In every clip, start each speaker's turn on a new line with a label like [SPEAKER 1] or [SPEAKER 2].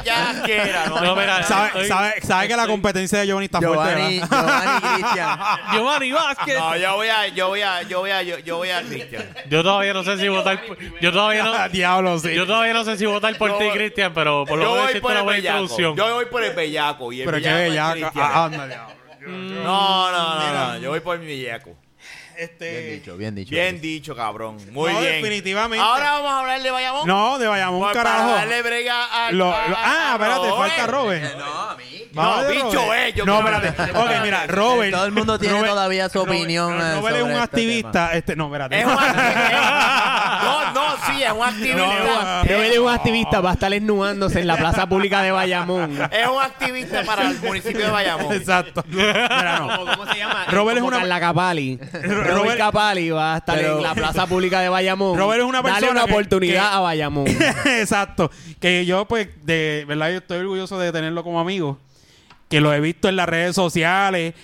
[SPEAKER 1] cualquiera. No, hay
[SPEAKER 2] No, mira,
[SPEAKER 1] manera.
[SPEAKER 2] Estoy-
[SPEAKER 3] ¿Sabes sabe, sabe que la
[SPEAKER 2] estoy-
[SPEAKER 3] competencia de Giovanni está fuerte?
[SPEAKER 4] Giovanni,
[SPEAKER 3] ¿verdad?
[SPEAKER 4] Giovanni Cristian.
[SPEAKER 2] Giovanni Vázquez.
[SPEAKER 1] No, yo voy a, yo voy a, yo voy a, yo, yo voy a Cristian.
[SPEAKER 2] Yo todavía no sé si votar. por- Yo todavía no.
[SPEAKER 3] Diablo, sí.
[SPEAKER 2] Yo todavía no sé si votar por
[SPEAKER 1] Yo-
[SPEAKER 2] ti, Cristian, pero por lo
[SPEAKER 1] Yo
[SPEAKER 2] menos
[SPEAKER 1] voy
[SPEAKER 2] hiciste
[SPEAKER 1] por
[SPEAKER 2] una
[SPEAKER 1] el
[SPEAKER 2] buena
[SPEAKER 1] bellaco.
[SPEAKER 2] introducción.
[SPEAKER 1] Yo voy por el bellaco. Y el
[SPEAKER 3] Pero qué
[SPEAKER 1] bellaco es
[SPEAKER 3] bellaca.
[SPEAKER 1] Cristian.
[SPEAKER 3] Ah, anda, diablo.
[SPEAKER 1] No, no, no, no, Yo voy por mi bellaco.
[SPEAKER 4] Bien
[SPEAKER 3] Este...
[SPEAKER 4] dicho, bien dicho.
[SPEAKER 1] Bien dicho, cabrón. Muy
[SPEAKER 3] No,
[SPEAKER 1] bien.
[SPEAKER 3] definitivamente.
[SPEAKER 1] Ahora vamos a hablar de Bayamón.
[SPEAKER 3] No, de Bayamón,
[SPEAKER 1] Pues, para
[SPEAKER 3] carajo.
[SPEAKER 1] darle brega al.
[SPEAKER 3] Lo- lo-
[SPEAKER 1] al-
[SPEAKER 3] ah,
[SPEAKER 1] al
[SPEAKER 3] espérate,
[SPEAKER 1] Robert.
[SPEAKER 3] falta
[SPEAKER 4] Eh,
[SPEAKER 3] Robert.
[SPEAKER 4] No, a mí.
[SPEAKER 1] No,
[SPEAKER 3] Vamos de
[SPEAKER 1] bicho
[SPEAKER 3] Robert.
[SPEAKER 1] es, yo
[SPEAKER 3] No,
[SPEAKER 1] creo.
[SPEAKER 3] espérate. Ok, mira, Robert.
[SPEAKER 4] Todo el mundo tiene
[SPEAKER 3] Robert-
[SPEAKER 4] todavía su
[SPEAKER 3] Robert-
[SPEAKER 4] opinión, eh,
[SPEAKER 3] Robert es
[SPEAKER 4] sobre
[SPEAKER 3] un
[SPEAKER 4] este
[SPEAKER 3] activista. Este, no, espérate.
[SPEAKER 1] Es un activista. No, no, sí, es un activista.
[SPEAKER 5] Debe de un activista va a estar esnuándose en la plaza pública de Bayamón.
[SPEAKER 1] Es un activista para el municipio de Bayamón.
[SPEAKER 3] Exacto. Mira, no.
[SPEAKER 5] ¿Cómo se llama?
[SPEAKER 3] Robert es
[SPEAKER 5] Como
[SPEAKER 3] una-
[SPEAKER 5] Carla Capali. Robert,
[SPEAKER 3] Robert-
[SPEAKER 5] Capali va a estar
[SPEAKER 3] Pero-
[SPEAKER 5] en la plaza pública de Bayamón.
[SPEAKER 3] Robert es una
[SPEAKER 5] Dale
[SPEAKER 3] persona
[SPEAKER 5] una
[SPEAKER 3] que-
[SPEAKER 5] oportunidad
[SPEAKER 3] que-
[SPEAKER 5] a Bayamón.
[SPEAKER 3] Exacto. Que yo, pues, de verdad, yo estoy orgulloso de tenerlo como amigo. Que lo he visto en las redes sociales.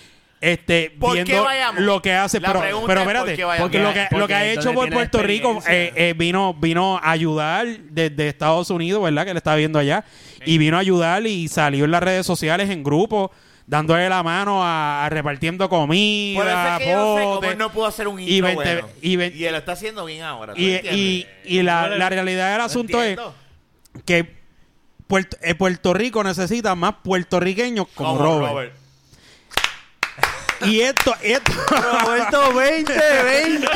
[SPEAKER 3] Este,
[SPEAKER 1] ¿Por qué
[SPEAKER 3] viendo
[SPEAKER 1] Bayamón?
[SPEAKER 3] lo que hace,
[SPEAKER 1] La
[SPEAKER 3] pero,
[SPEAKER 1] pregunta
[SPEAKER 3] pero
[SPEAKER 1] es ¿por
[SPEAKER 3] espérate,
[SPEAKER 1] qué Bayamón?
[SPEAKER 3] porque lo que,
[SPEAKER 5] Porque-
[SPEAKER 3] lo que ha
[SPEAKER 5] porque
[SPEAKER 3] hecho por
[SPEAKER 5] tiene
[SPEAKER 3] Puerto Rico eh,
[SPEAKER 5] experiencia.
[SPEAKER 3] eh, vino, vino a ayudar desde Estados Unidos, ¿verdad? Que le está viendo allá. Y vino a ayudar y salió en las redes sociales, en grupos, dándole la mano a, a repartiendo comida.
[SPEAKER 1] Por eso es que yo no sé cómo
[SPEAKER 3] potes.
[SPEAKER 1] él no pudo hacer un
[SPEAKER 3] y
[SPEAKER 1] intro
[SPEAKER 3] veinte-
[SPEAKER 1] bueno.
[SPEAKER 3] y veinte-
[SPEAKER 1] él lo está haciendo bien ahora. ¿tú
[SPEAKER 3] Y,
[SPEAKER 1] entiendes?
[SPEAKER 3] y- y la, la realidad del
[SPEAKER 1] ¿No
[SPEAKER 3] asunto es
[SPEAKER 1] entiendo?
[SPEAKER 3] que Puerto, eh, Puerto Rico necesita más puertorriqueños como, Robert. Y esto, esto.
[SPEAKER 4] Roberto 20, 20.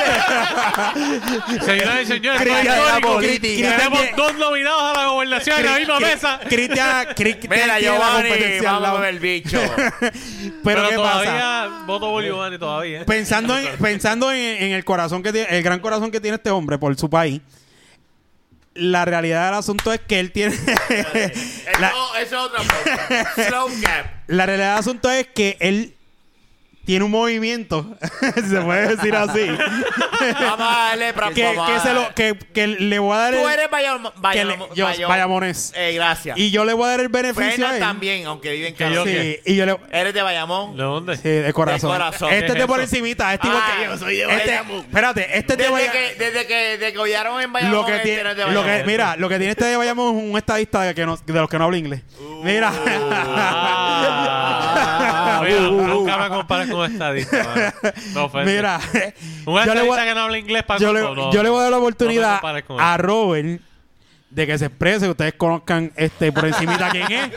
[SPEAKER 2] Señoras y señores, esto
[SPEAKER 4] Cristian
[SPEAKER 2] es
[SPEAKER 4] de la
[SPEAKER 2] histórico.
[SPEAKER 4] política.
[SPEAKER 2] tenemos dos nominados a la gobernación en la misma
[SPEAKER 3] Cri-
[SPEAKER 2] mesa.
[SPEAKER 3] Cristian, Cri- Cristian
[SPEAKER 1] Mira,
[SPEAKER 3] tiene la
[SPEAKER 1] Giovanni,
[SPEAKER 3] competencia
[SPEAKER 1] vamos
[SPEAKER 3] al lado.
[SPEAKER 1] con el bicho.
[SPEAKER 3] Pero, ¿qué pasa?
[SPEAKER 2] todavía voto por Giovanni todavía. ¿eh?
[SPEAKER 3] Pensando, en, pensando en, en el corazón que tiene, el gran corazón que tiene este hombre por su país, la realidad del asunto es que él tiene. la,
[SPEAKER 1] Eso, eso es otra cosa. Slow cap.
[SPEAKER 3] La realidad del asunto es que él tiene un movimiento, si se puede decir así,
[SPEAKER 1] Vamos a darle pra-
[SPEAKER 3] que,
[SPEAKER 1] vamos a-
[SPEAKER 3] que se lo, que, que le voy a dar
[SPEAKER 1] Tú
[SPEAKER 3] el-
[SPEAKER 1] eres Bayam-
[SPEAKER 3] que
[SPEAKER 1] Bayam-
[SPEAKER 3] le- yo-
[SPEAKER 1] Bayam-
[SPEAKER 3] Bayamones.
[SPEAKER 1] Eh, gracias.
[SPEAKER 3] Y yo le voy a dar el beneficio a
[SPEAKER 1] Fernan
[SPEAKER 3] él.
[SPEAKER 1] también, aunque vive en
[SPEAKER 2] Que yo-
[SPEAKER 1] Carolina.
[SPEAKER 3] Sí, y yo le
[SPEAKER 1] Eres de Bayamón.
[SPEAKER 2] ¿De dónde?
[SPEAKER 3] sí, de corazón.
[SPEAKER 1] De corazón.
[SPEAKER 3] Este
[SPEAKER 2] ¿Qué
[SPEAKER 3] es
[SPEAKER 2] es
[SPEAKER 3] de por
[SPEAKER 2] eso?
[SPEAKER 3] encimita, este tipo
[SPEAKER 1] Ah,
[SPEAKER 3] que
[SPEAKER 1] yo soy de
[SPEAKER 3] este-
[SPEAKER 1] Bayamón.
[SPEAKER 3] Espérate, este de
[SPEAKER 1] Desde
[SPEAKER 3] Bayamón-
[SPEAKER 1] que, desde que degollaron en Bayamón,
[SPEAKER 3] lo que
[SPEAKER 1] él
[SPEAKER 3] tiene,
[SPEAKER 1] no es de
[SPEAKER 3] lo que,
[SPEAKER 1] Bayamón.
[SPEAKER 3] mira, lo que tiene este de Bayamón es un estadista de, que no- de los que no habla inglés. Mira.
[SPEAKER 2] Ah, mira,
[SPEAKER 3] Uh, uh,
[SPEAKER 2] nunca me compares con un estadista. mano. No ofendes.
[SPEAKER 3] Mira,
[SPEAKER 2] un
[SPEAKER 3] yo le voy-
[SPEAKER 2] estadista que no habla inglés para
[SPEAKER 3] yo le, yo le voy a dar la
[SPEAKER 2] No
[SPEAKER 3] oportunidad
[SPEAKER 2] me compares con él.
[SPEAKER 3] a Robert de que se exprese, que ustedes conozcan este por encimita quién es,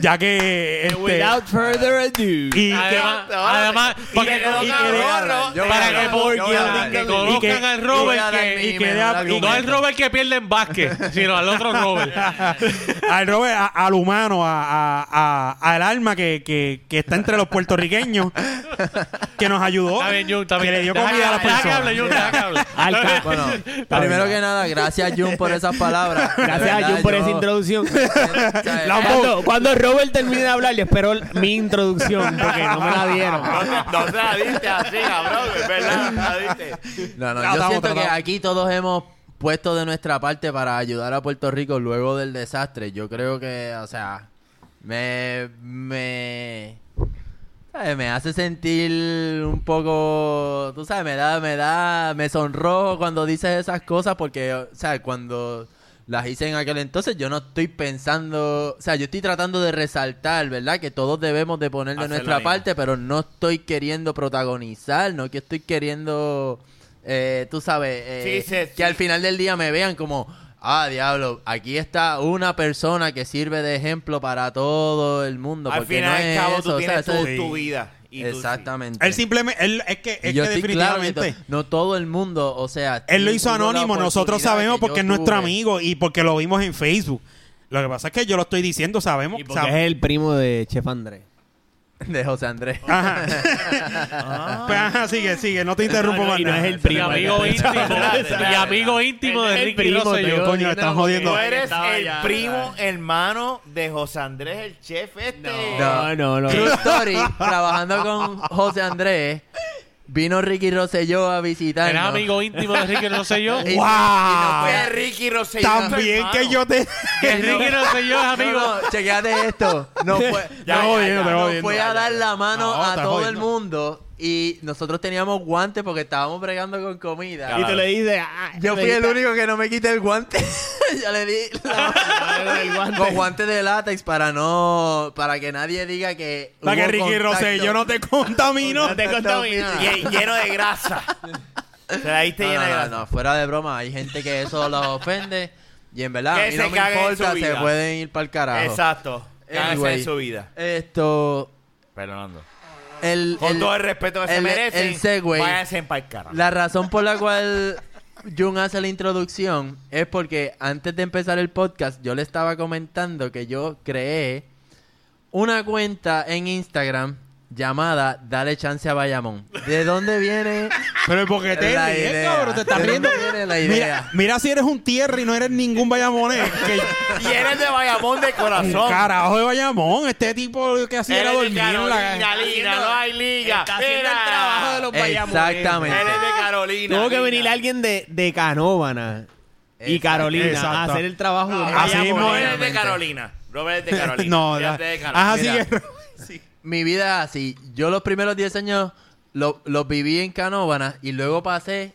[SPEAKER 3] ya que este,
[SPEAKER 5] Without further ado.
[SPEAKER 3] y
[SPEAKER 2] Además,
[SPEAKER 1] ahora-
[SPEAKER 2] además
[SPEAKER 1] y que
[SPEAKER 2] para que,
[SPEAKER 1] le
[SPEAKER 2] y
[SPEAKER 1] toca
[SPEAKER 2] que-
[SPEAKER 1] a
[SPEAKER 3] le-
[SPEAKER 1] Rorro.
[SPEAKER 4] yo-
[SPEAKER 2] para que,
[SPEAKER 4] yo-
[SPEAKER 2] por-
[SPEAKER 4] yo-
[SPEAKER 2] que-
[SPEAKER 4] yo-
[SPEAKER 2] que
[SPEAKER 4] yo-
[SPEAKER 2] conozcan
[SPEAKER 3] yo-
[SPEAKER 2] al
[SPEAKER 4] Yo voy
[SPEAKER 2] Robert
[SPEAKER 4] a dar
[SPEAKER 2] que,
[SPEAKER 4] mi-
[SPEAKER 3] y que
[SPEAKER 4] mi
[SPEAKER 3] de- y-
[SPEAKER 4] mejor
[SPEAKER 2] no al
[SPEAKER 4] argumento.
[SPEAKER 2] Robert que pierde en básquet, sino al otro Robert.
[SPEAKER 3] que- al Robert, a- al humano, a, a- a- al alma que, que, que está entre los puertorriqueños, que nos ayudó,
[SPEAKER 2] Está bien, Jun, está
[SPEAKER 3] que
[SPEAKER 2] bien.
[SPEAKER 3] le dio
[SPEAKER 2] Deja
[SPEAKER 3] comida a
[SPEAKER 2] que-
[SPEAKER 3] la
[SPEAKER 2] deja que
[SPEAKER 3] persona.
[SPEAKER 2] hable, Jun, deja que hable.
[SPEAKER 5] Al ca-
[SPEAKER 4] Bueno, primero que nada, gracias Jun por esas palabras.
[SPEAKER 5] Gracias a Jun por esa introducción. Cuando, cuando Robert termine de hablar, yo espero mi introducción porque no me la dieron.
[SPEAKER 1] No te, no te la diste así, cabrón, es verdad, no te la diste.
[SPEAKER 4] No, no, yo
[SPEAKER 3] Tratamos,
[SPEAKER 4] siento que
[SPEAKER 3] tratamos.
[SPEAKER 4] aquí todos hemos puesto de nuestra parte para ayudar a Puerto Rico luego del desastre. Yo creo que, o sea, me. me. ¿sabes? Me hace sentir un poco, tú sabes, me da, me da, me sonrojo cuando dices esas cosas porque, o sea, cuando las hice en aquel entonces yo no estoy pensando, o sea, yo estoy tratando de resaltar, ¿verdad? Que todos debemos de poner de
[SPEAKER 1] Hacer
[SPEAKER 4] nuestra
[SPEAKER 1] lo mismo.
[SPEAKER 4] parte, pero no estoy queriendo protagonizar, no que estoy queriendo, eh, tú sabes, eh,
[SPEAKER 1] Sí, sí, sí.
[SPEAKER 4] que al final del día me vean como... Ah, diablo, aquí está una persona que sirve de ejemplo para todo el mundo.
[SPEAKER 1] Al
[SPEAKER 4] porque no
[SPEAKER 1] final
[SPEAKER 4] es
[SPEAKER 1] y al cabo,
[SPEAKER 4] eso,
[SPEAKER 1] tú
[SPEAKER 4] o sea,
[SPEAKER 1] tienes
[SPEAKER 4] eso
[SPEAKER 1] tu,
[SPEAKER 4] es-
[SPEAKER 1] tu vida. Y tú sí.
[SPEAKER 4] Exactamente.
[SPEAKER 3] Él simplemente, él, es que,
[SPEAKER 4] Y
[SPEAKER 3] es
[SPEAKER 4] yo
[SPEAKER 3] que
[SPEAKER 4] estoy claro que
[SPEAKER 3] definitivamente...
[SPEAKER 4] to- no todo el mundo, o sea.
[SPEAKER 3] Él lo hizo
[SPEAKER 4] tuvo la
[SPEAKER 3] anónimo, nosotros
[SPEAKER 4] oportunidad
[SPEAKER 3] sabemos
[SPEAKER 4] que
[SPEAKER 3] porque
[SPEAKER 4] yo
[SPEAKER 3] es nuestro
[SPEAKER 4] tuve.
[SPEAKER 3] amigo y porque lo vimos en Facebook. Lo que pasa es que yo lo estoy diciendo, sabemos.
[SPEAKER 5] Y porque
[SPEAKER 3] sab-
[SPEAKER 5] es el primo de Chef Andrés.
[SPEAKER 4] De José Andrés.
[SPEAKER 3] Ajá. Pues, ajá, sigue, sigue, no te interrumpo
[SPEAKER 5] No, no,
[SPEAKER 3] más
[SPEAKER 5] y no
[SPEAKER 3] nada.
[SPEAKER 5] es el
[SPEAKER 2] Mi
[SPEAKER 5] primo.
[SPEAKER 2] amigo íntimo, mi amigo íntimo de
[SPEAKER 5] El
[SPEAKER 2] Ricky
[SPEAKER 5] primo,
[SPEAKER 2] Rosselló.
[SPEAKER 5] tío.
[SPEAKER 3] Coño,
[SPEAKER 5] no,
[SPEAKER 3] están
[SPEAKER 5] porque-
[SPEAKER 3] jodiendo.
[SPEAKER 1] Tú eres
[SPEAKER 5] Estaba
[SPEAKER 1] el
[SPEAKER 5] ya,
[SPEAKER 1] primo hermano de José Andrés, el chef este.
[SPEAKER 5] No, no, no.
[SPEAKER 4] True story, trabajando con José Andrés, vino Ricky Rosselló a visitarnos.
[SPEAKER 2] Eres amigo íntimo de Ricky Rosselló.
[SPEAKER 4] Y- y
[SPEAKER 3] ¡Wow!
[SPEAKER 4] nos
[SPEAKER 1] Fue
[SPEAKER 4] fue-
[SPEAKER 1] Ricky Rosselló.
[SPEAKER 3] También que yo te.
[SPEAKER 2] Que Ricky Rosselló es
[SPEAKER 4] No,
[SPEAKER 2] amigo.
[SPEAKER 4] no, chequéate esto. No fue,
[SPEAKER 3] Ya,
[SPEAKER 4] no,
[SPEAKER 3] ya, ya,
[SPEAKER 4] no
[SPEAKER 3] jodiendo,
[SPEAKER 4] fue a dar la mano
[SPEAKER 3] No,
[SPEAKER 4] a
[SPEAKER 3] está
[SPEAKER 4] todo el
[SPEAKER 3] jodiendo.
[SPEAKER 4] mundo Y nosotros teníamos guantes porque estábamos bregando con comida.
[SPEAKER 1] Claro.
[SPEAKER 5] Y tú le dices, ah,
[SPEAKER 4] Yo
[SPEAKER 5] le
[SPEAKER 4] fui el
[SPEAKER 5] diste-
[SPEAKER 4] único que no me quité el guante. Yo le di la-
[SPEAKER 5] El guante.
[SPEAKER 4] con guantes de látex para no para que nadie diga que
[SPEAKER 3] Para que
[SPEAKER 4] hubo
[SPEAKER 3] Ricky
[SPEAKER 4] contacto.
[SPEAKER 3] Rosselló no te contamino.
[SPEAKER 5] No te contamina.
[SPEAKER 1] Lle- lleno de grasa. Te la diste
[SPEAKER 4] No,
[SPEAKER 1] llena
[SPEAKER 4] no,
[SPEAKER 1] de
[SPEAKER 4] no,
[SPEAKER 1] grasa.
[SPEAKER 4] no, fuera de broma, hay gente que eso los ofende y en verdad a
[SPEAKER 1] Que
[SPEAKER 4] mí no
[SPEAKER 1] se
[SPEAKER 4] me
[SPEAKER 1] caguen en
[SPEAKER 4] importa,
[SPEAKER 1] su
[SPEAKER 4] se
[SPEAKER 1] vida.
[SPEAKER 4] pueden ir para el carajo.
[SPEAKER 1] Exacto. Cágase
[SPEAKER 4] Anyway.
[SPEAKER 1] en su vida.
[SPEAKER 4] Esto
[SPEAKER 1] Perdonando.
[SPEAKER 4] el,
[SPEAKER 1] Con
[SPEAKER 4] el-
[SPEAKER 1] todo el respeto que se
[SPEAKER 4] el-
[SPEAKER 1] merecen,
[SPEAKER 4] el segue.
[SPEAKER 1] váyanse para el carajo.
[SPEAKER 4] la razón por la cual Jun hace la introducción es porque antes de empezar el podcast yo le estaba comentando que yo creé una cuenta en Instagram llamada Dale Chance a Bayamón. ¿De dónde viene
[SPEAKER 3] Pero porque te
[SPEAKER 4] la
[SPEAKER 3] ríes,
[SPEAKER 4] idea?
[SPEAKER 3] cabrón, te estás
[SPEAKER 4] ¿De
[SPEAKER 3] riendo.
[SPEAKER 4] dónde viene la
[SPEAKER 3] Mira,
[SPEAKER 4] idea?
[SPEAKER 3] mira si eres un tierra y no eres ningún Bayamón. Que
[SPEAKER 1] Y eres de Bayamón de
[SPEAKER 3] un
[SPEAKER 1] corazón.
[SPEAKER 3] carajo de Bayamón. Este tipo que hacía
[SPEAKER 1] Eres
[SPEAKER 3] era
[SPEAKER 1] de
[SPEAKER 3] dormir en
[SPEAKER 1] Carolina,
[SPEAKER 3] la
[SPEAKER 1] Lina, no hay liga.
[SPEAKER 5] Está haciendo
[SPEAKER 1] Mira.
[SPEAKER 5] el trabajo de
[SPEAKER 4] Eh,
[SPEAKER 5] los payamones.
[SPEAKER 4] Exactamente.
[SPEAKER 1] Eres de Carolina.
[SPEAKER 5] Tuvo que
[SPEAKER 1] Lina.
[SPEAKER 5] venir alguien de, de Canóvana y
[SPEAKER 4] Exacto.
[SPEAKER 5] Carolina a
[SPEAKER 3] Exacto.
[SPEAKER 5] hacer el trabajo. de un
[SPEAKER 3] Así
[SPEAKER 5] payamonero.
[SPEAKER 1] Ah,
[SPEAKER 3] mismo
[SPEAKER 1] Robert
[SPEAKER 3] es.
[SPEAKER 1] es de Carolina. Robert es de Carolina.
[SPEAKER 3] No,
[SPEAKER 1] Fíjate
[SPEAKER 3] da-
[SPEAKER 1] de Carolina.
[SPEAKER 3] Ajá,
[SPEAKER 4] Mira.
[SPEAKER 3] sí que-
[SPEAKER 4] Mi vida es así. Yo los primeros 10 años lo- los viví en Canóvanas y luego pasé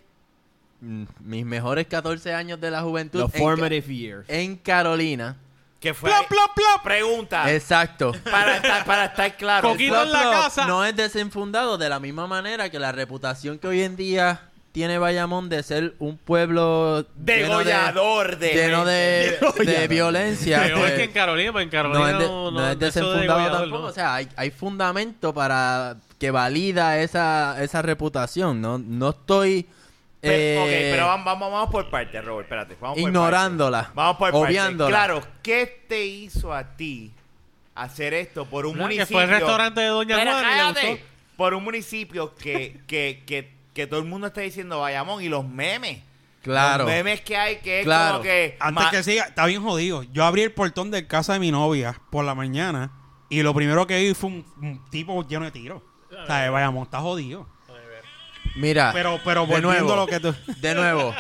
[SPEAKER 4] mm, mis mejores 14 años de la juventud
[SPEAKER 5] Los
[SPEAKER 4] en, Ca-
[SPEAKER 5] formative years.
[SPEAKER 4] en Carolina.
[SPEAKER 1] Que fue.
[SPEAKER 3] Plop, plop, plop.
[SPEAKER 1] Pregunta.
[SPEAKER 4] Exacto.
[SPEAKER 1] Para, estar, para estar claro.
[SPEAKER 2] Coquito. Quito en la
[SPEAKER 4] Plop, plop,
[SPEAKER 2] casa.
[SPEAKER 4] No es desenfundado de la misma manera que la reputación que hoy en día tiene Bayamón de ser un pueblo lleno de-
[SPEAKER 1] Degollador de.
[SPEAKER 4] lleno de, de violencia.
[SPEAKER 2] Peor
[SPEAKER 4] pues,
[SPEAKER 2] que en Carolina, porque en
[SPEAKER 4] no
[SPEAKER 2] Carolina
[SPEAKER 4] es, de-
[SPEAKER 2] no,
[SPEAKER 4] no es
[SPEAKER 2] eso de
[SPEAKER 4] desenfundado
[SPEAKER 2] goleador,
[SPEAKER 4] tampoco.
[SPEAKER 2] no.
[SPEAKER 4] O sea, hay, hay fundamento para que valida esa, esa reputación. No, no estoy
[SPEAKER 1] Pero, ok,
[SPEAKER 4] eh,
[SPEAKER 1] pero vamos, vamos, vamos por partes, Robert. Espérate. Vamos por
[SPEAKER 4] ignorándola,
[SPEAKER 1] partes. Vamos por partes.
[SPEAKER 4] obviándola.
[SPEAKER 1] Claro, ¿qué te hizo a ti hacer esto por un
[SPEAKER 2] Claro, que
[SPEAKER 1] municipio?
[SPEAKER 2] fue el restaurante de Doña
[SPEAKER 1] Espera,
[SPEAKER 2] Juana y le
[SPEAKER 1] cállate.
[SPEAKER 2] gustó.
[SPEAKER 1] Por un municipio que, que, que, que todo el mundo está diciendo Bayamón y los memes.
[SPEAKER 4] Claro.
[SPEAKER 1] Los memes que hay que es
[SPEAKER 4] Claro.
[SPEAKER 1] como que.
[SPEAKER 3] Antes
[SPEAKER 1] eh, ma-
[SPEAKER 3] que siga, está bien jodido. Yo abrí el portón de casa de mi novia por la mañana y lo primero que vi fue un, un tipo lleno de tiros. O sea, Bayamón está jodido.
[SPEAKER 4] Mira,
[SPEAKER 3] Pero, pero
[SPEAKER 4] de
[SPEAKER 3] volviendo
[SPEAKER 4] nuevo,
[SPEAKER 3] a lo que tú...
[SPEAKER 4] de nuevo.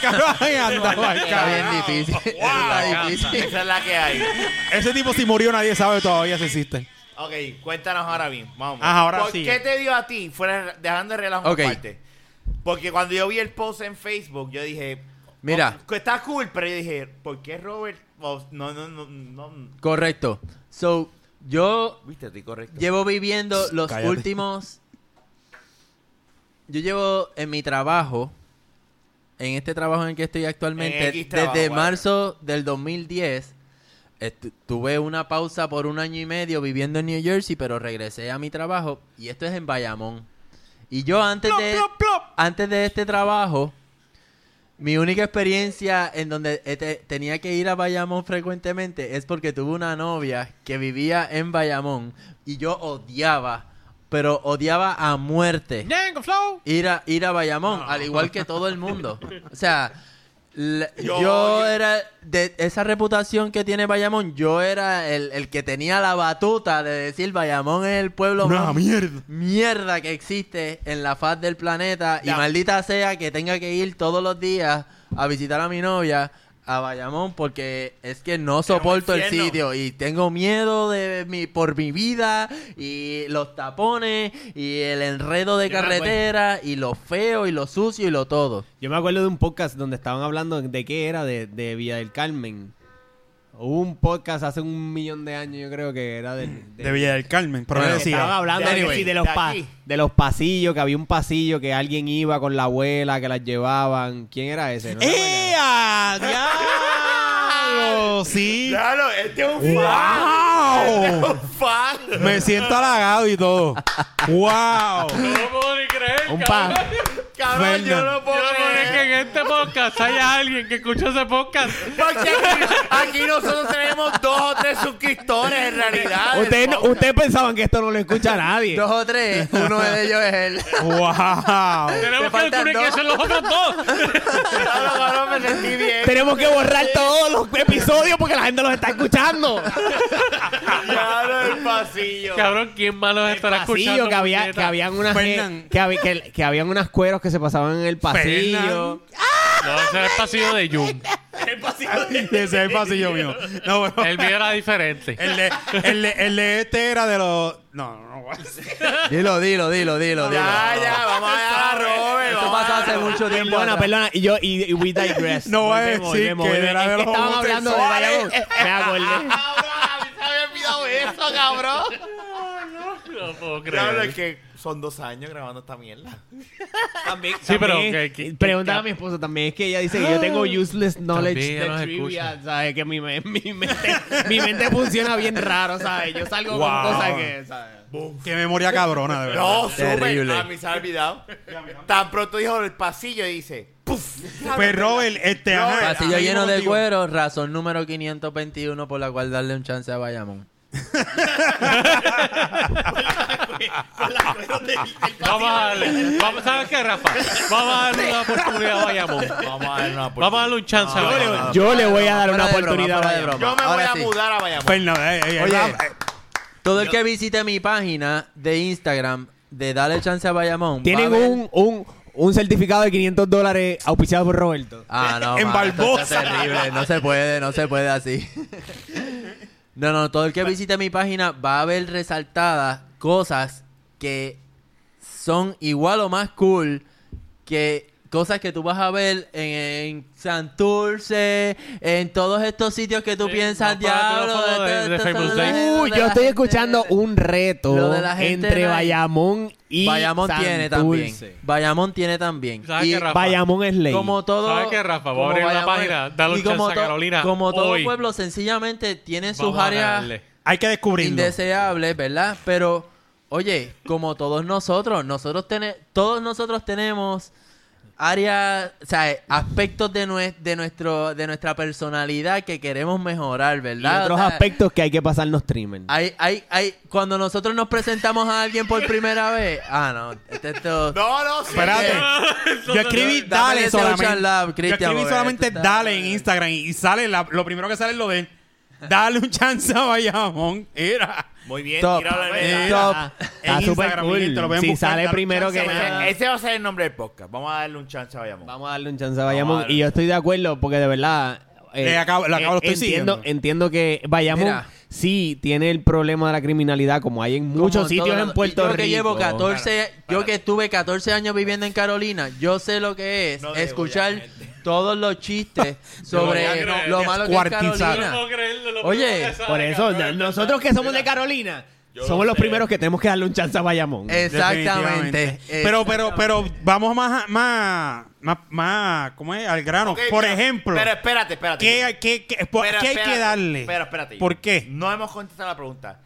[SPEAKER 3] Cabrón, anda, va,
[SPEAKER 4] Está
[SPEAKER 3] cabrón.
[SPEAKER 4] bien difícil. Está difícil.
[SPEAKER 1] Esa es la que hay.
[SPEAKER 3] Ese tipo si murió nadie sabe todavía si existe.
[SPEAKER 1] Ok, cuéntanos ahora bien. Vamos.
[SPEAKER 3] Ajá, ahora
[SPEAKER 1] ¿Por
[SPEAKER 3] sí.
[SPEAKER 1] qué te dio a ti? Fuera, dejando el relajo
[SPEAKER 4] Ok.
[SPEAKER 1] aparte. Porque cuando yo vi el post en Facebook, yo dije.
[SPEAKER 4] Mira.
[SPEAKER 1] oh, está cool, pero yo dije, ¿por qué Robert? Oh, no, no, no, no.
[SPEAKER 4] Correcto. So, yo
[SPEAKER 1] Viste, estoy correcto.
[SPEAKER 4] Llevo viviendo los
[SPEAKER 3] cállate.
[SPEAKER 4] últimos. Yo llevo en mi trabajo, en este trabajo en el que estoy
[SPEAKER 1] En
[SPEAKER 4] actualmente,
[SPEAKER 1] X trabajo,
[SPEAKER 4] desde
[SPEAKER 1] guarda.
[SPEAKER 4] marzo del 2010. estu- tuve una pausa por un año y medio viviendo en New Jersey, pero regresé a mi trabajo y esto es en Bayamón. Y yo antes de antes de este trabajo, mi única experiencia en donde eh, te- tenía que ir a Bayamón frecuentemente es porque tuve una novia que vivía en Bayamón y yo odiaba, pero odiaba a muerte
[SPEAKER 2] Ñengo, Flow.
[SPEAKER 4] ir a, ir a Bayamón, al igual que todo el mundo. O sea, la- yo,
[SPEAKER 1] Yo-
[SPEAKER 4] era, de esa reputación que tiene Bayamón, yo era el, el que tenía la batuta de decir Bayamón es el pueblo
[SPEAKER 3] Una
[SPEAKER 4] más
[SPEAKER 3] mierda.
[SPEAKER 4] mierda que existe en la faz del planeta y
[SPEAKER 1] Ya.
[SPEAKER 4] maldita sea que tenga que ir todos los días a visitar a mi novia a Bayamón porque es que no soporto el
[SPEAKER 1] infierno.
[SPEAKER 4] sitio y tengo miedo de mi por mi vida y los tapones y el enredo de
[SPEAKER 5] Yo me acuerdo.
[SPEAKER 4] carretera y lo feo y lo sucio y lo todo.
[SPEAKER 5] Yo me acuerdo de un podcast donde estaban hablando de qué era, de, de Villa del Carmen. Hubo un podcast hace un millón de años, yo creo que era de,
[SPEAKER 3] De Villa del Carmen, pero
[SPEAKER 4] Bueno,
[SPEAKER 3] él
[SPEAKER 5] Estaban
[SPEAKER 3] decía,
[SPEAKER 5] hablando de, que
[SPEAKER 1] Anyway,
[SPEAKER 5] sí, de los
[SPEAKER 1] de
[SPEAKER 5] pa-
[SPEAKER 1] aquí.
[SPEAKER 5] de los pasillos, que había un pasillo que alguien iba con la abuela, que las llevaban. ¿Quién era ese? No me acuerdo.
[SPEAKER 3] ¡Eh, a diablo! Sí.
[SPEAKER 1] Claro, este es un fan. Este es
[SPEAKER 3] ¡Wow!
[SPEAKER 1] un fan.
[SPEAKER 3] Me siento halagado y todo. ¡Wow!
[SPEAKER 2] No lo puedo ni creer.
[SPEAKER 5] Un pan.
[SPEAKER 2] cabrón.
[SPEAKER 1] Cabrón, yo
[SPEAKER 3] Fernan.
[SPEAKER 1] no puedo
[SPEAKER 2] Yo no puedo creer
[SPEAKER 1] creer.
[SPEAKER 2] que en este podcast haya alguien que escuchó ese podcast.
[SPEAKER 1] Porque aquí, aquí nosotros tenemos dos o tres suscriptores en realidad.
[SPEAKER 5] Ustedes no-
[SPEAKER 1] Del podcast.
[SPEAKER 5] ustedes pensaban que esto no lo escucha nadie.
[SPEAKER 4] Dos o tres, uno de ellos es él.
[SPEAKER 3] ¡Wow!
[SPEAKER 2] Tenemos que
[SPEAKER 4] faltan
[SPEAKER 2] descubrir
[SPEAKER 4] dos.
[SPEAKER 2] que son los otros dos.
[SPEAKER 1] Claro, cabrón, me sentí bien.
[SPEAKER 5] Tenemos que borrar todos los episodios porque la gente los está escuchando.
[SPEAKER 1] Claro, el pasillo.
[SPEAKER 2] Cabrón, ¿quién más los estará
[SPEAKER 5] pasillo
[SPEAKER 2] escuchando?
[SPEAKER 5] Ah, que había
[SPEAKER 2] puñeta?
[SPEAKER 5] que habían unas
[SPEAKER 3] Fernan.
[SPEAKER 5] que, que, habi- que- que habían unas cueros que se pasaban en el pasillo
[SPEAKER 3] Fernan.
[SPEAKER 2] No, ese era el pasillo de Jun.
[SPEAKER 6] El pasillo de-
[SPEAKER 3] Ese es el pasillo mío. No, bueno,
[SPEAKER 2] El mío era diferente.
[SPEAKER 3] el, de, el, de, el de este era de los. No, no, no.
[SPEAKER 4] Dilo, dilo, dilo, dilo, dilo.
[SPEAKER 1] Ya, ya, vamos a dejar a Robert.
[SPEAKER 4] Esto
[SPEAKER 1] vamos a
[SPEAKER 4] pasó hace
[SPEAKER 1] dejar-
[SPEAKER 4] mucho tiempo.
[SPEAKER 5] Perdona,
[SPEAKER 4] atrás.
[SPEAKER 5] perdona. Y yo, y, y we digress.
[SPEAKER 3] No voy a
[SPEAKER 5] Volvemos,
[SPEAKER 3] decir
[SPEAKER 5] volvemos,
[SPEAKER 3] que
[SPEAKER 5] volvemos.
[SPEAKER 3] era
[SPEAKER 5] Es
[SPEAKER 3] de los
[SPEAKER 5] estaban hablando de Bayamón. Me acordé.
[SPEAKER 1] Cabrón, a mí se me había olvidado eso, cabrón.
[SPEAKER 2] No puedo
[SPEAKER 1] Claro, es
[SPEAKER 2] creer.
[SPEAKER 1] que son dos años grabando esta mierda.
[SPEAKER 6] También.
[SPEAKER 2] Sí, pero
[SPEAKER 5] También,
[SPEAKER 2] que- que-
[SPEAKER 5] pregúntale
[SPEAKER 2] que-
[SPEAKER 5] a mi esposa también. Es que ella dice que yo tengo useless knowledge
[SPEAKER 2] También
[SPEAKER 5] de
[SPEAKER 2] nos
[SPEAKER 5] trivia.
[SPEAKER 2] escucha.
[SPEAKER 5] ¿Sabes? Que mi, me- mi mente, mi mente funciona bien raro, ¿sabes? Yo salgo con
[SPEAKER 3] Wow.
[SPEAKER 5] cosas que, ¿sabes?
[SPEAKER 3] Qué memoria cabrona, de verdad.
[SPEAKER 1] No, súper.
[SPEAKER 4] Terrible.
[SPEAKER 1] A mí se me ha olvidado. Tan pronto dijo el pasillo y dice, ¡puf!
[SPEAKER 3] Pues Robert, este. ajá,
[SPEAKER 1] Robert,
[SPEAKER 4] Pasillo
[SPEAKER 3] hay un
[SPEAKER 4] lleno de
[SPEAKER 3] motivo.
[SPEAKER 4] cuero, razón número 521 por la cual darle un chance a Bayamón.
[SPEAKER 2] Vamos a darle. Vamos, ¿Sabes qué, Rafa? Vamos a darle una oportunidad a Bayamón.
[SPEAKER 1] Vamos a darle una oportunidad.
[SPEAKER 2] Vamos a darle un chance a
[SPEAKER 1] No,
[SPEAKER 2] Bayamón.
[SPEAKER 1] no, no.
[SPEAKER 5] Yo le voy a dar una
[SPEAKER 4] Fuera de broma,
[SPEAKER 5] oportunidad.
[SPEAKER 4] fuera de
[SPEAKER 5] Brian.
[SPEAKER 4] broma.
[SPEAKER 1] Yo me voy
[SPEAKER 4] Ahora
[SPEAKER 1] a
[SPEAKER 4] sí.
[SPEAKER 1] mudar a Bayamón.
[SPEAKER 3] Pues no, eh, eh,
[SPEAKER 4] Oye,
[SPEAKER 3] eh,
[SPEAKER 4] Todo el que visite mi página de Instagram de darle chance a Bayamón. va
[SPEAKER 5] Tienen
[SPEAKER 4] a ver-
[SPEAKER 5] un, un, un certificado de 500 dólares auspiciado por Roberto.
[SPEAKER 4] Ah, no.
[SPEAKER 3] En
[SPEAKER 4] mano, esto
[SPEAKER 3] Barbosa.
[SPEAKER 4] está terrible. No se puede, no se puede así. No, no, todo el que visite mi página va a ver resaltadas cosas que son igual o más cool que cosas que tú vas a ver en, en Santurce, en todos estos sitios que tú
[SPEAKER 2] Sí,
[SPEAKER 4] piensas,
[SPEAKER 2] no, para que lo
[SPEAKER 4] diablo.
[SPEAKER 2] pongo
[SPEAKER 4] esto-
[SPEAKER 2] de- de
[SPEAKER 4] esto son
[SPEAKER 2] Facebook
[SPEAKER 4] la-
[SPEAKER 2] Live.
[SPEAKER 4] lo
[SPEAKER 5] Uy,
[SPEAKER 4] de
[SPEAKER 5] yo
[SPEAKER 4] la
[SPEAKER 5] estoy
[SPEAKER 4] gente-
[SPEAKER 5] escuchando un reto
[SPEAKER 4] Lo de la gente
[SPEAKER 5] entre
[SPEAKER 4] no hay-
[SPEAKER 5] Bayamón y
[SPEAKER 4] Bayamón tiene también.
[SPEAKER 5] Santurce.
[SPEAKER 4] Bayamón tiene también.
[SPEAKER 2] ¿Sabes
[SPEAKER 4] Y-
[SPEAKER 2] qué, Rafa?
[SPEAKER 5] Bayamón es ley.
[SPEAKER 4] Como todo.
[SPEAKER 2] ¿Sabes qué, Rafa? Voy a
[SPEAKER 4] como
[SPEAKER 2] abrir una
[SPEAKER 4] Bayamón-
[SPEAKER 2] página, dale un
[SPEAKER 4] y como
[SPEAKER 2] chance a
[SPEAKER 4] to-
[SPEAKER 2] Carolina,
[SPEAKER 4] Como todo
[SPEAKER 2] hoy.
[SPEAKER 4] pueblo, sencillamente tiene sus
[SPEAKER 2] Vamos a
[SPEAKER 4] áreas
[SPEAKER 2] darle.
[SPEAKER 3] Hay que descubrirlo.
[SPEAKER 4] indeseables, ¿verdad? Pero, oye, como todos nosotros, nosotros tenemos. Todos nosotros tenemos áreas, o sea, aspectos de, nue- de, nuestro, de nuestra personalidad que queremos mejorar,
[SPEAKER 5] y
[SPEAKER 4] ¿verdad? Ah,
[SPEAKER 5] otros
[SPEAKER 4] O sea,
[SPEAKER 5] aspectos que hay que pasarnos trimen.
[SPEAKER 4] Hay, hay, hay, cuando nosotros nos presentamos a alguien por primera vez. Ah, no. Este, esto-
[SPEAKER 1] No, no, sí.
[SPEAKER 3] Espérate. Yo escribí
[SPEAKER 4] Dame
[SPEAKER 3] dale
[SPEAKER 4] ese
[SPEAKER 3] solamente.
[SPEAKER 4] Ocean Lab,
[SPEAKER 3] yo
[SPEAKER 4] Cristian,
[SPEAKER 3] escribí
[SPEAKER 4] porque
[SPEAKER 3] solamente
[SPEAKER 4] tú estás-
[SPEAKER 3] dale en Instagram y sale la- lo primero que sale es lo de él. Dale un chance a Bayamón. Era.
[SPEAKER 1] Muy bien,
[SPEAKER 4] Top.
[SPEAKER 1] tíralo a la
[SPEAKER 3] Eh,
[SPEAKER 1] mesa.
[SPEAKER 4] Top.
[SPEAKER 5] Ah,
[SPEAKER 3] en
[SPEAKER 5] Está súper
[SPEAKER 3] Instagram,
[SPEAKER 5] cool.
[SPEAKER 3] te lo pueden
[SPEAKER 5] Si
[SPEAKER 3] buscar,
[SPEAKER 5] sale
[SPEAKER 3] dale
[SPEAKER 5] primero
[SPEAKER 1] Ese
[SPEAKER 5] que
[SPEAKER 1] va a
[SPEAKER 5] nada.
[SPEAKER 1] ser- Ese va a ser el nombre del podcast. Vamos a darle un chance a Bayamón.
[SPEAKER 5] Vamos a darle un chance a
[SPEAKER 1] Vamos a
[SPEAKER 5] Bayamón.
[SPEAKER 1] darle.
[SPEAKER 5] Y yo estoy de acuerdo porque de verdad. eh,
[SPEAKER 3] Le acabo- le acabo- lo estoy
[SPEAKER 5] entiendo,
[SPEAKER 3] siguiendo.
[SPEAKER 5] entiendo que Bayamón
[SPEAKER 4] Mira.
[SPEAKER 5] sí tiene el problema de la criminalidad como hay en
[SPEAKER 4] Como
[SPEAKER 5] muchos
[SPEAKER 4] en
[SPEAKER 5] sitios
[SPEAKER 4] todo
[SPEAKER 5] en
[SPEAKER 4] lado.
[SPEAKER 5] Puerto
[SPEAKER 4] yo
[SPEAKER 5] Rico.
[SPEAKER 4] que llevo 14, yo que estuve 14 años viviendo en Carolina, yo sé lo que es
[SPEAKER 1] No debo,
[SPEAKER 4] escuchar
[SPEAKER 1] obviamente.
[SPEAKER 4] todos los chistes sobre
[SPEAKER 2] voy a creer.
[SPEAKER 4] lo malo que es
[SPEAKER 3] Descuartizar.
[SPEAKER 2] No puedo
[SPEAKER 4] Carolina.
[SPEAKER 2] creerlo, lo
[SPEAKER 4] Oye,
[SPEAKER 2] primero que sale,
[SPEAKER 5] Por eso,
[SPEAKER 2] cabrón.
[SPEAKER 5] no- nosotros que somos de Carolina, somos los primeros que tenemos que darle un chance a Bayamón.
[SPEAKER 4] Eh, Exactamente.
[SPEAKER 3] Definitivamente. Pero, pero, pero vamos más, a- más, más, más, ¿cómo es? Al grano.
[SPEAKER 1] Ok,
[SPEAKER 3] Por
[SPEAKER 1] pero-
[SPEAKER 3] ejemplo,
[SPEAKER 1] Pero espérate, espérate.
[SPEAKER 3] ¿qué, hay- qué- qué- por-
[SPEAKER 1] Espera,
[SPEAKER 3] qué hay que
[SPEAKER 1] espérate,
[SPEAKER 3] darle?
[SPEAKER 1] Espera, espérate.
[SPEAKER 3] ¿Por qué?
[SPEAKER 1] No hemos contestado la pregunta.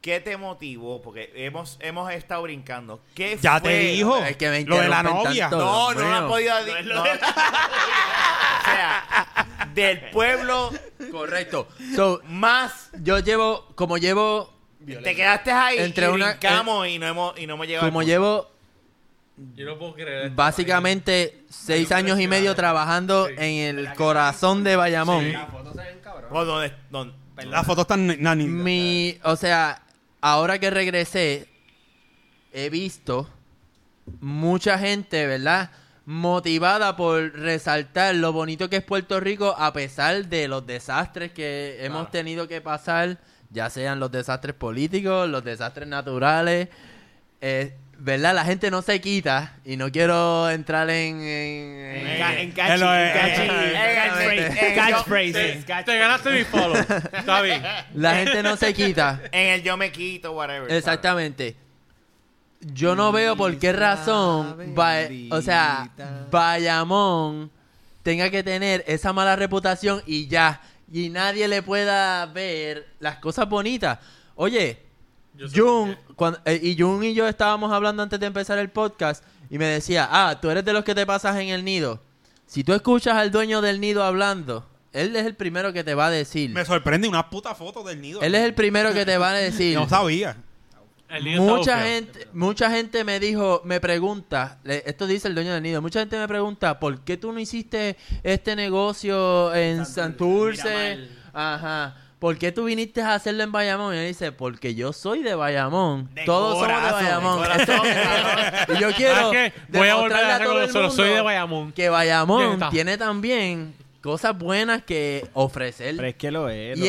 [SPEAKER 1] ¿Qué te motivó? Porque hemos, hemos estado brincando. ¿Qué
[SPEAKER 3] Ya
[SPEAKER 1] fue?
[SPEAKER 3] te dijo.
[SPEAKER 4] es que me
[SPEAKER 3] lo de la
[SPEAKER 4] interrumpen
[SPEAKER 3] novia.
[SPEAKER 4] tanto.
[SPEAKER 1] No,
[SPEAKER 4] Dios
[SPEAKER 1] no la
[SPEAKER 4] mío.
[SPEAKER 1] ha podido. di- no. o sea, del pueblo
[SPEAKER 4] Correcto. So,
[SPEAKER 1] más.
[SPEAKER 4] yo llevo, como llevo,
[SPEAKER 1] Te quedaste ahí
[SPEAKER 4] Entre
[SPEAKER 1] y
[SPEAKER 4] una-
[SPEAKER 1] brincamos y no hemos, y no hemos llegado.
[SPEAKER 4] como
[SPEAKER 1] al-
[SPEAKER 4] llevo
[SPEAKER 2] Yo no puedo creer. esto,
[SPEAKER 4] básicamente seis años y medio trabajando en el corazón de Bayamón.
[SPEAKER 1] Oh, ¿dónde- dónde-
[SPEAKER 3] Las fotos están ni- nani.
[SPEAKER 4] Mi, o sea, ahora que regresé, he visto mucha gente, ¿verdad? Motivada por resaltar lo bonito que es Puerto Rico a pesar de los desastres que hemos tenido que pasar, ya sean los desastres políticos, los desastres naturales, eh, ¿verdad? La gente no se quita y no quiero entrar en... en- en-
[SPEAKER 5] En ca- en
[SPEAKER 3] Eh, lo- eh,
[SPEAKER 5] cachi-
[SPEAKER 1] eh,
[SPEAKER 5] en cachi-
[SPEAKER 1] eh, eh,
[SPEAKER 5] catchphrases.
[SPEAKER 2] Te, te ganaste mi follow. Está bien.
[SPEAKER 4] la gente no se quita.
[SPEAKER 1] En el yo me quito, whatever.
[SPEAKER 4] Exactamente. Yo no veo por qué razón, Ba- o sea, Bayamón tenga que tener esa mala reputación y ya, y nadie le pueda ver las cosas bonitas. Oye, Jun, cuando- eh, y Jun y yo estábamos hablando antes de empezar el podcast y me decía, ah, tú eres de los que te pasas en el nido. Si tú escuchas al dueño del nido hablando, él es el primero que te va a decir.
[SPEAKER 3] Me sorprende una puta foto del nido.
[SPEAKER 4] Él es el primero que te va a decir.
[SPEAKER 3] No sabía.
[SPEAKER 2] El niño está
[SPEAKER 4] Mucha
[SPEAKER 2] bufeo.
[SPEAKER 4] gente, mucha gente me dijo, me pregunta, le- esto dice el dueño del nido, mucha gente me pregunta, ¿por qué tú no hiciste este negocio en Santurce? Ajá. ¿por qué tú viniste a hacerlo en Bayamón? Y él dice, porque yo soy de Bayamón.
[SPEAKER 1] De
[SPEAKER 4] Todos somos
[SPEAKER 1] corazón,
[SPEAKER 4] de
[SPEAKER 1] de
[SPEAKER 4] Bayamón.
[SPEAKER 1] corazón.
[SPEAKER 4] Eso es- y yo quiero
[SPEAKER 2] ¿Sabes qué? Voy a volver
[SPEAKER 4] demostrarle
[SPEAKER 2] a
[SPEAKER 4] todo el
[SPEAKER 2] reconocerlo. Soy
[SPEAKER 4] mundo
[SPEAKER 2] de Bayamón.
[SPEAKER 4] Que Bayamón
[SPEAKER 2] Ya está.
[SPEAKER 4] tiene también cosas buenas que ofrecer.
[SPEAKER 5] Pero es que lo es. lo
[SPEAKER 4] Y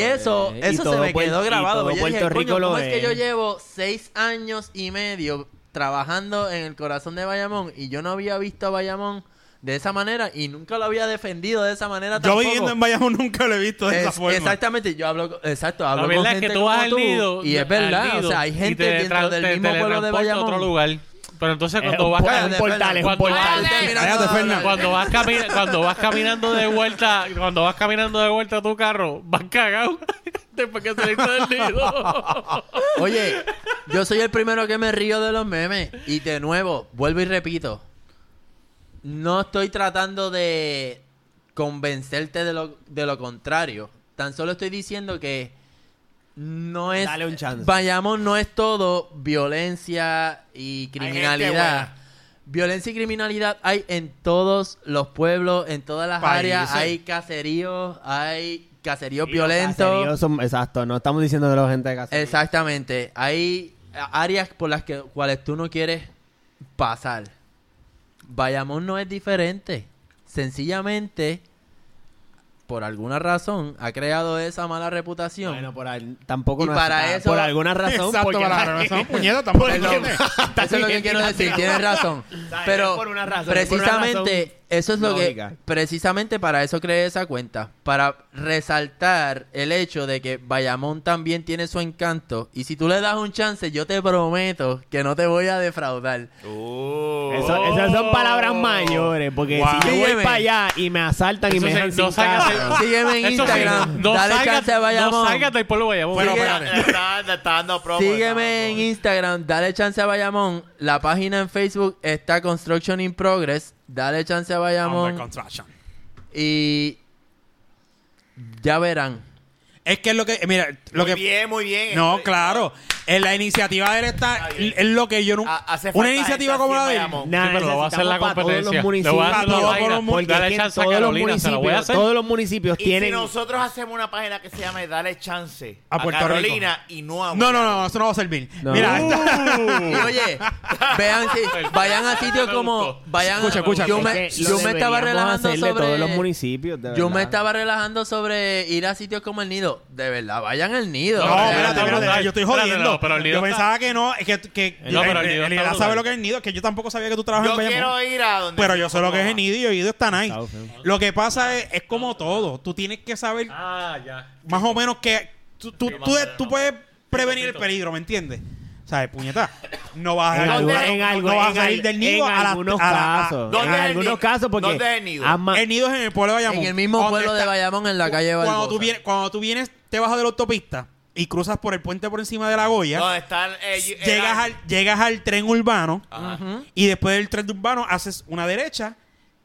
[SPEAKER 5] es.
[SPEAKER 4] eso,
[SPEAKER 5] Y
[SPEAKER 4] eso se
[SPEAKER 5] todo
[SPEAKER 4] me
[SPEAKER 5] Puer-
[SPEAKER 4] quedó
[SPEAKER 5] y
[SPEAKER 4] grabado.
[SPEAKER 5] todo
[SPEAKER 4] porque yo
[SPEAKER 5] Puerto
[SPEAKER 4] dije,
[SPEAKER 5] Rico
[SPEAKER 4] "Coño,
[SPEAKER 5] lo
[SPEAKER 4] ¿cómo es
[SPEAKER 5] es.
[SPEAKER 4] que yo llevo seis años y medio trabajando en el corazón de Bayamón y yo no había visto a Bayamón de esa manera y nunca lo había defendido de esa manera
[SPEAKER 3] Yo
[SPEAKER 4] tampoco.
[SPEAKER 3] viviendo en Bayamón nunca lo he visto de esa
[SPEAKER 4] Es-
[SPEAKER 3] forma.
[SPEAKER 4] Exactamente, yo hablo, con- exacto,
[SPEAKER 2] La
[SPEAKER 4] hablo con
[SPEAKER 2] verdad es
[SPEAKER 4] gente
[SPEAKER 2] que tú
[SPEAKER 4] como
[SPEAKER 2] vas al nido.
[SPEAKER 4] y es
[SPEAKER 2] al
[SPEAKER 4] verdad,
[SPEAKER 2] nido,
[SPEAKER 4] o sea, hay
[SPEAKER 2] y
[SPEAKER 4] gente
[SPEAKER 2] te
[SPEAKER 4] dentro
[SPEAKER 2] tra-
[SPEAKER 4] del
[SPEAKER 2] te
[SPEAKER 4] mismo pueblo de
[SPEAKER 2] teletransporta a otro
[SPEAKER 4] Bayamón.
[SPEAKER 2] lugar. Pero entonces
[SPEAKER 5] Es
[SPEAKER 2] cuando
[SPEAKER 5] un
[SPEAKER 2] vas
[SPEAKER 5] po- es
[SPEAKER 2] ca-
[SPEAKER 5] un portal, es un
[SPEAKER 2] cuando-
[SPEAKER 5] portal.
[SPEAKER 3] Cállate, Fernan.
[SPEAKER 2] cuando vas cami- cuando vas caminando de vuelta, cuando vas caminando de vuelta a tu carro, vas cagado después que saliste del nido.
[SPEAKER 4] Oye, yo soy el primero que me río de los memes. Y de nuevo, vuelvo y repito. No estoy tratando de convencerte de lo, de lo contrario. Tan solo estoy diciendo que no es.
[SPEAKER 5] Dale un chance.
[SPEAKER 4] Bayamón no es todo violencia y
[SPEAKER 1] gente
[SPEAKER 4] criminalidad.
[SPEAKER 1] buena.
[SPEAKER 4] Violencia y criminalidad hay en todos los pueblos, en todas las
[SPEAKER 3] Países.
[SPEAKER 4] áreas. Hay caseríos, hay caseríos
[SPEAKER 5] Y los
[SPEAKER 4] violentos.
[SPEAKER 5] caseríos son- exacto, no estamos diciendo de la gente de caserío.
[SPEAKER 4] Exactamente. Hay áreas por las que, cuales tú no quieres pasar. Bayamón no es diferente. Sencillamente, por alguna razón, ha creado esa mala reputación.
[SPEAKER 5] Bueno, por al- tampoco
[SPEAKER 4] Y
[SPEAKER 5] no
[SPEAKER 4] para
[SPEAKER 5] ah,
[SPEAKER 4] eso-
[SPEAKER 5] por alguna razón
[SPEAKER 3] Exacto,
[SPEAKER 5] porque
[SPEAKER 3] para la razón, puñeta, tampoco entiendes.
[SPEAKER 4] eso es lo que quiero decir, tienes razón.
[SPEAKER 5] Dale,
[SPEAKER 4] Pero
[SPEAKER 5] por una razón, por una
[SPEAKER 4] precisamente,
[SPEAKER 5] razón
[SPEAKER 4] eso es lo
[SPEAKER 5] lógica.
[SPEAKER 4] que. Precisamente para eso creé esa cuenta. Para resaltar el hecho de que Bayamón también tiene su encanto. Y si tú le das un chance, yo te prometo que no te voy a defraudar.
[SPEAKER 1] Oh.
[SPEAKER 5] Eso- esas son
[SPEAKER 4] Oh.
[SPEAKER 5] palabras mayores porque si yo voy
[SPEAKER 4] Sígueme.
[SPEAKER 5] para allá y me asaltan y
[SPEAKER 2] Eso
[SPEAKER 5] me
[SPEAKER 2] sí,
[SPEAKER 5] dejan
[SPEAKER 2] no
[SPEAKER 5] sin
[SPEAKER 2] salgas
[SPEAKER 5] casa,
[SPEAKER 2] de-
[SPEAKER 4] Sígueme en
[SPEAKER 2] Eso sí,
[SPEAKER 4] Instagram. Dale chance a Bayamón.
[SPEAKER 2] No salgas del pueblo de Bayamón.
[SPEAKER 3] Bueno,
[SPEAKER 1] Está-
[SPEAKER 4] Sigue-
[SPEAKER 3] espérate.
[SPEAKER 1] está- está dando promo, está
[SPEAKER 4] Sígueme
[SPEAKER 1] dando
[SPEAKER 4] en
[SPEAKER 1] promo.
[SPEAKER 4] Instagram, dale chance a Bayamón. La página en Facebook está Construction in Progress. Dale chance a
[SPEAKER 3] Under
[SPEAKER 4] Bayamón.
[SPEAKER 3] construction.
[SPEAKER 4] Y ya verán.
[SPEAKER 3] Es que es lo que, mira, lo
[SPEAKER 1] muy
[SPEAKER 3] que...
[SPEAKER 1] bien, muy bien.
[SPEAKER 3] No,
[SPEAKER 1] Estoy-
[SPEAKER 3] claro. En la iniciativa de él está...
[SPEAKER 1] Está bien.
[SPEAKER 3] Es lo que yo nunca...
[SPEAKER 1] Ha- hace falta
[SPEAKER 3] Una iniciativa
[SPEAKER 1] gente así
[SPEAKER 3] como la
[SPEAKER 1] en
[SPEAKER 3] de él.
[SPEAKER 1] Bayamón.
[SPEAKER 5] Nah,
[SPEAKER 2] Sí, pero lo va a hacer la
[SPEAKER 5] necesitamos para todos los
[SPEAKER 2] competencia. Lo va a hacer
[SPEAKER 5] municipios,
[SPEAKER 3] la vaina.
[SPEAKER 5] porque
[SPEAKER 2] Dale
[SPEAKER 5] es que
[SPEAKER 2] chance a
[SPEAKER 5] todos los
[SPEAKER 2] Carolina, se la voy a
[SPEAKER 5] municipios-
[SPEAKER 2] hacer.
[SPEAKER 5] Todos los municipios
[SPEAKER 1] Y si
[SPEAKER 5] tienen
[SPEAKER 1] nosotros hacemos una página que se llame Dale Chance
[SPEAKER 3] A Puerto Rico.
[SPEAKER 1] Carolina y no a
[SPEAKER 3] No, no, no, eso no va a servir.
[SPEAKER 5] No.
[SPEAKER 3] Mira,
[SPEAKER 1] Uh.
[SPEAKER 3] esta-
[SPEAKER 4] Y oye, vean si vayan a sitios
[SPEAKER 2] Me
[SPEAKER 4] como
[SPEAKER 2] gustó.
[SPEAKER 4] vayan
[SPEAKER 3] Escucha, escucha.
[SPEAKER 4] Yo
[SPEAKER 5] Es
[SPEAKER 4] me,
[SPEAKER 5] que Eh, lo
[SPEAKER 4] yo me estaba
[SPEAKER 5] deberíamos
[SPEAKER 4] relajando
[SPEAKER 5] hacer de
[SPEAKER 4] sobre
[SPEAKER 5] todos los municipios, de
[SPEAKER 4] Yo
[SPEAKER 5] verdad.
[SPEAKER 4] me estaba relajando sobre ir a sitios como el nido. De verdad, vayan al nido.
[SPEAKER 3] No,
[SPEAKER 4] O sea,
[SPEAKER 3] espérate, espérate, yo estoy
[SPEAKER 2] Espérate,
[SPEAKER 3] jodiendo.
[SPEAKER 2] no, pero el nido
[SPEAKER 3] yo
[SPEAKER 2] está-
[SPEAKER 3] pensaba que no, es que, que
[SPEAKER 2] No, pero el nido
[SPEAKER 3] el- el-
[SPEAKER 2] está
[SPEAKER 3] Ela sabe
[SPEAKER 2] brutal.
[SPEAKER 3] lo que es el nido, es que yo tampoco sabía que tú trabajas
[SPEAKER 1] Yo
[SPEAKER 3] en Bayamón.
[SPEAKER 1] quiero ir a donde.
[SPEAKER 3] Pero yo sé lo que es el nido y el nido está nice.
[SPEAKER 5] Está feo.
[SPEAKER 3] Lo que pasa es, es como todo, tú tienes que saber
[SPEAKER 2] Ah, ya.
[SPEAKER 3] más o menos que tú, tú, tú, tú puedes prevenir el peligro, ¿me entiendes? O sea, puñeta, no vas a,
[SPEAKER 5] En, algún-
[SPEAKER 1] ¿Dónde?
[SPEAKER 5] en algo-
[SPEAKER 3] no vas a
[SPEAKER 5] en
[SPEAKER 3] salir
[SPEAKER 5] al-
[SPEAKER 3] del nido
[SPEAKER 5] en
[SPEAKER 3] a la-
[SPEAKER 5] algunos
[SPEAKER 3] a la- a-
[SPEAKER 5] casos.
[SPEAKER 1] ¿Dónde
[SPEAKER 5] En
[SPEAKER 1] es el
[SPEAKER 5] algunos
[SPEAKER 1] nido?
[SPEAKER 5] casos porque
[SPEAKER 1] ¿Dónde es el nido?
[SPEAKER 5] has ma-
[SPEAKER 3] El nido es en el pueblo de Bayamón.
[SPEAKER 4] En el mismo
[SPEAKER 3] Donde
[SPEAKER 4] pueblo de Bayamón, en la calle
[SPEAKER 3] Cuando
[SPEAKER 4] Barbosa.
[SPEAKER 3] tú, vienes, cuando tú vienes, te bajas de la autopista y cruzas por el puente por encima de la Goya,
[SPEAKER 1] Donde están. eh, y-
[SPEAKER 3] llegas,
[SPEAKER 1] eh,
[SPEAKER 3] al, llegas al tren urbano
[SPEAKER 1] Ajá.
[SPEAKER 3] y después del tren urbano haces una derecha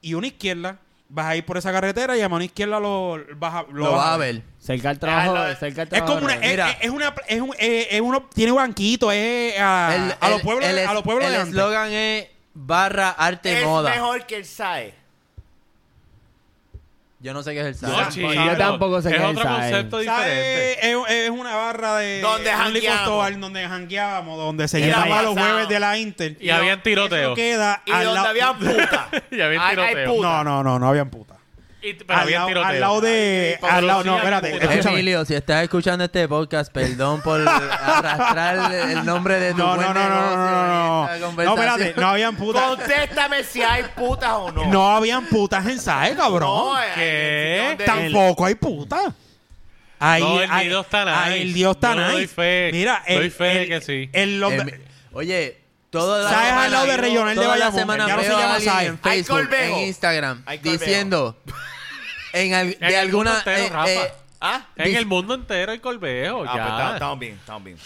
[SPEAKER 3] y una izquierda. Vas a ir por esa carretera y a mano izquierda lo, vas a-
[SPEAKER 4] lo vas a ver.
[SPEAKER 5] cerca del
[SPEAKER 1] Ah,
[SPEAKER 5] trabajo,
[SPEAKER 1] lo-
[SPEAKER 5] cerca del
[SPEAKER 3] Es
[SPEAKER 5] trabajo.
[SPEAKER 3] como una.
[SPEAKER 5] no.
[SPEAKER 3] Es,
[SPEAKER 4] Mira.
[SPEAKER 3] es- es una. Es un, eh, es, es uno, tiene banquito, es. eh, A,
[SPEAKER 4] El-
[SPEAKER 3] a los
[SPEAKER 4] el-
[SPEAKER 3] pueblos,
[SPEAKER 4] el es-
[SPEAKER 3] a los pueblos
[SPEAKER 4] El
[SPEAKER 3] de antes.
[SPEAKER 4] eslogan es barra arte
[SPEAKER 1] Es
[SPEAKER 4] moda.
[SPEAKER 1] mejor que el SAE.
[SPEAKER 4] Yo no sé qué es el
[SPEAKER 2] No,
[SPEAKER 4] SAE.
[SPEAKER 2] chico,
[SPEAKER 5] yo tampoco sé
[SPEAKER 2] Es
[SPEAKER 5] qué es
[SPEAKER 2] otro
[SPEAKER 5] esa, eh.
[SPEAKER 2] concepto
[SPEAKER 3] ¿Sabes?
[SPEAKER 2] diferente.
[SPEAKER 3] Es, es una barra de.
[SPEAKER 1] Donde
[SPEAKER 3] un
[SPEAKER 1] jangueamos.
[SPEAKER 3] licostóbal donde jangueábamos, donde se
[SPEAKER 1] Y la
[SPEAKER 3] llamaba los
[SPEAKER 1] pasamos.
[SPEAKER 3] jueves de la Inter.
[SPEAKER 2] Y habían
[SPEAKER 3] Eso
[SPEAKER 2] tiroteo.
[SPEAKER 3] queda
[SPEAKER 1] Y
[SPEAKER 3] al
[SPEAKER 1] donde
[SPEAKER 3] lado-
[SPEAKER 1] había puta.
[SPEAKER 2] Y había
[SPEAKER 1] Hay- hay
[SPEAKER 2] tiroteo.
[SPEAKER 1] puta.
[SPEAKER 3] No, no, no, no habían puta.
[SPEAKER 2] Y- pero
[SPEAKER 3] Al
[SPEAKER 2] había
[SPEAKER 3] lado,
[SPEAKER 2] tiroteo.
[SPEAKER 3] al lado de.
[SPEAKER 2] Ay,
[SPEAKER 3] al lado, no,
[SPEAKER 2] sí,
[SPEAKER 3] espérate.
[SPEAKER 2] puta.
[SPEAKER 3] Escúchame.
[SPEAKER 4] Emilio, si estás escuchando este podcast, perdón por arrastrar el nombre de tu
[SPEAKER 3] No,
[SPEAKER 4] buen
[SPEAKER 3] no, no, no, no,
[SPEAKER 4] negocio
[SPEAKER 3] no,
[SPEAKER 4] en esta
[SPEAKER 3] no. No,
[SPEAKER 4] conversación.
[SPEAKER 3] espérate, no habían putas.
[SPEAKER 1] Contéstame si hay putas o no.
[SPEAKER 3] No habían putas en SAE, cabrón.
[SPEAKER 1] eh,
[SPEAKER 2] ¿Qué?
[SPEAKER 1] ¿dónde-
[SPEAKER 3] Tampoco hay puta. Ahí,
[SPEAKER 2] No, el
[SPEAKER 3] ahí-
[SPEAKER 2] Dios está nice.
[SPEAKER 3] ahí el Dios está
[SPEAKER 2] Yo doy
[SPEAKER 3] nice.
[SPEAKER 2] fe,
[SPEAKER 3] Mira,
[SPEAKER 2] doy
[SPEAKER 3] el-
[SPEAKER 2] fe
[SPEAKER 3] el-
[SPEAKER 2] que sí.
[SPEAKER 3] el lo-
[SPEAKER 4] Em- Oye, todo
[SPEAKER 3] ¿Sabes al lado de Regional de Bayamón?
[SPEAKER 4] Ya no se llama
[SPEAKER 3] SAE.
[SPEAKER 4] en
[SPEAKER 1] Hay
[SPEAKER 4] Facebook,
[SPEAKER 1] Corbejo.
[SPEAKER 4] en Instagram,
[SPEAKER 1] Hay Corbejo.
[SPEAKER 4] diciendo en al-
[SPEAKER 2] En
[SPEAKER 4] de
[SPEAKER 2] el
[SPEAKER 4] alguna...
[SPEAKER 2] mundo entero,
[SPEAKER 4] eh,
[SPEAKER 2] Rafa.
[SPEAKER 4] eh,
[SPEAKER 1] ¿Ah?
[SPEAKER 2] En el mundo entero hay colbejo,
[SPEAKER 1] Ah,
[SPEAKER 2] Oh, ya.
[SPEAKER 1] pues está- estamos bien, estamos bien.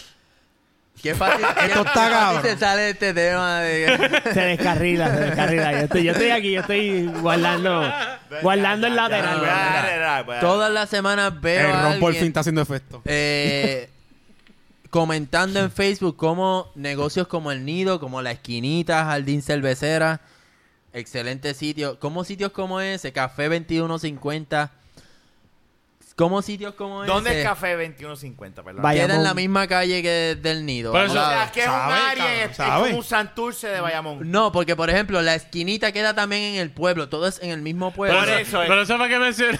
[SPEAKER 4] qué fácil, qué
[SPEAKER 3] está
[SPEAKER 4] fácil
[SPEAKER 3] cabrón.
[SPEAKER 4] se sale este tema de...
[SPEAKER 5] Se descarrila, se descarrila. Yo estoy, yo estoy aquí, yo estoy guardando, guardando el
[SPEAKER 1] Ya, ya,
[SPEAKER 5] lateral.
[SPEAKER 1] ya,
[SPEAKER 5] ¿verdad?
[SPEAKER 1] ya, ya, ya, ya.
[SPEAKER 4] Todas las semanas veo
[SPEAKER 3] Eh, el ron
[SPEAKER 4] a
[SPEAKER 3] por
[SPEAKER 4] Eh, alguien,
[SPEAKER 3] fin está haciendo efecto.
[SPEAKER 4] eh, comentando en Facebook cómo negocios como El Nido, como La Esquinita, Jardín Cervecera, excelente sitio, como sitios como ese, Café 2150, como sitios como
[SPEAKER 1] ¿Dónde
[SPEAKER 4] ese
[SPEAKER 1] es Café 2150, perdón?
[SPEAKER 5] Vaya-
[SPEAKER 4] quedan en la
[SPEAKER 5] Bayamón?
[SPEAKER 4] misma calle que del nido.
[SPEAKER 2] Pero
[SPEAKER 1] O
[SPEAKER 4] al
[SPEAKER 2] eso-
[SPEAKER 4] lado.
[SPEAKER 1] sea, que es un
[SPEAKER 3] Sabe,
[SPEAKER 1] área, es, es
[SPEAKER 3] sabe.
[SPEAKER 1] como un Santurce de Bayamón.
[SPEAKER 4] No, porque por ejemplo, la esquinita queda también en el pueblo, todo es en el mismo pueblo.
[SPEAKER 2] Pero,
[SPEAKER 1] Por
[SPEAKER 2] eso,
[SPEAKER 1] eso es.
[SPEAKER 2] pero eso fue que mencioné.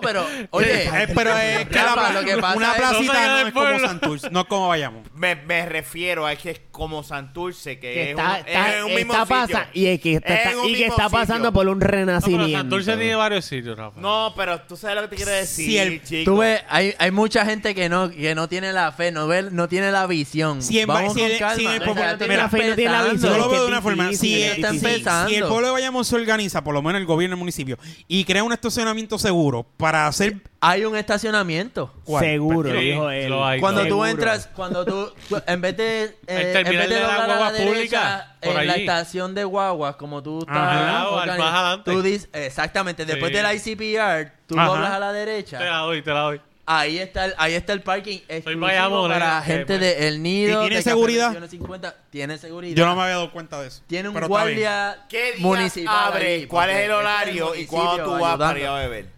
[SPEAKER 4] pero oye,
[SPEAKER 3] Eh, pero es que la
[SPEAKER 4] Rafa,
[SPEAKER 3] pla-
[SPEAKER 4] lo que pasa
[SPEAKER 3] una
[SPEAKER 4] es-
[SPEAKER 2] plaza- No salga
[SPEAKER 3] placita
[SPEAKER 2] del
[SPEAKER 3] no es como
[SPEAKER 2] pueblo.
[SPEAKER 3] Santurce, no es como Bayamón.
[SPEAKER 1] Me, me refiero a que es como Santurce, que,
[SPEAKER 5] que
[SPEAKER 1] es,
[SPEAKER 5] está,
[SPEAKER 1] un,
[SPEAKER 5] está-
[SPEAKER 1] es un
[SPEAKER 5] está
[SPEAKER 1] mismo
[SPEAKER 5] pasa-
[SPEAKER 1] sitio.
[SPEAKER 5] y es que está,
[SPEAKER 1] Es
[SPEAKER 5] está-
[SPEAKER 1] un
[SPEAKER 5] y que
[SPEAKER 1] mismo
[SPEAKER 5] está
[SPEAKER 1] sitio.
[SPEAKER 5] pasando por un
[SPEAKER 2] No, pero
[SPEAKER 5] renacimiento.
[SPEAKER 2] Santurce tiene varios sitios, Rafa.
[SPEAKER 1] No, pero tú sabes lo que te quiero decir,
[SPEAKER 3] Si el-
[SPEAKER 1] chico.
[SPEAKER 4] tú ves, hay, hay mucha gente que no que no tiene la fe, no ve, no tiene la visión.
[SPEAKER 3] Si en-
[SPEAKER 4] Vamos
[SPEAKER 3] si
[SPEAKER 4] con
[SPEAKER 3] el-
[SPEAKER 4] calma.
[SPEAKER 3] si el-
[SPEAKER 4] o sea,
[SPEAKER 3] mira,
[SPEAKER 4] no tiene
[SPEAKER 5] la fe, no tiene la
[SPEAKER 4] pensando.
[SPEAKER 5] visión.
[SPEAKER 3] Yo
[SPEAKER 5] es
[SPEAKER 3] lo
[SPEAKER 5] que
[SPEAKER 3] veo de
[SPEAKER 5] es
[SPEAKER 3] una forma. Si,
[SPEAKER 5] difícil,
[SPEAKER 4] es
[SPEAKER 3] si-
[SPEAKER 4] difícil.
[SPEAKER 3] si el pueblo de Bayamón se organiza, por lo menos el gobierno, el municipio, y crea un estacionamiento seguro para hacer.
[SPEAKER 4] Hay un estacionamiento.
[SPEAKER 3] ¿Cuál?
[SPEAKER 5] Seguro,
[SPEAKER 2] Sí,
[SPEAKER 5] dijo él.
[SPEAKER 2] lo hay.
[SPEAKER 4] Cuando tú
[SPEAKER 5] Seguro.
[SPEAKER 4] entras, cuando tú, tú- en vez de, eh,
[SPEAKER 2] El
[SPEAKER 4] en
[SPEAKER 2] terminal
[SPEAKER 4] vez de
[SPEAKER 2] de la
[SPEAKER 4] doblar a la
[SPEAKER 2] guagua
[SPEAKER 4] derecha,
[SPEAKER 2] pública, por
[SPEAKER 4] en la
[SPEAKER 2] allí.
[SPEAKER 4] estación de guaguas, como tú estás,
[SPEAKER 3] Ajá,
[SPEAKER 2] o al más
[SPEAKER 4] organi-
[SPEAKER 2] adelante.
[SPEAKER 4] tú dices, exactamente, después
[SPEAKER 2] Sí.
[SPEAKER 4] de la ICPR, tú
[SPEAKER 3] Ajá.
[SPEAKER 4] doblas a la
[SPEAKER 2] Te
[SPEAKER 4] derecha,
[SPEAKER 2] la doy, te la doy.
[SPEAKER 4] ahí está el, ahí está el parking exclusivo
[SPEAKER 2] Bayamón,
[SPEAKER 4] para
[SPEAKER 2] eh,
[SPEAKER 4] gente
[SPEAKER 2] eh,
[SPEAKER 4] de El Nido,
[SPEAKER 3] ¿Y tiene
[SPEAKER 4] de Café
[SPEAKER 3] seguridad?
[SPEAKER 4] 2150. tiene seguridad,
[SPEAKER 3] Yo no me había dado cuenta de eso.
[SPEAKER 4] tiene un
[SPEAKER 3] pero está bien.
[SPEAKER 4] guardia
[SPEAKER 1] ¿Qué días
[SPEAKER 4] municipal,
[SPEAKER 1] abre?
[SPEAKER 4] ahí,
[SPEAKER 1] ¿Cuál es
[SPEAKER 4] porque
[SPEAKER 1] el
[SPEAKER 4] ese
[SPEAKER 1] horario? ¿Y
[SPEAKER 4] municipio
[SPEAKER 1] cuándo tú vas para ir
[SPEAKER 4] ayudando.
[SPEAKER 1] a beber?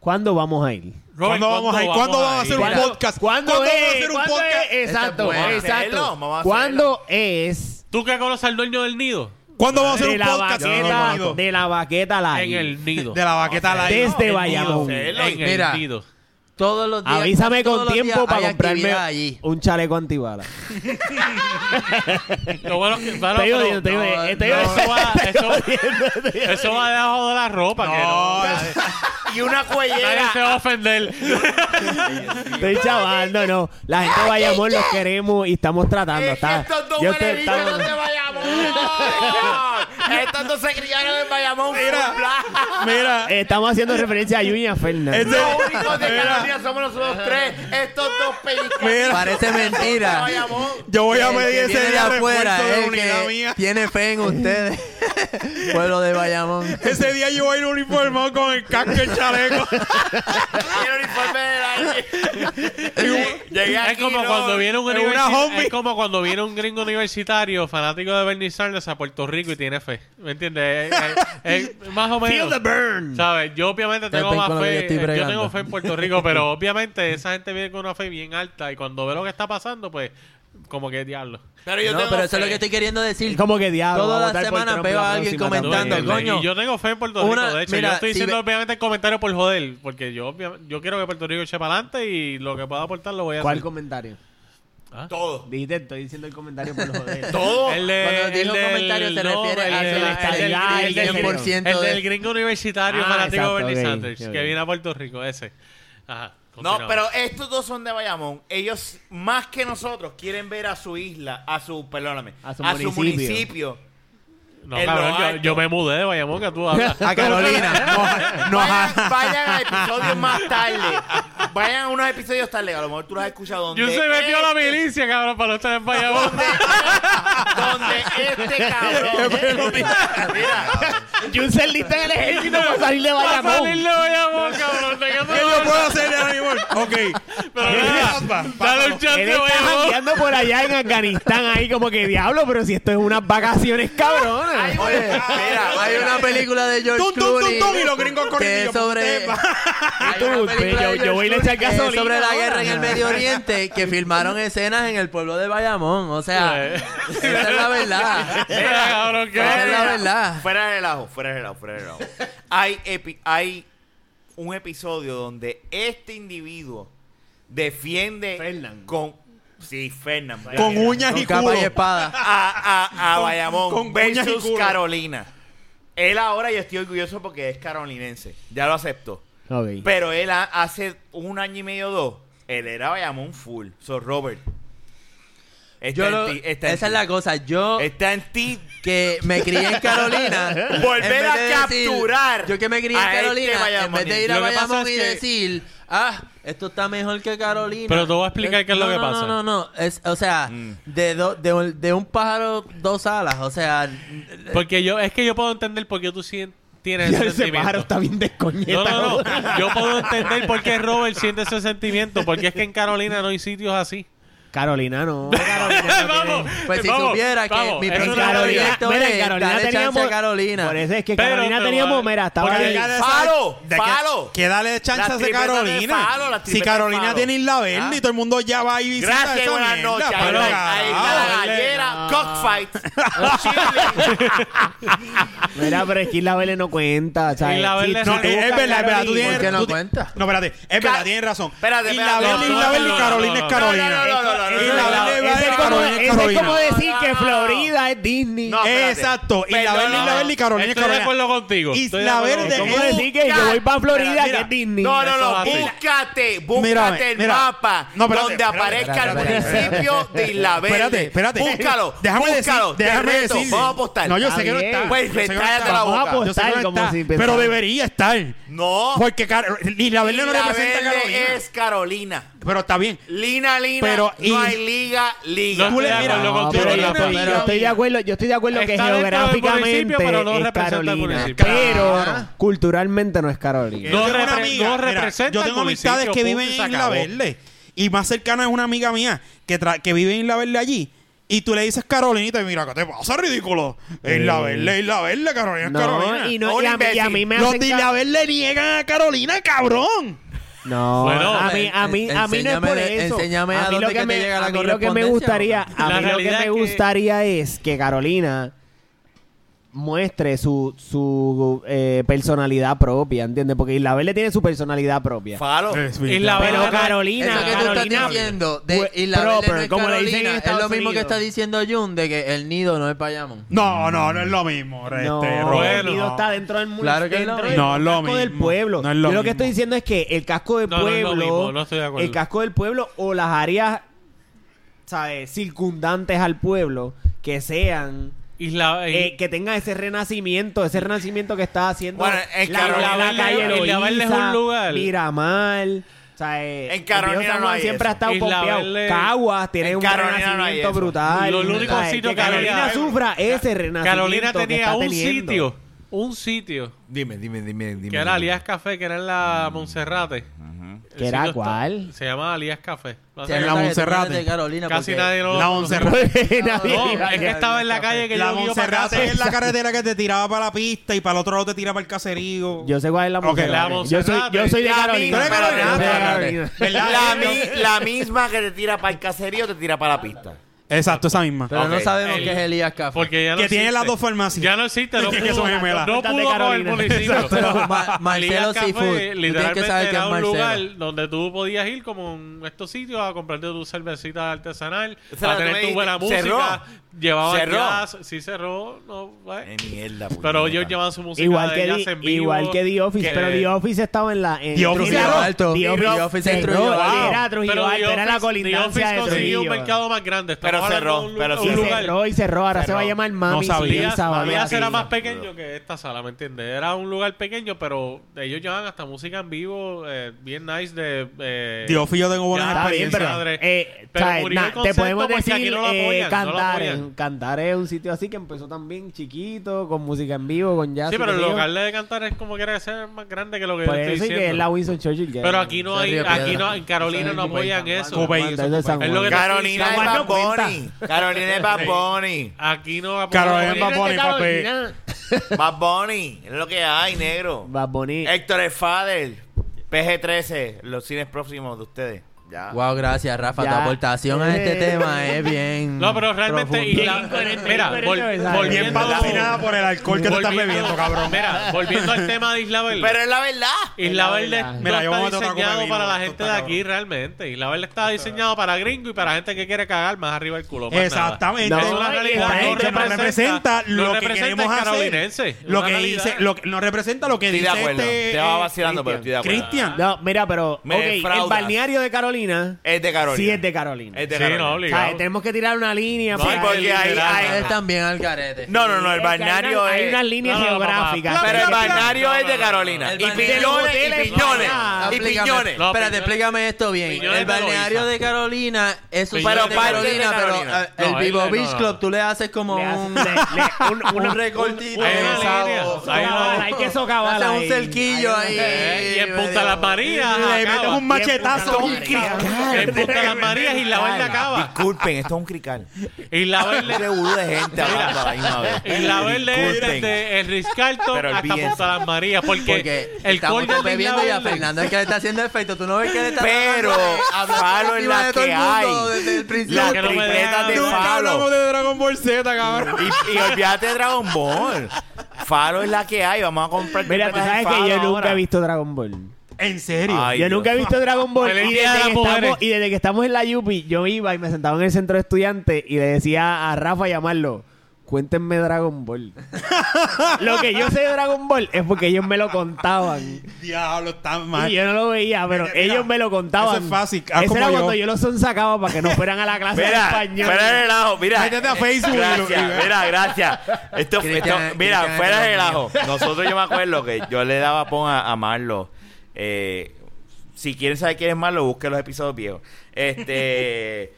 [SPEAKER 5] ¿Cuándo vamos a ir?
[SPEAKER 2] Robert,
[SPEAKER 3] ¿Cuándo vamos a ir? ¿Cuándo vamos a hacer un
[SPEAKER 2] ir?
[SPEAKER 5] ¿Cuándo-
[SPEAKER 3] podcast?
[SPEAKER 5] ¿Cuándo,
[SPEAKER 3] ¿Cuándo vamos a
[SPEAKER 5] es?
[SPEAKER 3] hacer un
[SPEAKER 5] ¿Cuándo
[SPEAKER 3] podcast?
[SPEAKER 5] es? Exacto,
[SPEAKER 4] Esta es buena.
[SPEAKER 5] exacto.
[SPEAKER 1] Vamos a hacerlo.
[SPEAKER 5] ¿Cuándo es
[SPEAKER 2] ¿Tú que conoces al dueño del nido?
[SPEAKER 3] ¿Cuándo vamos a hacer
[SPEAKER 5] de
[SPEAKER 3] un
[SPEAKER 5] la
[SPEAKER 3] podcast?
[SPEAKER 5] baqueta,
[SPEAKER 3] Sonido?
[SPEAKER 5] de la baqueta
[SPEAKER 2] En
[SPEAKER 5] live?
[SPEAKER 2] el nido.
[SPEAKER 3] De la baqueta
[SPEAKER 1] Vamos a
[SPEAKER 3] live.
[SPEAKER 5] Desde
[SPEAKER 1] No,
[SPEAKER 5] Bayamón.
[SPEAKER 1] el nido,
[SPEAKER 2] En el
[SPEAKER 4] Mira.
[SPEAKER 2] nido.
[SPEAKER 4] Todos los días.
[SPEAKER 5] Avísame
[SPEAKER 4] todos
[SPEAKER 5] con
[SPEAKER 4] los días
[SPEAKER 5] tiempo para
[SPEAKER 4] hay
[SPEAKER 5] comprarme
[SPEAKER 4] actividad allí.
[SPEAKER 5] un chaleco antibala.
[SPEAKER 2] Lo bueno que- bueno,
[SPEAKER 5] Te digo,
[SPEAKER 2] pero-
[SPEAKER 5] yo te digo,
[SPEAKER 2] Ah, no,
[SPEAKER 5] eh, te
[SPEAKER 2] no,
[SPEAKER 5] digo-
[SPEAKER 2] eso va, eso, eso va debajo de la ropa, que no.
[SPEAKER 1] Y una
[SPEAKER 2] Nadie
[SPEAKER 1] cuellera.
[SPEAKER 2] se va a ofender.
[SPEAKER 5] Estoy chavando, no. La gente de Bayamón los queremos y estamos tratando.
[SPEAKER 1] Es que
[SPEAKER 5] Está,
[SPEAKER 1] estos dos
[SPEAKER 5] yo
[SPEAKER 1] huele
[SPEAKER 5] te-
[SPEAKER 1] bichos
[SPEAKER 5] estamos-
[SPEAKER 1] son de Bayamón. estos dos se criaron en Bayamón.
[SPEAKER 3] Mira.
[SPEAKER 1] Bla.
[SPEAKER 3] Mira,
[SPEAKER 5] estamos haciendo referencia a Yuña Fernández.
[SPEAKER 3] Ese-
[SPEAKER 1] Los únicos de
[SPEAKER 3] Mira.
[SPEAKER 1] Canarias somos nosotros tres. Estos dos pellizcos.
[SPEAKER 3] Mira.
[SPEAKER 4] Parece mentira.
[SPEAKER 1] Bayamón.
[SPEAKER 3] yo voy a
[SPEAKER 4] El
[SPEAKER 3] medir
[SPEAKER 4] que
[SPEAKER 3] ese
[SPEAKER 4] viene de
[SPEAKER 3] día
[SPEAKER 4] afuera
[SPEAKER 3] refuerzo
[SPEAKER 4] es
[SPEAKER 1] eh,
[SPEAKER 3] de
[SPEAKER 4] el
[SPEAKER 3] unidad
[SPEAKER 4] que
[SPEAKER 3] mía.
[SPEAKER 4] Tiene fe en ustedes. Pueblo de Bayamón.
[SPEAKER 3] Ese día yo voy a ir uniformado con el casco y el chaleco.
[SPEAKER 1] Tiene uniforme de la Llegué aquí,
[SPEAKER 2] Es como
[SPEAKER 1] no.
[SPEAKER 2] cuando viene un
[SPEAKER 3] Es una
[SPEAKER 2] universitario.
[SPEAKER 3] homie.
[SPEAKER 2] Es como cuando viene un gringo universitario fanático de Bernie Sanders a Puerto Rico y tiene fe. ¿Me entiendes? Es- es- es más o menos. ¿Sabes? Yo obviamente tengo
[SPEAKER 4] ven
[SPEAKER 2] más
[SPEAKER 4] con lo que yo
[SPEAKER 2] fe.
[SPEAKER 4] estoy
[SPEAKER 2] eh, Yo
[SPEAKER 4] bregando.
[SPEAKER 2] tengo fe en Puerto Rico, pero obviamente esa gente viene con una fe bien alta y cuando ve lo que está pasando, pues, como que diablo.
[SPEAKER 1] Pero yo
[SPEAKER 4] no,
[SPEAKER 1] tengo
[SPEAKER 4] pero eso
[SPEAKER 1] fe.
[SPEAKER 4] es lo que estoy queriendo decir.
[SPEAKER 5] Como que diablo. va
[SPEAKER 4] Todas
[SPEAKER 5] a
[SPEAKER 4] las
[SPEAKER 5] votar por
[SPEAKER 4] semanas
[SPEAKER 5] Trump
[SPEAKER 4] veo a
[SPEAKER 5] la
[SPEAKER 4] alguien
[SPEAKER 5] próxima
[SPEAKER 4] comentando,
[SPEAKER 5] también.
[SPEAKER 4] coño.
[SPEAKER 2] Y yo tengo fe en Puerto Rico.
[SPEAKER 4] Una-
[SPEAKER 2] de hecho,
[SPEAKER 4] mira,
[SPEAKER 2] yo estoy
[SPEAKER 4] si
[SPEAKER 2] diciendo
[SPEAKER 4] ve-
[SPEAKER 2] obviamente el comentario por joder, porque yo, obvia- yo quiero que Puerto Rico eche para adelante y lo que pueda aportar lo voy a
[SPEAKER 5] ¿Cuál
[SPEAKER 2] hacer.
[SPEAKER 5] comentario?
[SPEAKER 1] Todo.
[SPEAKER 5] Dijiste, estoy diciendo el comentario por los joder.
[SPEAKER 1] Todo.
[SPEAKER 2] El
[SPEAKER 4] Cuando dijo
[SPEAKER 2] del-
[SPEAKER 4] comentario se refiere
[SPEAKER 2] el
[SPEAKER 4] a
[SPEAKER 2] del-
[SPEAKER 4] la
[SPEAKER 2] el del-
[SPEAKER 5] estabilidad
[SPEAKER 2] el
[SPEAKER 5] y
[SPEAKER 2] del-
[SPEAKER 5] el
[SPEAKER 4] 100%
[SPEAKER 2] El
[SPEAKER 4] de-
[SPEAKER 2] del gringo universitario
[SPEAKER 5] Ah,
[SPEAKER 2] fanático
[SPEAKER 5] exacto,
[SPEAKER 2] de Bernie
[SPEAKER 5] ok,
[SPEAKER 2] Sanders,
[SPEAKER 5] ok.
[SPEAKER 2] que viene a Puerto Rico, ese. Ajá.
[SPEAKER 1] No,
[SPEAKER 2] continuamos.
[SPEAKER 1] pero estos dos son de Bayamón. Ellos, más que nosotros, quieren ver a su isla, a su, perdóname,
[SPEAKER 5] A
[SPEAKER 1] a
[SPEAKER 5] su
[SPEAKER 1] su,
[SPEAKER 5] municipio.
[SPEAKER 1] municipio.
[SPEAKER 2] No,
[SPEAKER 1] en
[SPEAKER 2] cabrón,
[SPEAKER 1] lo
[SPEAKER 2] yo-
[SPEAKER 1] alto.
[SPEAKER 2] yo, me mudé de Bayamón, que tú hablas.
[SPEAKER 3] Ah,
[SPEAKER 4] A Carolina. No, no,
[SPEAKER 1] Vayan, vayan a episodios más tarde. Vayan a unos episodios tarde. A lo mejor tú los has escuchado. Donde
[SPEAKER 2] Yo se metió a la
[SPEAKER 1] este-
[SPEAKER 2] milicia, cabrón, para no estar en Bayamón.
[SPEAKER 1] Donde este cabrón. Mira,
[SPEAKER 5] Junser listo en el ejército para salir de
[SPEAKER 2] Para salir
[SPEAKER 5] Bayamón.
[SPEAKER 2] de Bayamón, cabrón. ¿De qué
[SPEAKER 3] ¿Qué yo puedo hacer, animal? Ok.
[SPEAKER 2] Pero nada, dale un
[SPEAKER 5] Él
[SPEAKER 2] chance a
[SPEAKER 5] está
[SPEAKER 2] Bayamón.
[SPEAKER 5] jangueando por allá en Afganistán ahí como que diablo, pero si esto es unas vacaciones cabronas.
[SPEAKER 1] hay
[SPEAKER 4] Oye,
[SPEAKER 1] una- mira,
[SPEAKER 4] hay una película de George
[SPEAKER 3] Tum, tum, tum,
[SPEAKER 4] Clooney.
[SPEAKER 3] tum, y los gringos
[SPEAKER 4] que
[SPEAKER 3] corriendo,
[SPEAKER 4] es sobre.
[SPEAKER 3] ustedes van.
[SPEAKER 4] Hay
[SPEAKER 5] Tú,
[SPEAKER 4] una
[SPEAKER 5] pues,
[SPEAKER 4] película
[SPEAKER 5] yo-
[SPEAKER 4] de
[SPEAKER 5] yo
[SPEAKER 4] George
[SPEAKER 5] voy a ir a echar
[SPEAKER 4] Clooney que es
[SPEAKER 5] gasolina
[SPEAKER 4] sobre la
[SPEAKER 5] ahora.
[SPEAKER 4] guerra en el Medio Oriente que filmaron escenas en el pueblo de Bayamón. O sea,
[SPEAKER 2] Eh.
[SPEAKER 4] esa es la verdad.
[SPEAKER 2] Mira, cabrón, qué
[SPEAKER 1] Fuera
[SPEAKER 4] Esa
[SPEAKER 1] de
[SPEAKER 4] es la
[SPEAKER 1] relajo,
[SPEAKER 4] verdad.
[SPEAKER 1] Fuera de relajo, fuera de relajo, fuera de relajo. Hay, epi- hay un episodio donde este individuo defiende
[SPEAKER 5] Fernan.
[SPEAKER 1] con... Sí, Fernando.
[SPEAKER 3] Con uñas
[SPEAKER 4] Con
[SPEAKER 3] y
[SPEAKER 4] capa y
[SPEAKER 3] culo.
[SPEAKER 4] espada.
[SPEAKER 1] a, a, a
[SPEAKER 3] Con-
[SPEAKER 1] Bayamón
[SPEAKER 3] con uñas y
[SPEAKER 1] versus
[SPEAKER 3] culo.
[SPEAKER 1] Carolina. Él ahora yo estoy orgulloso porque es carolinense. Ya lo acepto.
[SPEAKER 5] Ok.
[SPEAKER 1] Pero él ha- hace un año y medio dos, él era Bayamón full. So Robert. Está
[SPEAKER 4] Yo
[SPEAKER 1] en
[SPEAKER 4] lo-
[SPEAKER 1] ti, está en
[SPEAKER 4] esa es
[SPEAKER 1] ti.
[SPEAKER 4] la cosa. Yo
[SPEAKER 1] Está en ti.
[SPEAKER 4] que me crié en Carolina.
[SPEAKER 1] Volver
[SPEAKER 4] en vez
[SPEAKER 1] a
[SPEAKER 4] de
[SPEAKER 1] capturar
[SPEAKER 4] yo que me crié
[SPEAKER 1] a
[SPEAKER 4] en
[SPEAKER 1] este
[SPEAKER 4] Carolina. en vez de ir a
[SPEAKER 2] Lo que pasa
[SPEAKER 4] Bayamón
[SPEAKER 2] es
[SPEAKER 4] y
[SPEAKER 2] que-
[SPEAKER 4] decir, ah, esto está mejor que Carolina.
[SPEAKER 2] Pero te voy a explicar qué es lo
[SPEAKER 4] No,
[SPEAKER 2] que
[SPEAKER 4] no,
[SPEAKER 2] pasa.
[SPEAKER 4] No, no, no. Es, o sea,
[SPEAKER 1] Mm.
[SPEAKER 4] de, do- de, un- de un pájaro, dos alas. O sea,
[SPEAKER 2] Porque yo, es que yo puedo entender por qué tú sien- tienes ese
[SPEAKER 5] Ese
[SPEAKER 2] sentimiento.
[SPEAKER 5] pájaro está bien
[SPEAKER 2] No,
[SPEAKER 5] descoñeta.
[SPEAKER 2] no, no. Yo puedo entender por qué Robert siente ese sentimiento. Porque es que en Carolina no hay sitios así.
[SPEAKER 5] Carolina no.
[SPEAKER 2] vamos.
[SPEAKER 4] Pues si
[SPEAKER 2] vamos,
[SPEAKER 4] supiera
[SPEAKER 2] vamos,
[SPEAKER 4] que mi
[SPEAKER 2] eso
[SPEAKER 5] En
[SPEAKER 2] no
[SPEAKER 4] principal
[SPEAKER 2] debería-
[SPEAKER 5] Carolina,
[SPEAKER 4] proyecto
[SPEAKER 5] mira,
[SPEAKER 4] es
[SPEAKER 5] en Carolina
[SPEAKER 4] darle chance
[SPEAKER 5] teníamos.
[SPEAKER 4] a Carolina.
[SPEAKER 5] Por eso es que en
[SPEAKER 2] Pero
[SPEAKER 5] Carolina
[SPEAKER 2] te
[SPEAKER 5] teníamos,
[SPEAKER 2] voy-
[SPEAKER 5] mira, estaba
[SPEAKER 2] porque
[SPEAKER 5] ahí.
[SPEAKER 1] ya de-
[SPEAKER 3] Falo,
[SPEAKER 1] Falo, falo.
[SPEAKER 3] Que dale chance a
[SPEAKER 1] Las
[SPEAKER 3] ese
[SPEAKER 1] tripletas de
[SPEAKER 3] Carolina.
[SPEAKER 1] falo, las
[SPEAKER 3] si
[SPEAKER 1] tripletas de
[SPEAKER 3] Carolina
[SPEAKER 1] falo. ¿Ah?
[SPEAKER 3] tiene Isla Verde y todo el mundo ya va y visita
[SPEAKER 1] Gracias,
[SPEAKER 3] esa
[SPEAKER 1] buenas
[SPEAKER 3] mierda,
[SPEAKER 1] noches. Ahí
[SPEAKER 3] pero
[SPEAKER 1] está ahí está
[SPEAKER 3] carajo.
[SPEAKER 1] la gallera, cockfight,
[SPEAKER 5] Mira, pero es que Isla Verde no cuenta. o sea,
[SPEAKER 2] Isla
[SPEAKER 5] si-
[SPEAKER 2] Verde
[SPEAKER 5] si
[SPEAKER 3] No,
[SPEAKER 2] no-
[SPEAKER 5] tú
[SPEAKER 3] es, es
[SPEAKER 5] buscas
[SPEAKER 3] verdad, es verdad. Tú
[SPEAKER 5] Carolina-
[SPEAKER 3] tienes,
[SPEAKER 4] ¿Por qué no
[SPEAKER 3] tú ti-
[SPEAKER 4] cuenta?
[SPEAKER 3] No, espérate. Es verdad,
[SPEAKER 1] Ca-
[SPEAKER 3] tienes razón.
[SPEAKER 1] Espérate,
[SPEAKER 3] Isla
[SPEAKER 1] espérate.
[SPEAKER 3] Verde,
[SPEAKER 2] No,
[SPEAKER 3] Isla
[SPEAKER 2] no,
[SPEAKER 3] Verde
[SPEAKER 2] no,
[SPEAKER 3] y Carolina
[SPEAKER 2] no,
[SPEAKER 3] es
[SPEAKER 2] no.
[SPEAKER 3] Carolina.
[SPEAKER 1] No, no, no, no, no,
[SPEAKER 3] Isla
[SPEAKER 1] no, no,
[SPEAKER 3] Verde,
[SPEAKER 1] no,
[SPEAKER 3] Isla
[SPEAKER 5] Eso
[SPEAKER 3] Verde
[SPEAKER 5] es
[SPEAKER 3] y
[SPEAKER 5] como,
[SPEAKER 3] Carolina es
[SPEAKER 5] eso es como
[SPEAKER 3] Carolina.
[SPEAKER 5] decir que
[SPEAKER 1] No.
[SPEAKER 5] Florida es Disney.
[SPEAKER 1] No, espérate.
[SPEAKER 3] Exacto. Isla
[SPEAKER 1] Perdóname.
[SPEAKER 3] Verde, Isla Verde y Carolina es
[SPEAKER 2] Estoy de
[SPEAKER 3] Carolina.
[SPEAKER 2] acuerdo contigo. estoy de
[SPEAKER 3] Isla
[SPEAKER 2] acuerdo
[SPEAKER 3] Verde
[SPEAKER 5] ¿Cómo
[SPEAKER 2] contigo.
[SPEAKER 3] es-
[SPEAKER 5] decir que yo voy para Florida
[SPEAKER 1] Mira,
[SPEAKER 5] que es Disney?
[SPEAKER 1] No, no,
[SPEAKER 2] Eso
[SPEAKER 1] no.
[SPEAKER 2] hace.
[SPEAKER 1] Búscate, búscate
[SPEAKER 3] Mira,
[SPEAKER 1] el
[SPEAKER 3] mira.
[SPEAKER 1] mapa
[SPEAKER 3] No, espérate,
[SPEAKER 1] donde
[SPEAKER 3] espérate,
[SPEAKER 1] aparezca
[SPEAKER 4] espérate,
[SPEAKER 1] el
[SPEAKER 4] espérate.
[SPEAKER 1] municipio de Isla Verde.
[SPEAKER 3] Espérate, espérate.
[SPEAKER 1] Búscalo.
[SPEAKER 3] Déjame
[SPEAKER 1] búscalo.
[SPEAKER 3] decir,
[SPEAKER 1] te
[SPEAKER 3] déjame
[SPEAKER 1] reto,
[SPEAKER 3] decir.
[SPEAKER 1] Vamos a apostar.
[SPEAKER 3] No, yo
[SPEAKER 5] Está
[SPEAKER 3] sé que no
[SPEAKER 5] bien.
[SPEAKER 3] está.
[SPEAKER 1] Pues,
[SPEAKER 3] Yo sé que no
[SPEAKER 1] cállate
[SPEAKER 3] está.
[SPEAKER 1] la
[SPEAKER 5] Vamos a
[SPEAKER 1] boca.
[SPEAKER 3] Yo sé que
[SPEAKER 5] apostar
[SPEAKER 3] no
[SPEAKER 5] como
[SPEAKER 3] está,
[SPEAKER 5] si
[SPEAKER 3] Pero debería estar.
[SPEAKER 1] No.
[SPEAKER 3] Porque Car- Isla Verde no
[SPEAKER 1] Isla
[SPEAKER 3] representa a
[SPEAKER 1] Verde
[SPEAKER 3] Carolina.
[SPEAKER 1] es Carolina.
[SPEAKER 3] Pero está bien.
[SPEAKER 1] Lina, Lina.
[SPEAKER 3] Pero y-
[SPEAKER 1] no hay liga, liga.
[SPEAKER 2] No
[SPEAKER 3] Tú le-
[SPEAKER 2] estoy de
[SPEAKER 3] mira,
[SPEAKER 2] acuerdo
[SPEAKER 5] No,
[SPEAKER 2] contigo,
[SPEAKER 5] pero
[SPEAKER 3] tú le-
[SPEAKER 5] yo,
[SPEAKER 2] Rafa.
[SPEAKER 5] estoy- yo estoy de acuerdo, yo estoy de acuerdo que
[SPEAKER 2] Está dentro del
[SPEAKER 5] geográficamente
[SPEAKER 2] municipio, pero no
[SPEAKER 5] es
[SPEAKER 2] representa el
[SPEAKER 5] Carolina,
[SPEAKER 2] municipio. Ah.
[SPEAKER 5] pero
[SPEAKER 3] Claro.
[SPEAKER 5] culturalmente no es Carolina.
[SPEAKER 2] No
[SPEAKER 3] Yo tengo una
[SPEAKER 2] repre-
[SPEAKER 3] amiga,
[SPEAKER 2] no
[SPEAKER 3] mira,
[SPEAKER 2] representa
[SPEAKER 3] Yo tengo
[SPEAKER 2] el
[SPEAKER 3] amistades que
[SPEAKER 2] municipio,
[SPEAKER 3] viven
[SPEAKER 2] punto,
[SPEAKER 3] en
[SPEAKER 2] se
[SPEAKER 3] Isla
[SPEAKER 2] acabó.
[SPEAKER 3] Verde. Y más cercana es una amiga mía que, tra- que vive en Isla Verde allí. Y tú le dices Carolinita y mira, ¿qué te pasa, ridículo?
[SPEAKER 2] Eh.
[SPEAKER 3] Isla Verde, Isla Verde, Carolina, es Carolina.
[SPEAKER 5] No, y, no,
[SPEAKER 1] Un
[SPEAKER 5] y, a, mí- y a mí
[SPEAKER 1] imbécil.
[SPEAKER 5] me
[SPEAKER 3] Los
[SPEAKER 5] hacen
[SPEAKER 3] de
[SPEAKER 5] ca-
[SPEAKER 3] Isla Verde niegan a Carolina, cabrón.
[SPEAKER 5] No,
[SPEAKER 2] Bueno,
[SPEAKER 5] a mí, a mí, a mí no es por
[SPEAKER 4] enséñame-
[SPEAKER 5] eso.
[SPEAKER 4] enséñame a
[SPEAKER 5] mí
[SPEAKER 4] dónde
[SPEAKER 5] lo
[SPEAKER 4] que te
[SPEAKER 5] me-
[SPEAKER 4] llega la
[SPEAKER 5] a mí lo que me
[SPEAKER 4] correspondencia,
[SPEAKER 5] gustaría,
[SPEAKER 4] ¿no?
[SPEAKER 5] a
[SPEAKER 2] La
[SPEAKER 5] mí lo que
[SPEAKER 2] realidad
[SPEAKER 5] me
[SPEAKER 2] es que-
[SPEAKER 5] gustaría es que Carolina muestre su, su eh, personalidad propia, ¿entiendes? Porque Isla Verde tiene su personalidad propia.
[SPEAKER 1] Falo.
[SPEAKER 2] Isla Verde
[SPEAKER 5] Pero
[SPEAKER 2] no-
[SPEAKER 5] Carolina,
[SPEAKER 4] Eso que tú estás
[SPEAKER 5] Carolina,
[SPEAKER 4] diciendo de
[SPEAKER 5] Pues,
[SPEAKER 4] Isla Verde no
[SPEAKER 5] proper,
[SPEAKER 4] es
[SPEAKER 5] como le dicen en
[SPEAKER 4] Carolina, es lo
[SPEAKER 5] Estados
[SPEAKER 4] mismo que
[SPEAKER 5] Unidos.
[SPEAKER 4] está diciendo Jun de que el nido no es Payamon.
[SPEAKER 3] No, no, no es lo mismo. este,
[SPEAKER 5] No,
[SPEAKER 3] Robert.
[SPEAKER 5] el nido está dentro del mundo.
[SPEAKER 4] Claro que
[SPEAKER 5] dentro
[SPEAKER 4] no.
[SPEAKER 5] del
[SPEAKER 3] No es lo
[SPEAKER 5] casco del
[SPEAKER 3] mismo.
[SPEAKER 5] pueblo.
[SPEAKER 3] No es lo
[SPEAKER 5] Yo lo que
[SPEAKER 3] mismo.
[SPEAKER 5] estoy diciendo es que el casco del
[SPEAKER 2] No, no es lo
[SPEAKER 5] pueblo,
[SPEAKER 2] mismo, no estoy de acuerdo.
[SPEAKER 5] el casco del pueblo o las áreas, ¿sabes? Circundantes al pueblo que sean
[SPEAKER 2] Isla
[SPEAKER 5] eh, que tengan ese renacimiento, ese renacimiento que está haciendo
[SPEAKER 1] Bueno, en Carolina-
[SPEAKER 5] la calle
[SPEAKER 2] Isla
[SPEAKER 5] Loíza,
[SPEAKER 2] Verde es un lugar.
[SPEAKER 5] Miramar, o sea, eh,
[SPEAKER 1] En Carolina
[SPEAKER 5] el viejo San
[SPEAKER 1] no
[SPEAKER 5] Juan
[SPEAKER 1] hay
[SPEAKER 5] siempre
[SPEAKER 1] eso.
[SPEAKER 5] ha estado
[SPEAKER 2] Isla
[SPEAKER 5] pompeado.
[SPEAKER 2] Verde-
[SPEAKER 5] Caguas tiene
[SPEAKER 1] En
[SPEAKER 5] un
[SPEAKER 1] Carolina no hay
[SPEAKER 5] renacimiento
[SPEAKER 1] eso.
[SPEAKER 5] brutal.
[SPEAKER 2] Los
[SPEAKER 5] ¿sabes?
[SPEAKER 2] únicos sitios
[SPEAKER 5] que
[SPEAKER 2] que había-
[SPEAKER 5] Carolina sufra ese renacimiento.
[SPEAKER 2] Carolina
[SPEAKER 5] que
[SPEAKER 2] tenía
[SPEAKER 5] está
[SPEAKER 2] un
[SPEAKER 5] teniendo.
[SPEAKER 2] sitio. Un sitio.
[SPEAKER 1] Dime, dime, dime, dime.
[SPEAKER 2] Que era Alias Café, que era en la Monserrate. El
[SPEAKER 5] ¿Que era
[SPEAKER 2] sitio está-
[SPEAKER 5] cuál?
[SPEAKER 2] Se llamaba Alias Café. No sé,
[SPEAKER 4] Se
[SPEAKER 3] la
[SPEAKER 4] nota que tú
[SPEAKER 3] Monserrate.
[SPEAKER 4] vienes de Carolina
[SPEAKER 2] Casi
[SPEAKER 4] porque-
[SPEAKER 2] nadie lo
[SPEAKER 3] La Monserrate.
[SPEAKER 5] Nadie-
[SPEAKER 2] No, es que estaba en la calle que
[SPEAKER 3] La
[SPEAKER 2] yo guío para
[SPEAKER 3] Monserrate
[SPEAKER 2] casa.
[SPEAKER 3] es la carretera que te tiraba para la pista y para el otro lado te tiraba para el caserío.
[SPEAKER 5] Yo sé cuál es la Monserrate.
[SPEAKER 2] la
[SPEAKER 5] yo, soy,
[SPEAKER 2] Monserrate.
[SPEAKER 5] yo soy de
[SPEAKER 1] La
[SPEAKER 5] Carolina.
[SPEAKER 1] misma,
[SPEAKER 5] Yo soy de
[SPEAKER 1] Carolina.
[SPEAKER 5] Carolina.
[SPEAKER 3] ¿Verdad?
[SPEAKER 1] La, mi- la misma que te tira para el caserío te tira para la pista.
[SPEAKER 3] Exacto, esa misma.
[SPEAKER 4] Pero no
[SPEAKER 1] Ok.
[SPEAKER 4] sabemos
[SPEAKER 2] El-
[SPEAKER 4] qué es Elías Café.
[SPEAKER 2] Porque ya no
[SPEAKER 3] que tiene
[SPEAKER 2] existe.
[SPEAKER 3] las dos farmacias.
[SPEAKER 2] Ya no existe. No
[SPEAKER 3] Que son
[SPEAKER 2] pudo,
[SPEAKER 3] gemelas.
[SPEAKER 2] no pudo con el
[SPEAKER 5] Carolina.
[SPEAKER 2] municipio.
[SPEAKER 4] Pero Ma-
[SPEAKER 2] Elías
[SPEAKER 4] Marcelo
[SPEAKER 2] Café,
[SPEAKER 4] Seafood. Tú tienes que
[SPEAKER 2] Literalmente
[SPEAKER 4] saber que es
[SPEAKER 2] era un lugar
[SPEAKER 4] Marcelo.
[SPEAKER 2] donde tú podías ir como en estos sitios a comprarte tu cervecita artesanal,
[SPEAKER 1] O sea,
[SPEAKER 2] a
[SPEAKER 1] tú me
[SPEAKER 2] tener tu
[SPEAKER 1] dijiste,
[SPEAKER 2] buena
[SPEAKER 1] cerró.
[SPEAKER 2] música. Llevaban
[SPEAKER 1] Cerró.
[SPEAKER 2] jazz. Sí cerró. No, bueno.
[SPEAKER 1] Eh, mierda,
[SPEAKER 2] Pero
[SPEAKER 1] puñeta.
[SPEAKER 2] ellos llevaban su música
[SPEAKER 5] Igual
[SPEAKER 2] de
[SPEAKER 5] que,
[SPEAKER 2] jazz en
[SPEAKER 5] The,
[SPEAKER 2] vivo.
[SPEAKER 5] igual que The Office,
[SPEAKER 2] que-
[SPEAKER 5] pero The Office estaba en la. En
[SPEAKER 3] The Office
[SPEAKER 5] Trujillo
[SPEAKER 3] cerró.
[SPEAKER 5] Alto.
[SPEAKER 4] The
[SPEAKER 5] The
[SPEAKER 4] Office-
[SPEAKER 5] Office,
[SPEAKER 4] The Office en
[SPEAKER 5] cerró.
[SPEAKER 4] Trujillo Alto.
[SPEAKER 5] Era Trujillo
[SPEAKER 2] Pero
[SPEAKER 5] Alto,
[SPEAKER 2] The
[SPEAKER 5] era la
[SPEAKER 2] Office- The
[SPEAKER 5] colindancia
[SPEAKER 2] Office
[SPEAKER 5] de
[SPEAKER 2] consiguió un
[SPEAKER 5] Trujillo.
[SPEAKER 2] mercado más grande. Estamos
[SPEAKER 1] Pero
[SPEAKER 2] hablando de
[SPEAKER 1] cerró,
[SPEAKER 2] un lu-
[SPEAKER 1] pero
[SPEAKER 2] un
[SPEAKER 5] Y
[SPEAKER 1] cerró.
[SPEAKER 2] lugar.
[SPEAKER 5] cerró y cerró. Ahora se
[SPEAKER 1] Cerró.
[SPEAKER 5] va a llamar Mami.
[SPEAKER 3] No sabía.
[SPEAKER 5] Sabía,
[SPEAKER 2] Elías, Elías
[SPEAKER 5] sabía.
[SPEAKER 2] era más pequeño que esta sala, ¿me entiendes? Era un lugar pequeño, pero ellos llevan hasta música en vivo eh, bien nice de... Eh,
[SPEAKER 3] Dios, yo tengo buenas
[SPEAKER 2] Ya,
[SPEAKER 5] Está bien,
[SPEAKER 3] experiencias.
[SPEAKER 5] pero,
[SPEAKER 2] madre.
[SPEAKER 5] eh,
[SPEAKER 2] Pero
[SPEAKER 5] sabes,
[SPEAKER 2] murió el
[SPEAKER 5] na- te
[SPEAKER 2] concepto
[SPEAKER 5] podemos
[SPEAKER 2] porque aquí
[SPEAKER 5] decir
[SPEAKER 2] no lo apoyan,
[SPEAKER 5] eh,
[SPEAKER 2] no lo
[SPEAKER 5] Cantares.
[SPEAKER 2] apoyan.
[SPEAKER 5] Cantares es un sitio así que empezó también chiquito, con música en vivo, con jazz.
[SPEAKER 2] Sí,
[SPEAKER 5] y
[SPEAKER 2] pero
[SPEAKER 5] qué
[SPEAKER 2] el
[SPEAKER 5] sé yo.
[SPEAKER 2] local de cantar es como que ser más grande que lo que
[SPEAKER 5] Por
[SPEAKER 2] yo estoy
[SPEAKER 5] eso y
[SPEAKER 2] diciendo.
[SPEAKER 5] que es la Winston Churchill. que
[SPEAKER 2] Pero
[SPEAKER 5] era-
[SPEAKER 2] aquí no
[SPEAKER 4] Eso es
[SPEAKER 2] hay,
[SPEAKER 4] Río
[SPEAKER 2] aquí
[SPEAKER 4] Piedra.
[SPEAKER 2] no, en Carolina no apoyan eso.
[SPEAKER 3] Cupey,
[SPEAKER 5] Juan,
[SPEAKER 3] eso,
[SPEAKER 5] eso es San
[SPEAKER 3] Cupey.
[SPEAKER 2] Es lo que te
[SPEAKER 1] Carolina es
[SPEAKER 2] estoy
[SPEAKER 1] Bad
[SPEAKER 2] diciendo.
[SPEAKER 1] Bunny. Carolina es Bad Bunny.
[SPEAKER 2] Aquí no apoyan.
[SPEAKER 3] Carolina es Bad
[SPEAKER 2] Oye,
[SPEAKER 3] Bunny, papi.
[SPEAKER 1] Bad Bunny. Es lo que hay, negro.
[SPEAKER 5] Bad Bunny.
[SPEAKER 1] Héctor el Fader. PG-13. Los cines próximos de ustedes. Ya.
[SPEAKER 4] Wow, gracias, Rafa. Tu
[SPEAKER 5] Ya.
[SPEAKER 4] aportación a este
[SPEAKER 5] Eh.
[SPEAKER 4] tema es bien.
[SPEAKER 2] No, pero realmente...
[SPEAKER 4] profunda.
[SPEAKER 2] y la- mira,
[SPEAKER 5] incoherente,
[SPEAKER 2] vol-
[SPEAKER 5] ¿sabes?
[SPEAKER 2] volviendo...
[SPEAKER 3] Bien patrocinada por el alcohol que te estás
[SPEAKER 2] volviendo-
[SPEAKER 3] bebiendo, cabrón.
[SPEAKER 2] Mira, volviendo al tema de Isla Verde.
[SPEAKER 1] Pero es la verdad.
[SPEAKER 2] Isla Verde
[SPEAKER 5] Mira,
[SPEAKER 2] no
[SPEAKER 3] yo voy a
[SPEAKER 2] está
[SPEAKER 3] matar otra copa de
[SPEAKER 2] diseñado
[SPEAKER 3] vino,
[SPEAKER 2] para la
[SPEAKER 3] esto
[SPEAKER 2] gente
[SPEAKER 3] está
[SPEAKER 2] de aquí realmente. Isla Verde está diseñado para gringo y para gente que quiere cagar más arriba el culo. más
[SPEAKER 3] Exactamente.
[SPEAKER 2] nada.
[SPEAKER 5] No,
[SPEAKER 2] Esa es la
[SPEAKER 5] y
[SPEAKER 2] realidad.
[SPEAKER 5] esta
[SPEAKER 2] No
[SPEAKER 5] gente
[SPEAKER 3] no representa lo que
[SPEAKER 2] representa
[SPEAKER 3] queremos
[SPEAKER 2] el
[SPEAKER 3] hacer.
[SPEAKER 2] Carolinense.
[SPEAKER 3] Lo
[SPEAKER 2] Una
[SPEAKER 3] que
[SPEAKER 2] realidad.
[SPEAKER 3] dice, lo que- no representa lo que
[SPEAKER 1] Estoy de
[SPEAKER 3] dice
[SPEAKER 1] acuerdo.
[SPEAKER 3] este
[SPEAKER 1] Te va
[SPEAKER 3] eh,
[SPEAKER 1] vacilando, pero estoy de acuerdo.
[SPEAKER 3] Cristian.
[SPEAKER 5] No, mira, pero.
[SPEAKER 1] Me
[SPEAKER 5] ok, el
[SPEAKER 1] defraudas.
[SPEAKER 5] balneario de Carolina.
[SPEAKER 1] Es de Carolina.
[SPEAKER 5] Sí, es de Carolina.
[SPEAKER 1] Es de
[SPEAKER 2] Sí,
[SPEAKER 1] Carolina.
[SPEAKER 2] no,
[SPEAKER 5] O
[SPEAKER 2] obligado.
[SPEAKER 5] sea, tenemos que tirar una línea.
[SPEAKER 1] Sí,
[SPEAKER 5] para-
[SPEAKER 1] porque ahí,
[SPEAKER 2] literal,
[SPEAKER 1] ahí-
[SPEAKER 4] Ustedes están bien al carete.
[SPEAKER 1] No, no, no, el
[SPEAKER 5] Es que hay
[SPEAKER 1] balneario
[SPEAKER 5] una-
[SPEAKER 1] es...
[SPEAKER 5] Hay unas líneas
[SPEAKER 2] No, no, papá.
[SPEAKER 5] geográficas.
[SPEAKER 2] Plan,
[SPEAKER 1] Pero el
[SPEAKER 2] No, no,
[SPEAKER 1] balneario
[SPEAKER 2] no,
[SPEAKER 1] es de
[SPEAKER 2] no, no.
[SPEAKER 1] Carolina.
[SPEAKER 4] El
[SPEAKER 1] Y
[SPEAKER 4] balneario-
[SPEAKER 1] piñones, y
[SPEAKER 5] Hoteles,
[SPEAKER 1] piñones,
[SPEAKER 5] no,
[SPEAKER 1] y
[SPEAKER 4] Explícame.
[SPEAKER 1] piñones.
[SPEAKER 2] No,
[SPEAKER 4] Espérate,
[SPEAKER 2] piñones-
[SPEAKER 4] explícame esto bien.
[SPEAKER 2] piñones
[SPEAKER 4] el
[SPEAKER 2] de
[SPEAKER 4] balneario
[SPEAKER 2] Loíza.
[SPEAKER 4] de Carolina es un
[SPEAKER 1] Pero
[SPEAKER 4] de
[SPEAKER 1] parte de
[SPEAKER 4] Carolina, pero
[SPEAKER 1] Carolina.
[SPEAKER 4] ah, el
[SPEAKER 2] No,
[SPEAKER 4] Vivo
[SPEAKER 2] él- no,
[SPEAKER 4] Beach
[SPEAKER 2] no.
[SPEAKER 4] Club tú le haces como
[SPEAKER 5] Le haces-
[SPEAKER 4] un,
[SPEAKER 5] le- le- un-
[SPEAKER 4] un
[SPEAKER 5] una-
[SPEAKER 4] recortito.
[SPEAKER 2] un- hay una
[SPEAKER 4] Exacto.
[SPEAKER 2] línea.
[SPEAKER 4] Exacto.
[SPEAKER 2] Hay una-
[SPEAKER 5] Hay que
[SPEAKER 4] Le
[SPEAKER 5] socavar
[SPEAKER 4] haces
[SPEAKER 5] ahí.
[SPEAKER 4] un cerquillo ahí.
[SPEAKER 2] Eh, y en Punta Las Marías.
[SPEAKER 3] Le metes
[SPEAKER 2] acaba.
[SPEAKER 3] un machetazo.
[SPEAKER 5] Bien, puta,
[SPEAKER 2] María.
[SPEAKER 3] un
[SPEAKER 2] En Punta Las Marías y la
[SPEAKER 1] Ay,
[SPEAKER 2] verla acaba.
[SPEAKER 1] Disculpen, esto es un crical.
[SPEAKER 2] Y la
[SPEAKER 1] Un
[SPEAKER 2] verla.
[SPEAKER 1] revolú de gente hablando a la misma vez.
[SPEAKER 2] Y la este, verla es
[SPEAKER 1] Disculpen.
[SPEAKER 2] desde el Ritz-Carlton
[SPEAKER 1] Pero
[SPEAKER 2] hasta
[SPEAKER 1] olvídense.
[SPEAKER 2] Punta Las Marías. Porque,
[SPEAKER 4] Porque
[SPEAKER 2] el
[SPEAKER 4] estamos
[SPEAKER 2] corte de Isla
[SPEAKER 4] bebiendo y a
[SPEAKER 2] Verde-
[SPEAKER 4] Fernando es que le está haciendo efecto. Tú no ves que le está
[SPEAKER 1] Pero,
[SPEAKER 4] hablando
[SPEAKER 1] Falo es
[SPEAKER 4] encima
[SPEAKER 1] la
[SPEAKER 4] de todo
[SPEAKER 1] que
[SPEAKER 4] el mundo
[SPEAKER 1] hay.
[SPEAKER 4] desde el principio.
[SPEAKER 1] Las
[SPEAKER 2] que no me
[SPEAKER 1] tripletas
[SPEAKER 2] dejan.
[SPEAKER 1] de
[SPEAKER 2] Nunca
[SPEAKER 1] Falo.
[SPEAKER 3] de Dragon Ball Z, cabrón.
[SPEAKER 1] Y, y olvídate de Dragon Ball. Falo es la que hay. Vamos a comprar.
[SPEAKER 5] Mira, tú
[SPEAKER 1] tripletas de
[SPEAKER 5] sabes que
[SPEAKER 1] Falo
[SPEAKER 5] yo nunca
[SPEAKER 1] ahora.
[SPEAKER 5] he visto Dragon Ball.
[SPEAKER 3] ¿En serio?
[SPEAKER 1] Ay,
[SPEAKER 5] yo
[SPEAKER 1] Dios.
[SPEAKER 5] nunca he visto Dragon Ball.
[SPEAKER 2] Feliz
[SPEAKER 5] Y
[SPEAKER 2] Día de
[SPEAKER 5] desde, que
[SPEAKER 2] las Mujeres.
[SPEAKER 5] estamos, y desde que estamos en la Yupi, yo iba y me sentaba en el centro de estudiantes y le decía a Rafa llamarlo. Cuéntenme Dragon Ball. lo que yo sé de Dragon Ball es porque ellos me lo contaban.
[SPEAKER 7] Diablo, está mal.
[SPEAKER 5] Y yo no lo veía, pero
[SPEAKER 7] Mira, mira,
[SPEAKER 5] ellos me lo contaban.
[SPEAKER 7] eso es fácil. Haz
[SPEAKER 5] Ese era
[SPEAKER 7] como yo.
[SPEAKER 5] cuando yo los sonsacaba para que no fueran a la clase de
[SPEAKER 1] Mira,
[SPEAKER 5] español.
[SPEAKER 1] fuera de relajo, mira.
[SPEAKER 7] Métete a Facebook y lo- y
[SPEAKER 1] Gracias,
[SPEAKER 7] ve.
[SPEAKER 1] mira, gracias. Esto,
[SPEAKER 4] Cristian-
[SPEAKER 1] esto- mira,
[SPEAKER 4] Cristian
[SPEAKER 1] fuera de
[SPEAKER 4] es lo
[SPEAKER 1] relajo. Nosotros yo me acuerdo que yo le daba pon a, a Marlo. Eh, si quieren saber quién es Marlo, busquen los episodios viejos. Este.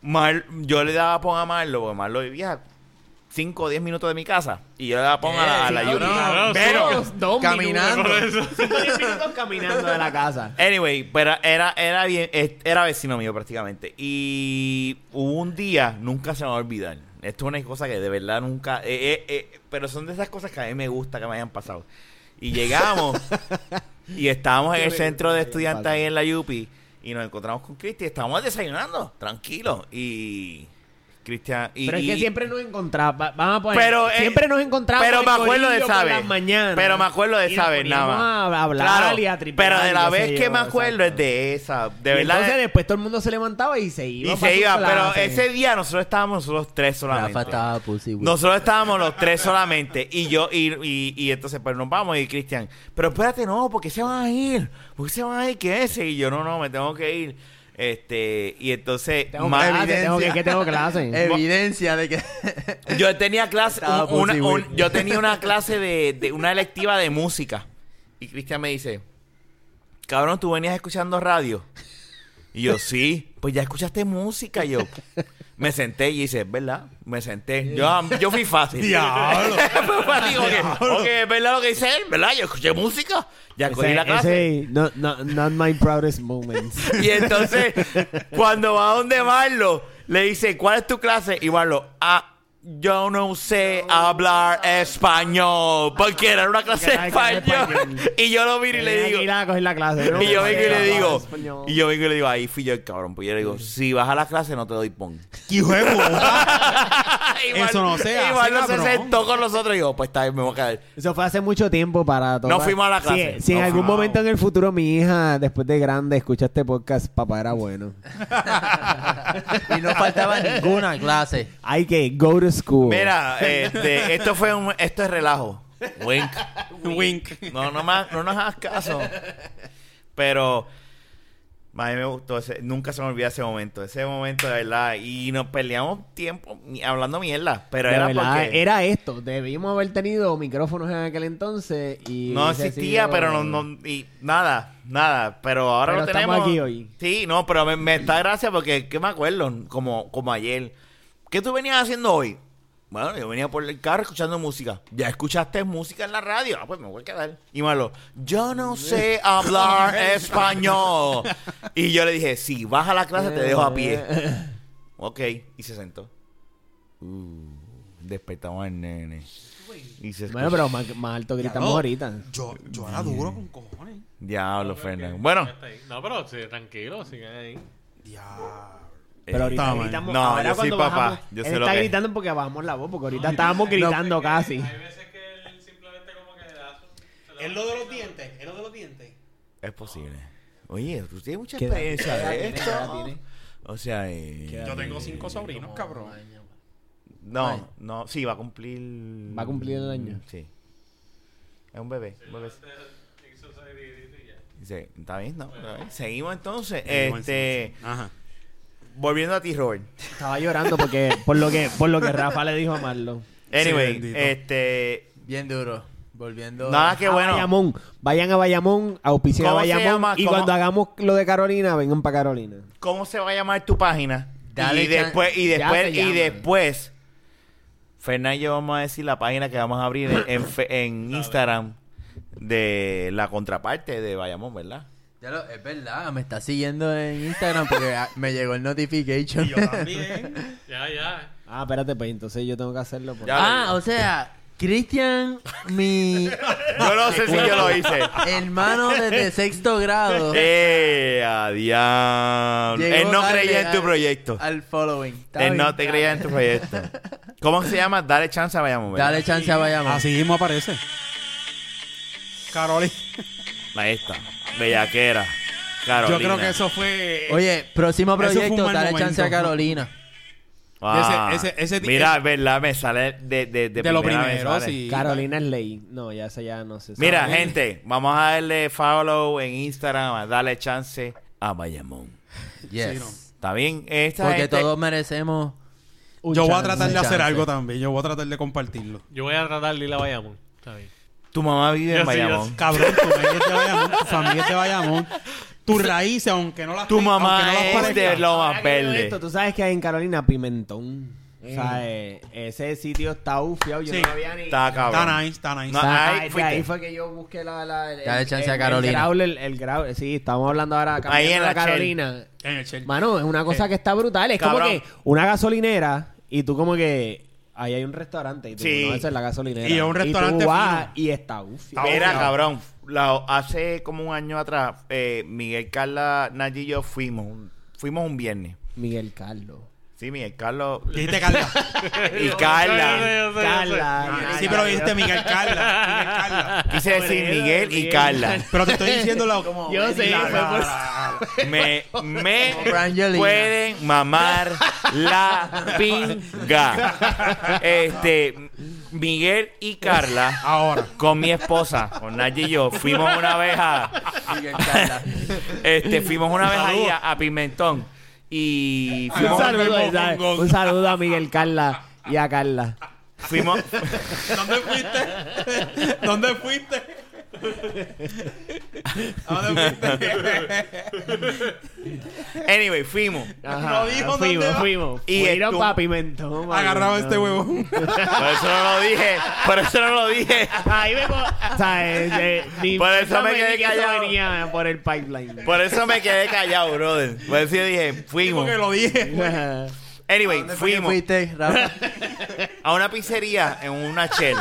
[SPEAKER 1] Mar- yo le daba pon a Marlo, porque Marlo vivía 5 o 10 minutos de mi casa. Y yo le daba pon a la, a la
[SPEAKER 4] Eh,
[SPEAKER 1] Yuri.
[SPEAKER 2] cabrón,
[SPEAKER 1] Pero.
[SPEAKER 5] Dos, dos
[SPEAKER 4] Caminando.
[SPEAKER 5] minutos. Diez minutos caminando de la casa.
[SPEAKER 1] Anyway, pero era, era, bien, es- era vecino mío prácticamente. Y hubo un día, nunca se me va a olvidar. Esto es una cosa que de verdad nunca. eh, eh, eh, pero son de esas cosas que a mí me gusta que me hayan pasado. Y llegamos y estábamos en el centro de estudiantes ahí en la Yupi. Y nos encontramos con Cristi. Estábamos desayunando, tranquilo. Y. Cristian. y-
[SPEAKER 5] Pero es que
[SPEAKER 1] y-
[SPEAKER 5] siempre nos encontraba. Vamos a poner.
[SPEAKER 1] Pero, eh,
[SPEAKER 5] siempre nos encontraba.
[SPEAKER 1] pero me acuerdo de saber.
[SPEAKER 5] Las mañanas,
[SPEAKER 1] Pero me acuerdo de
[SPEAKER 5] y nos
[SPEAKER 1] saber nada
[SPEAKER 5] poníamos
[SPEAKER 1] más.
[SPEAKER 5] A hablar
[SPEAKER 1] Claro,
[SPEAKER 5] y a tripear,
[SPEAKER 1] pero de
[SPEAKER 5] qué
[SPEAKER 1] la
[SPEAKER 5] sé
[SPEAKER 1] vez
[SPEAKER 5] yo,
[SPEAKER 1] que me acuerdo es
[SPEAKER 5] exacto.
[SPEAKER 1] de esa. De
[SPEAKER 5] Y
[SPEAKER 1] verdad.
[SPEAKER 5] Entonces después todo el mundo se levantaba y se iba.
[SPEAKER 1] Y
[SPEAKER 5] pa'
[SPEAKER 1] se
[SPEAKER 5] su
[SPEAKER 1] iba, pero
[SPEAKER 5] clase.
[SPEAKER 1] ese día nosotros estábamos nosotros tres solamente.
[SPEAKER 4] Rafa estaba pussy, güey.
[SPEAKER 1] Nosotros estábamos los tres solamente. Y yo, y, y, y entonces, pues nos vamos. Y Cristian, pero espérate, no, ¿por qué se van a ir? ¿Por qué se van a ir? ¿Qué es ese? Y yo, no, no, me tengo que ir. Este, y entonces,
[SPEAKER 5] Tengo
[SPEAKER 1] más-
[SPEAKER 5] clase, Ah, tengo que, que tengo clase.
[SPEAKER 4] Evidencia de que.
[SPEAKER 1] yo tenía clase,
[SPEAKER 4] Estaba
[SPEAKER 1] un- una-
[SPEAKER 4] Pussy
[SPEAKER 1] un-
[SPEAKER 4] Whip.
[SPEAKER 1] yo tenía una clase de, de- una electiva de música. Y Cristian me dice, cabrón, tú venías escuchando radio. Y yo, sí, pues ya escuchaste música. Y yo me senté y dice, ¿verdad? Me senté. Yo, yo fui fácil.
[SPEAKER 7] Diablo.
[SPEAKER 1] Fue fácil, ok, ok, es verdad lo que dice él, ¿verdad? Yo escuché música. Ya cogí la clase.
[SPEAKER 5] ese- no, no, not my proudest moments.
[SPEAKER 1] Y entonces, cuando va a donde Marlo, le dice, ¿cuál es tu clase? Y Marlo, ah, yo no sé hablar español. Porque era una clase de
[SPEAKER 5] Era una clase de
[SPEAKER 1] español.
[SPEAKER 5] español.
[SPEAKER 1] Y yo lo miro y le digo.
[SPEAKER 5] Aquí la, cogí la clase.
[SPEAKER 1] Y yo vengo y le digo, y yo vengo y le digo, ahí fui yo el cabrón. Pues yo le digo, si vas a la clase no te doy pon.
[SPEAKER 7] Hijo de puta.
[SPEAKER 1] Igual-
[SPEAKER 7] Eso no se hace,
[SPEAKER 1] Igual no se
[SPEAKER 7] cabrón.
[SPEAKER 1] sentó con nosotros y digo, pues está bien, me voy a caer.
[SPEAKER 5] Eso fue hace mucho tiempo para todos.
[SPEAKER 1] No fuimos a la clase.
[SPEAKER 5] Si, si en
[SPEAKER 1] No
[SPEAKER 5] algún
[SPEAKER 1] fuimos.
[SPEAKER 5] momento en el futuro mi hija, después de grande, escucha este podcast, papá era bueno.
[SPEAKER 4] Y no faltaba ninguna clase.
[SPEAKER 5] Hay que go to school.
[SPEAKER 1] Mira, este, esto fue un, esto es relajo. Wink.
[SPEAKER 7] Wink.
[SPEAKER 1] No, no, más, no nos hagas caso. Pero a mí me gustó. ese- nunca se me olvida ese momento. Ese momento de verdad. Y nos peleamos tiempo mi- hablando mierda. Pero
[SPEAKER 5] De
[SPEAKER 1] era
[SPEAKER 5] verdad,
[SPEAKER 1] porque
[SPEAKER 5] era esto. Debimos haber tenido micrófonos en aquel entonces y...
[SPEAKER 1] no
[SPEAKER 5] hubiese
[SPEAKER 1] existía,
[SPEAKER 5] sido-
[SPEAKER 1] pero no, no- y nada, nada. Pero ahora
[SPEAKER 5] Pero
[SPEAKER 1] lo
[SPEAKER 5] estamos
[SPEAKER 1] tenemos.
[SPEAKER 5] aquí hoy.
[SPEAKER 1] Sí, no, pero me, me está gracia porque que me acuerdo, como, como ayer. ¿Qué tú venías haciendo hoy? Bueno, yo venía por el carro escuchando música. Ya escuchaste música en la radio. Ah, pues me voy a quedar. Y malo, yo no sé hablar español. Y yo le dije, si vas a la clase te dejo a pie. Ok, y se sentó. Uh, despertamos al nene. Y se
[SPEAKER 5] Bueno,
[SPEAKER 1] escuchó-
[SPEAKER 5] pero más, más alto gritamos
[SPEAKER 7] No,
[SPEAKER 5] ahorita.
[SPEAKER 7] Yo, yo era duro con cojones.
[SPEAKER 1] Diablo, Fernando. Bueno,
[SPEAKER 2] No, pero sí, tranquilo, sigan ahí.
[SPEAKER 7] Diablo.
[SPEAKER 5] Pero ahorita
[SPEAKER 7] Toma.
[SPEAKER 5] gritamos.
[SPEAKER 1] No,
[SPEAKER 5] ahora
[SPEAKER 1] yo soy
[SPEAKER 5] cuando
[SPEAKER 1] papá.
[SPEAKER 5] bajamos-
[SPEAKER 1] Yo
[SPEAKER 5] él
[SPEAKER 1] sé lo
[SPEAKER 5] está
[SPEAKER 1] que es.
[SPEAKER 5] gritando porque bajamos la voz, porque ahorita estábamos gritando casi.
[SPEAKER 2] Hay veces que él simplemente como que le da su...
[SPEAKER 7] Es lo de los dientes, es lo de los dientes.
[SPEAKER 1] es posible. Oye, tú tienes mucha
[SPEAKER 5] ¿Qué edad-
[SPEAKER 1] experiencia
[SPEAKER 5] qué edad
[SPEAKER 1] de
[SPEAKER 5] tiene? ¿Qué edad
[SPEAKER 1] esto.
[SPEAKER 5] tiene?
[SPEAKER 1] O sea, eh,
[SPEAKER 7] Yo tengo cinco sobrinos, cabrón.
[SPEAKER 1] No, no, sí, va a cumplir.
[SPEAKER 5] Va a cumplir el año.
[SPEAKER 1] Sí. Es un bebé. un bebé. Sí, está bien, ¿no? Está bien. Seguimos entonces. Este,
[SPEAKER 7] Ajá.
[SPEAKER 1] volviendo a ti, Robert.
[SPEAKER 5] Estaba llorando porque por lo que por lo que Rafa le dijo a Marlon.
[SPEAKER 1] Anyway,
[SPEAKER 7] bendito.
[SPEAKER 1] este.
[SPEAKER 4] Bien duro. Volviendo.
[SPEAKER 1] Nada que
[SPEAKER 5] A
[SPEAKER 1] bueno.
[SPEAKER 5] Bayamón. Vayan a Bayamón, a auspiciar a
[SPEAKER 1] ¿Cómo se
[SPEAKER 5] Bayamón.
[SPEAKER 1] llama?
[SPEAKER 5] Y
[SPEAKER 1] ¿Cómo?
[SPEAKER 5] cuando hagamos lo de Carolina, vengan para Carolina.
[SPEAKER 1] ¿Cómo se va a llamar tu página?
[SPEAKER 4] Dale
[SPEAKER 1] y
[SPEAKER 4] chan-
[SPEAKER 1] después, y
[SPEAKER 5] Ya
[SPEAKER 1] después,
[SPEAKER 5] se
[SPEAKER 1] y
[SPEAKER 5] llama.
[SPEAKER 1] después. Fernández y yo vamos a decir la página que vamos a abrir en, en fe- en Instagram de la contraparte de Bayamón, ¿verdad?
[SPEAKER 4] Ya lo- es verdad, me está siguiendo en Instagram porque ah, me llegó el notification.
[SPEAKER 7] Y yo también.
[SPEAKER 2] Ya, ya.
[SPEAKER 5] Ah, espérate, pues entonces yo tengo que hacerlo. por-
[SPEAKER 1] Ya.
[SPEAKER 4] ah, o sea, Cristian, mi
[SPEAKER 1] Yo no sé si yo lo hice.
[SPEAKER 4] hermano desde sexto grado,
[SPEAKER 1] ¡Eh, a diablo!
[SPEAKER 4] llegó
[SPEAKER 1] Él no
[SPEAKER 4] tarde
[SPEAKER 1] creía en tu
[SPEAKER 4] al-
[SPEAKER 1] proyecto.
[SPEAKER 4] al following. Está
[SPEAKER 1] Él Eh, no
[SPEAKER 4] bien,
[SPEAKER 1] te
[SPEAKER 4] ya.
[SPEAKER 1] creía en tu proyecto. ¿Cómo se llama? Dale chance a Bayamón. ¿verdad?
[SPEAKER 4] Dale chance a Bayamón.
[SPEAKER 3] Así mismo aparece.
[SPEAKER 7] Carolina.
[SPEAKER 1] Ahí está. Bellaquera. Carolina.
[SPEAKER 7] Yo creo que eso fue. eh,
[SPEAKER 4] Oye, próximo
[SPEAKER 7] Eso fue un
[SPEAKER 4] proyecto,
[SPEAKER 7] mal
[SPEAKER 4] dale chance a
[SPEAKER 7] momento.
[SPEAKER 4] Carolina.
[SPEAKER 1] Ah,
[SPEAKER 7] ese- ese- ese-
[SPEAKER 1] mira, es verdad, me sale de, de, de,
[SPEAKER 7] de lo
[SPEAKER 1] primera me
[SPEAKER 7] primero,
[SPEAKER 1] sale.
[SPEAKER 7] sí.
[SPEAKER 5] Carolina es ley. No, ya esa ya no sé.
[SPEAKER 1] Mira, gente, vamos a darle follow en Instagram, a darle chance a Bayamón.
[SPEAKER 4] Yes.
[SPEAKER 1] ¿Está bien? Esta
[SPEAKER 4] Porque
[SPEAKER 1] gente-
[SPEAKER 4] todos merecemos. un
[SPEAKER 7] Yo voy a
[SPEAKER 4] chance,
[SPEAKER 7] tratar
[SPEAKER 4] un
[SPEAKER 7] de hacer
[SPEAKER 4] chance.
[SPEAKER 7] algo también. Yo voy a tratar de compartirlo.
[SPEAKER 2] Yo voy a tratar de ir a Bayamón. Está bien.
[SPEAKER 1] Tu mamá vive en
[SPEAKER 2] Yo sí, yo
[SPEAKER 1] Bayamón.
[SPEAKER 7] Cabrón, tu medio es de Bayamón, tu familia es de Bayamón. Tus raíces, aunque no las
[SPEAKER 1] Tu
[SPEAKER 7] tengas,
[SPEAKER 1] mamá
[SPEAKER 7] aunque no las
[SPEAKER 1] este es de
[SPEAKER 7] parezca.
[SPEAKER 1] Loma
[SPEAKER 5] Ahora que veo
[SPEAKER 1] Verde.
[SPEAKER 5] esto, Tú sabes que hay en Carolina Pimentón. O sea, eh, ese sitio está ufiado. Yo
[SPEAKER 7] Sí.
[SPEAKER 5] no había ni.
[SPEAKER 1] Está cabrón.
[SPEAKER 7] Está nice, está nice.
[SPEAKER 1] No,
[SPEAKER 5] O sea,
[SPEAKER 1] ahí
[SPEAKER 5] de
[SPEAKER 1] fuiste.
[SPEAKER 5] ahí fue que yo busqué la. la el,
[SPEAKER 4] Dale chance a
[SPEAKER 5] el-
[SPEAKER 4] Carolina.
[SPEAKER 5] El growl, el, el growl. Sí, estamos hablando ahora.
[SPEAKER 1] Ahí en
[SPEAKER 5] cambiando
[SPEAKER 1] la Eh,
[SPEAKER 5] a Carolina.
[SPEAKER 7] En el Chelsea.
[SPEAKER 5] Mano, es una cosa que está brutal. Es
[SPEAKER 1] Cabrón.
[SPEAKER 5] como que una gasolinera y tú como que... Ahí hay un restaurante y tú
[SPEAKER 1] Sí.
[SPEAKER 5] no, esa es la gasolinera.
[SPEAKER 7] Y es un restaurante
[SPEAKER 5] Y tú vas
[SPEAKER 7] fino.
[SPEAKER 5] y está uf.
[SPEAKER 1] Mira, cabrón, la- hace como un año atrás, eh, Miguel, Carla, Nagy y yo fuimos, un- fuimos un viernes.
[SPEAKER 5] Miguel Carlos.
[SPEAKER 1] Sí, Miguel, Carlos
[SPEAKER 7] Dijiste Carla.
[SPEAKER 1] y
[SPEAKER 2] Yo sé,
[SPEAKER 1] Carla.
[SPEAKER 2] yo sé, yo sé.
[SPEAKER 5] Carla.
[SPEAKER 7] sí, pero dijiste Miguel Carla. Miguel Carla.
[SPEAKER 1] Quise decir Miguel y Carla.
[SPEAKER 7] Pero te estoy diciendo la.
[SPEAKER 5] Yo sé,
[SPEAKER 7] la-
[SPEAKER 5] fue
[SPEAKER 7] la-
[SPEAKER 5] por-
[SPEAKER 7] la-
[SPEAKER 1] Me, me
[SPEAKER 4] pues. Como Brangelina.
[SPEAKER 1] pueden mamar la pinga. Este, Miguel y Carla,
[SPEAKER 7] Ahora.
[SPEAKER 1] con mi esposa, con Nagy y yo, fuimos una vez a,
[SPEAKER 7] Ah,
[SPEAKER 4] Miguel Carla.
[SPEAKER 1] este, fuimos una vez ahí a, a Pimentón. Y
[SPEAKER 5] Un
[SPEAKER 1] fuimos,
[SPEAKER 5] saludo,
[SPEAKER 7] Vamos,
[SPEAKER 5] ¿sabes?
[SPEAKER 7] vamos.
[SPEAKER 5] un saludo a Miguel Carla y a Carla.
[SPEAKER 1] fuimos,
[SPEAKER 7] ¿Dónde fuiste? ¿Dónde fuiste? ¿A ¿Dónde fuiste?
[SPEAKER 1] anyway, fuimos.
[SPEAKER 5] Ajá,
[SPEAKER 7] dijo dónde
[SPEAKER 5] fuimos,
[SPEAKER 7] va.
[SPEAKER 5] fuimos.
[SPEAKER 1] Y
[SPEAKER 5] Fueron
[SPEAKER 1] estu-
[SPEAKER 5] pa' Pimentón.
[SPEAKER 7] Agarraba
[SPEAKER 5] mano.
[SPEAKER 7] este huevón.
[SPEAKER 1] Por eso no lo dije, por eso no lo dije.
[SPEAKER 5] Ahí me... po- O sea, eh, eh, ni
[SPEAKER 1] Por eso me
[SPEAKER 5] ni
[SPEAKER 1] quedé
[SPEAKER 5] que eso
[SPEAKER 1] callado.
[SPEAKER 5] venía por el pipeline.
[SPEAKER 1] Por eso me quedé callado, brother. Por eso yo dije, fuimos.
[SPEAKER 7] Porque lo dije.
[SPEAKER 1] Anyway, fuimos
[SPEAKER 4] Fuiste, Rafa.
[SPEAKER 1] a una pizzería en una shell.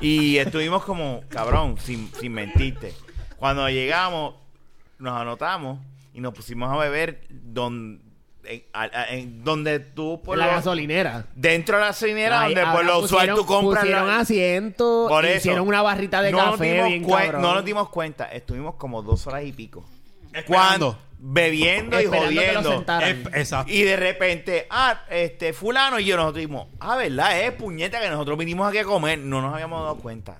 [SPEAKER 1] Y estuvimos como, cabrón, sin, sin mentirte. Cuando llegamos, nos anotamos y nos pusimos a beber donde, en, a- a- en donde tú por
[SPEAKER 5] la
[SPEAKER 1] lo-
[SPEAKER 5] gasolinera.
[SPEAKER 1] Dentro de la cinera,
[SPEAKER 5] Ahí,
[SPEAKER 1] donde por
[SPEAKER 5] ahora
[SPEAKER 1] lo usual
[SPEAKER 5] pusieron-
[SPEAKER 1] tú compras
[SPEAKER 5] Pusieron
[SPEAKER 1] la-
[SPEAKER 5] asientos,
[SPEAKER 1] Por eso.
[SPEAKER 5] hicieron una barrita de
[SPEAKER 1] no nos
[SPEAKER 5] café
[SPEAKER 1] dimos
[SPEAKER 5] bien
[SPEAKER 1] cuen-
[SPEAKER 5] cabrón.
[SPEAKER 1] No nos dimos cuenta. Estuvimos como dos horas y pico.
[SPEAKER 7] Esperando.
[SPEAKER 1] Cuando Bebiendo y
[SPEAKER 5] Esperando que lo
[SPEAKER 1] jodiendo.
[SPEAKER 5] sentaran.
[SPEAKER 7] Es- Exacto.
[SPEAKER 1] Y de repente, ah, este, fulano y yo nosotros dijimos, ah, ¿verdad? Es puñeta que nosotros vinimos aquí a comer. No nos habíamos dado cuenta.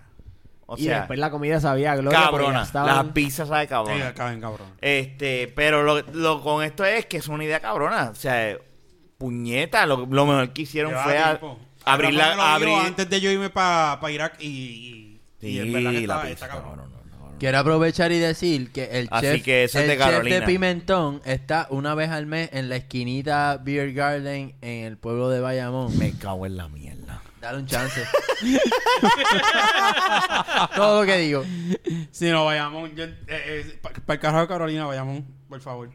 [SPEAKER 1] O
[SPEAKER 5] y
[SPEAKER 1] sea,
[SPEAKER 5] después la comida sabía a gloria. porque ya
[SPEAKER 1] cabrona.
[SPEAKER 5] estaban-
[SPEAKER 1] Las pizzas sabe
[SPEAKER 7] Sí,
[SPEAKER 1] cabrona.
[SPEAKER 7] acaben, cabrón.
[SPEAKER 1] Este, pero lo, lo con esto es que es una idea cabrona. O sea, puñeta, lo, lo mejor que hicieron
[SPEAKER 7] Llevaba
[SPEAKER 1] fue a-
[SPEAKER 7] tiempo.
[SPEAKER 1] abrir
[SPEAKER 7] Rafa me lo
[SPEAKER 1] la...
[SPEAKER 7] dijo
[SPEAKER 1] Abrir...
[SPEAKER 7] Antes de yo irme para Irak y. y- y es verdad que
[SPEAKER 1] Sí,
[SPEAKER 7] estaba-
[SPEAKER 1] la
[SPEAKER 7] está
[SPEAKER 1] pizza,
[SPEAKER 7] cabrón.
[SPEAKER 1] cabrona, no, no, no.
[SPEAKER 4] Quiero aprovechar y decir que el
[SPEAKER 1] Así
[SPEAKER 4] chef,
[SPEAKER 1] que eso es
[SPEAKER 4] el
[SPEAKER 1] de
[SPEAKER 4] chef
[SPEAKER 1] Carolina.
[SPEAKER 4] Pimentón está una vez al mes en la esquinita Beer Garden en el pueblo de Bayamón.
[SPEAKER 1] Me cago en la mierda.
[SPEAKER 4] Dale un chance. Todo lo que digo.
[SPEAKER 7] Si no, Bayamón. Yo, eh, eh, pa- para el carajo de Carolina, Bayamón, por favor.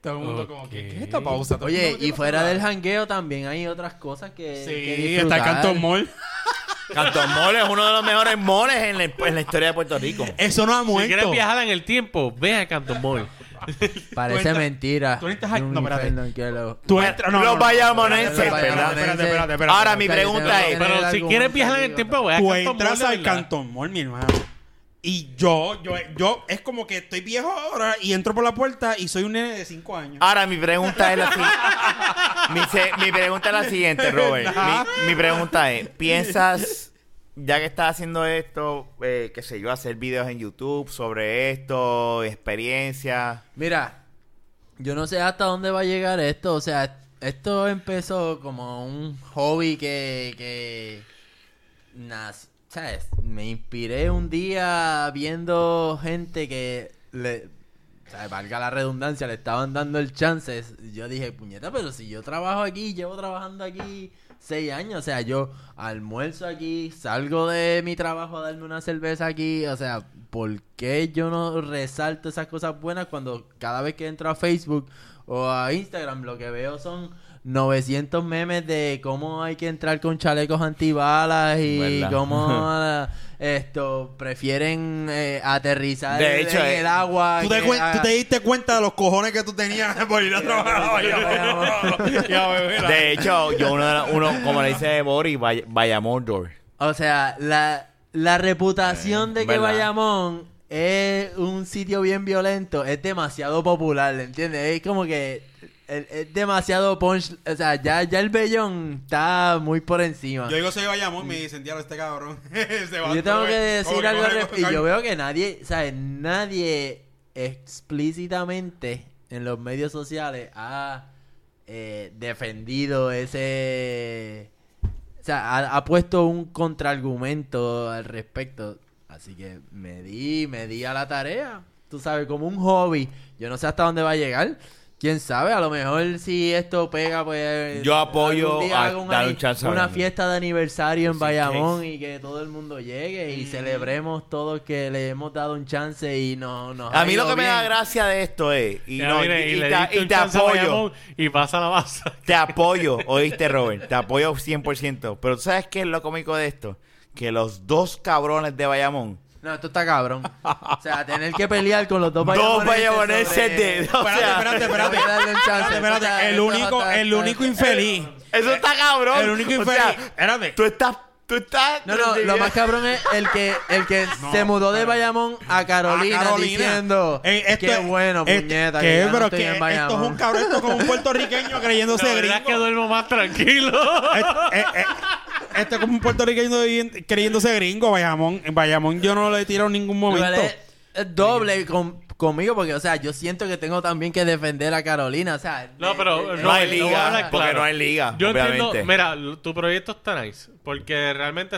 [SPEAKER 7] Todo el mundo como que, ¿qué es esta pausa? Todo el
[SPEAKER 4] Oye,
[SPEAKER 7] mundo
[SPEAKER 4] y
[SPEAKER 7] tiene-
[SPEAKER 4] fuera del jangueo también hay otras cosas que. que
[SPEAKER 7] Sí, está
[SPEAKER 4] disfrutar.
[SPEAKER 7] el Cantón Mall.
[SPEAKER 1] Cantón Mole es uno de los mejores moles en, la- en la historia de Puerto Rico.
[SPEAKER 7] Eso no ha
[SPEAKER 2] Si quieres
[SPEAKER 7] muerto.
[SPEAKER 2] viajar en el tiempo, ve a Canton Mall.
[SPEAKER 4] Parece
[SPEAKER 7] Tú entras-
[SPEAKER 4] mentira.
[SPEAKER 7] tú entras al-
[SPEAKER 4] Un
[SPEAKER 7] no, espérate.
[SPEAKER 4] infierno en que lo-
[SPEAKER 7] Tú entras, no, no,
[SPEAKER 1] los
[SPEAKER 7] no,
[SPEAKER 1] bayamonenses,
[SPEAKER 7] espérate, espérate,
[SPEAKER 1] ¿verdad?
[SPEAKER 7] Espérate, espérate, espérate.
[SPEAKER 1] Ahora mi
[SPEAKER 4] Pero
[SPEAKER 1] pregunta
[SPEAKER 4] tengo
[SPEAKER 1] es...
[SPEAKER 4] que-
[SPEAKER 2] Pero si
[SPEAKER 4] algún
[SPEAKER 2] quieres viajar en el
[SPEAKER 4] amigo.
[SPEAKER 2] tiempo, ve a
[SPEAKER 7] Tú
[SPEAKER 2] Canton Mall.
[SPEAKER 7] entras
[SPEAKER 2] de
[SPEAKER 7] al
[SPEAKER 2] verdad.
[SPEAKER 7] Cantón Mall, mi hermano. Y yo, yo, yo, es como que estoy viejo ahora y entro por la puerta y soy un nene de 5 años.
[SPEAKER 1] Ahora mi pregunta es la siguiente. mi, se- mi pregunta es la siguiente, Robert. Mi, mi pregunta es, ¿piensas, ya que estás haciendo esto, eh, qué sé yo, hacer videos en YouTube sobre esto, experiencias?
[SPEAKER 4] Mira, yo no sé hasta dónde va a llegar esto. O sea, esto empezó como un hobby que. que nac- ¿Sabes? Me inspiré un día viendo gente que le O sea, valga la redundancia, le estaban dando el chance. Es- Yo dije, puñeta, pero si yo trabajo aquí, llevo trabajando aquí seis años. O sea, yo almuerzo aquí, salgo de mi trabajo a darme una cerveza aquí. O sea, ¿por qué yo no resalto esas cosas buenas cuando cada vez que entro a Facebook o a Instagram lo que veo son 900 memes de cómo hay que entrar con chalecos antibalas y
[SPEAKER 1] Verdad.
[SPEAKER 4] cómo esto prefieren eh, aterrizar
[SPEAKER 1] De
[SPEAKER 4] en
[SPEAKER 1] hecho, eh,
[SPEAKER 4] el agua
[SPEAKER 3] ¿Tú te,
[SPEAKER 4] que
[SPEAKER 3] cuen-
[SPEAKER 4] a-
[SPEAKER 3] tú te diste cuenta de los cojones que tú tenías por ir a trabajar.
[SPEAKER 1] De hecho, yo uno, de la- uno, como le dice Boris, vaya, vaya Mordor.
[SPEAKER 4] O sea, la, la reputación de que
[SPEAKER 1] ¿verdad?
[SPEAKER 4] Bayamón es un sitio bien violento es demasiado popular, ¿entiendes? Es como que es, es demasiado punch. O sea, ya, ya el Bellón está muy por encima.
[SPEAKER 3] Yo digo soy Bayamón y me dicen, diablo, este cabrón. se va
[SPEAKER 4] Ah. Yo
[SPEAKER 3] todo,
[SPEAKER 4] tengo que
[SPEAKER 3] eh, como
[SPEAKER 4] decir algo
[SPEAKER 3] coge-
[SPEAKER 4] al
[SPEAKER 3] coge-
[SPEAKER 4] respecto. Y yo veo que nadie, ¿sabes? Nadie explícitamente en los medios sociales ha eh, defendido ese. O sea, ha, ha puesto un contraargumento al respecto. Así que me di, me di a la tarea. Tú sabes, como un hobby. Yo no sé hasta dónde va a llegar. Quién sabe, a lo mejor si esto pega, pues.
[SPEAKER 1] Yo apoyo
[SPEAKER 4] algún día
[SPEAKER 1] a
[SPEAKER 4] haga un
[SPEAKER 1] dar un
[SPEAKER 4] ani-
[SPEAKER 1] chance a
[SPEAKER 4] Una
[SPEAKER 1] Brandon.
[SPEAKER 4] fiesta fiesta de aniversario en
[SPEAKER 1] Just in
[SPEAKER 4] Bayamón y que todo el mundo llegue
[SPEAKER 3] Mm.
[SPEAKER 4] y celebremos todos que le hemos dado un chance y no nos ha
[SPEAKER 1] A mí lo
[SPEAKER 4] ido
[SPEAKER 1] que me da
[SPEAKER 4] bien.
[SPEAKER 1] gracia de esto es, y,
[SPEAKER 2] Ya,
[SPEAKER 1] no,
[SPEAKER 2] mire,
[SPEAKER 1] y- y
[SPEAKER 2] le
[SPEAKER 1] te-
[SPEAKER 2] diste
[SPEAKER 1] y
[SPEAKER 2] un
[SPEAKER 1] te
[SPEAKER 2] chance a
[SPEAKER 1] apoyo,
[SPEAKER 2] Bayamón y pasa la baza.
[SPEAKER 1] te apoyo, oíste Robert, te apoyo 100%. Pero ¿tú sabes qué es lo cómico de esto? Que los dos cabrones de Bayamón,
[SPEAKER 4] No, esto está cabrón. O sea, tener que pelear con los dos
[SPEAKER 1] dos
[SPEAKER 4] bayamoneses.
[SPEAKER 1] bayamoneses
[SPEAKER 4] sobre-
[SPEAKER 1] de... o
[SPEAKER 3] Espérate,
[SPEAKER 1] sea,
[SPEAKER 3] espérate, espérate.
[SPEAKER 4] Hay que darle un chance.
[SPEAKER 3] Ah, Espérate, espérate. El
[SPEAKER 4] Esto
[SPEAKER 3] único,
[SPEAKER 4] está-
[SPEAKER 3] el único infeliz.
[SPEAKER 1] Eso está cabrón.
[SPEAKER 3] El único
[SPEAKER 1] O sea,
[SPEAKER 3] infeliz. Espérate.
[SPEAKER 1] tú estás... Tú estás...
[SPEAKER 4] No, no, lo más cabrón es el que, el que se mudó de Bayamón a Carolina,
[SPEAKER 3] A Ah, Carolina.
[SPEAKER 4] diciendo
[SPEAKER 3] Eh, esto
[SPEAKER 4] qué
[SPEAKER 3] es-
[SPEAKER 4] bueno,
[SPEAKER 3] esto-
[SPEAKER 4] puñeta,
[SPEAKER 3] que
[SPEAKER 4] que ya
[SPEAKER 3] es,
[SPEAKER 4] no
[SPEAKER 3] pero
[SPEAKER 4] estoy
[SPEAKER 3] que
[SPEAKER 4] en
[SPEAKER 3] esto es
[SPEAKER 4] Bayamón".
[SPEAKER 3] un cabrón, esto es como un puertorriqueño
[SPEAKER 2] La
[SPEAKER 3] creyéndose
[SPEAKER 2] verdad es que
[SPEAKER 3] gringo.
[SPEAKER 2] duermo más tranquilo.
[SPEAKER 3] Este- eh, eh, Este es como un puertorriqueño viviendo- creyéndose gringo, Bayamón. En Bayamón yo no le he tirado en ningún
[SPEAKER 4] Igual
[SPEAKER 3] momento.
[SPEAKER 4] es- es doble con- conmigo porque, o sea, yo siento que tengo también que defender a Carolina, o sea...
[SPEAKER 2] No,
[SPEAKER 4] de-
[SPEAKER 2] pero-
[SPEAKER 4] de-
[SPEAKER 1] No hay
[SPEAKER 2] Robert, lo voy a
[SPEAKER 1] liga,
[SPEAKER 2] hablar
[SPEAKER 1] porque
[SPEAKER 2] claro.
[SPEAKER 1] no hay liga,
[SPEAKER 2] Yo entiendo,
[SPEAKER 1] obviamente.
[SPEAKER 2] mira, l- tu proyecto está nice, porque realmente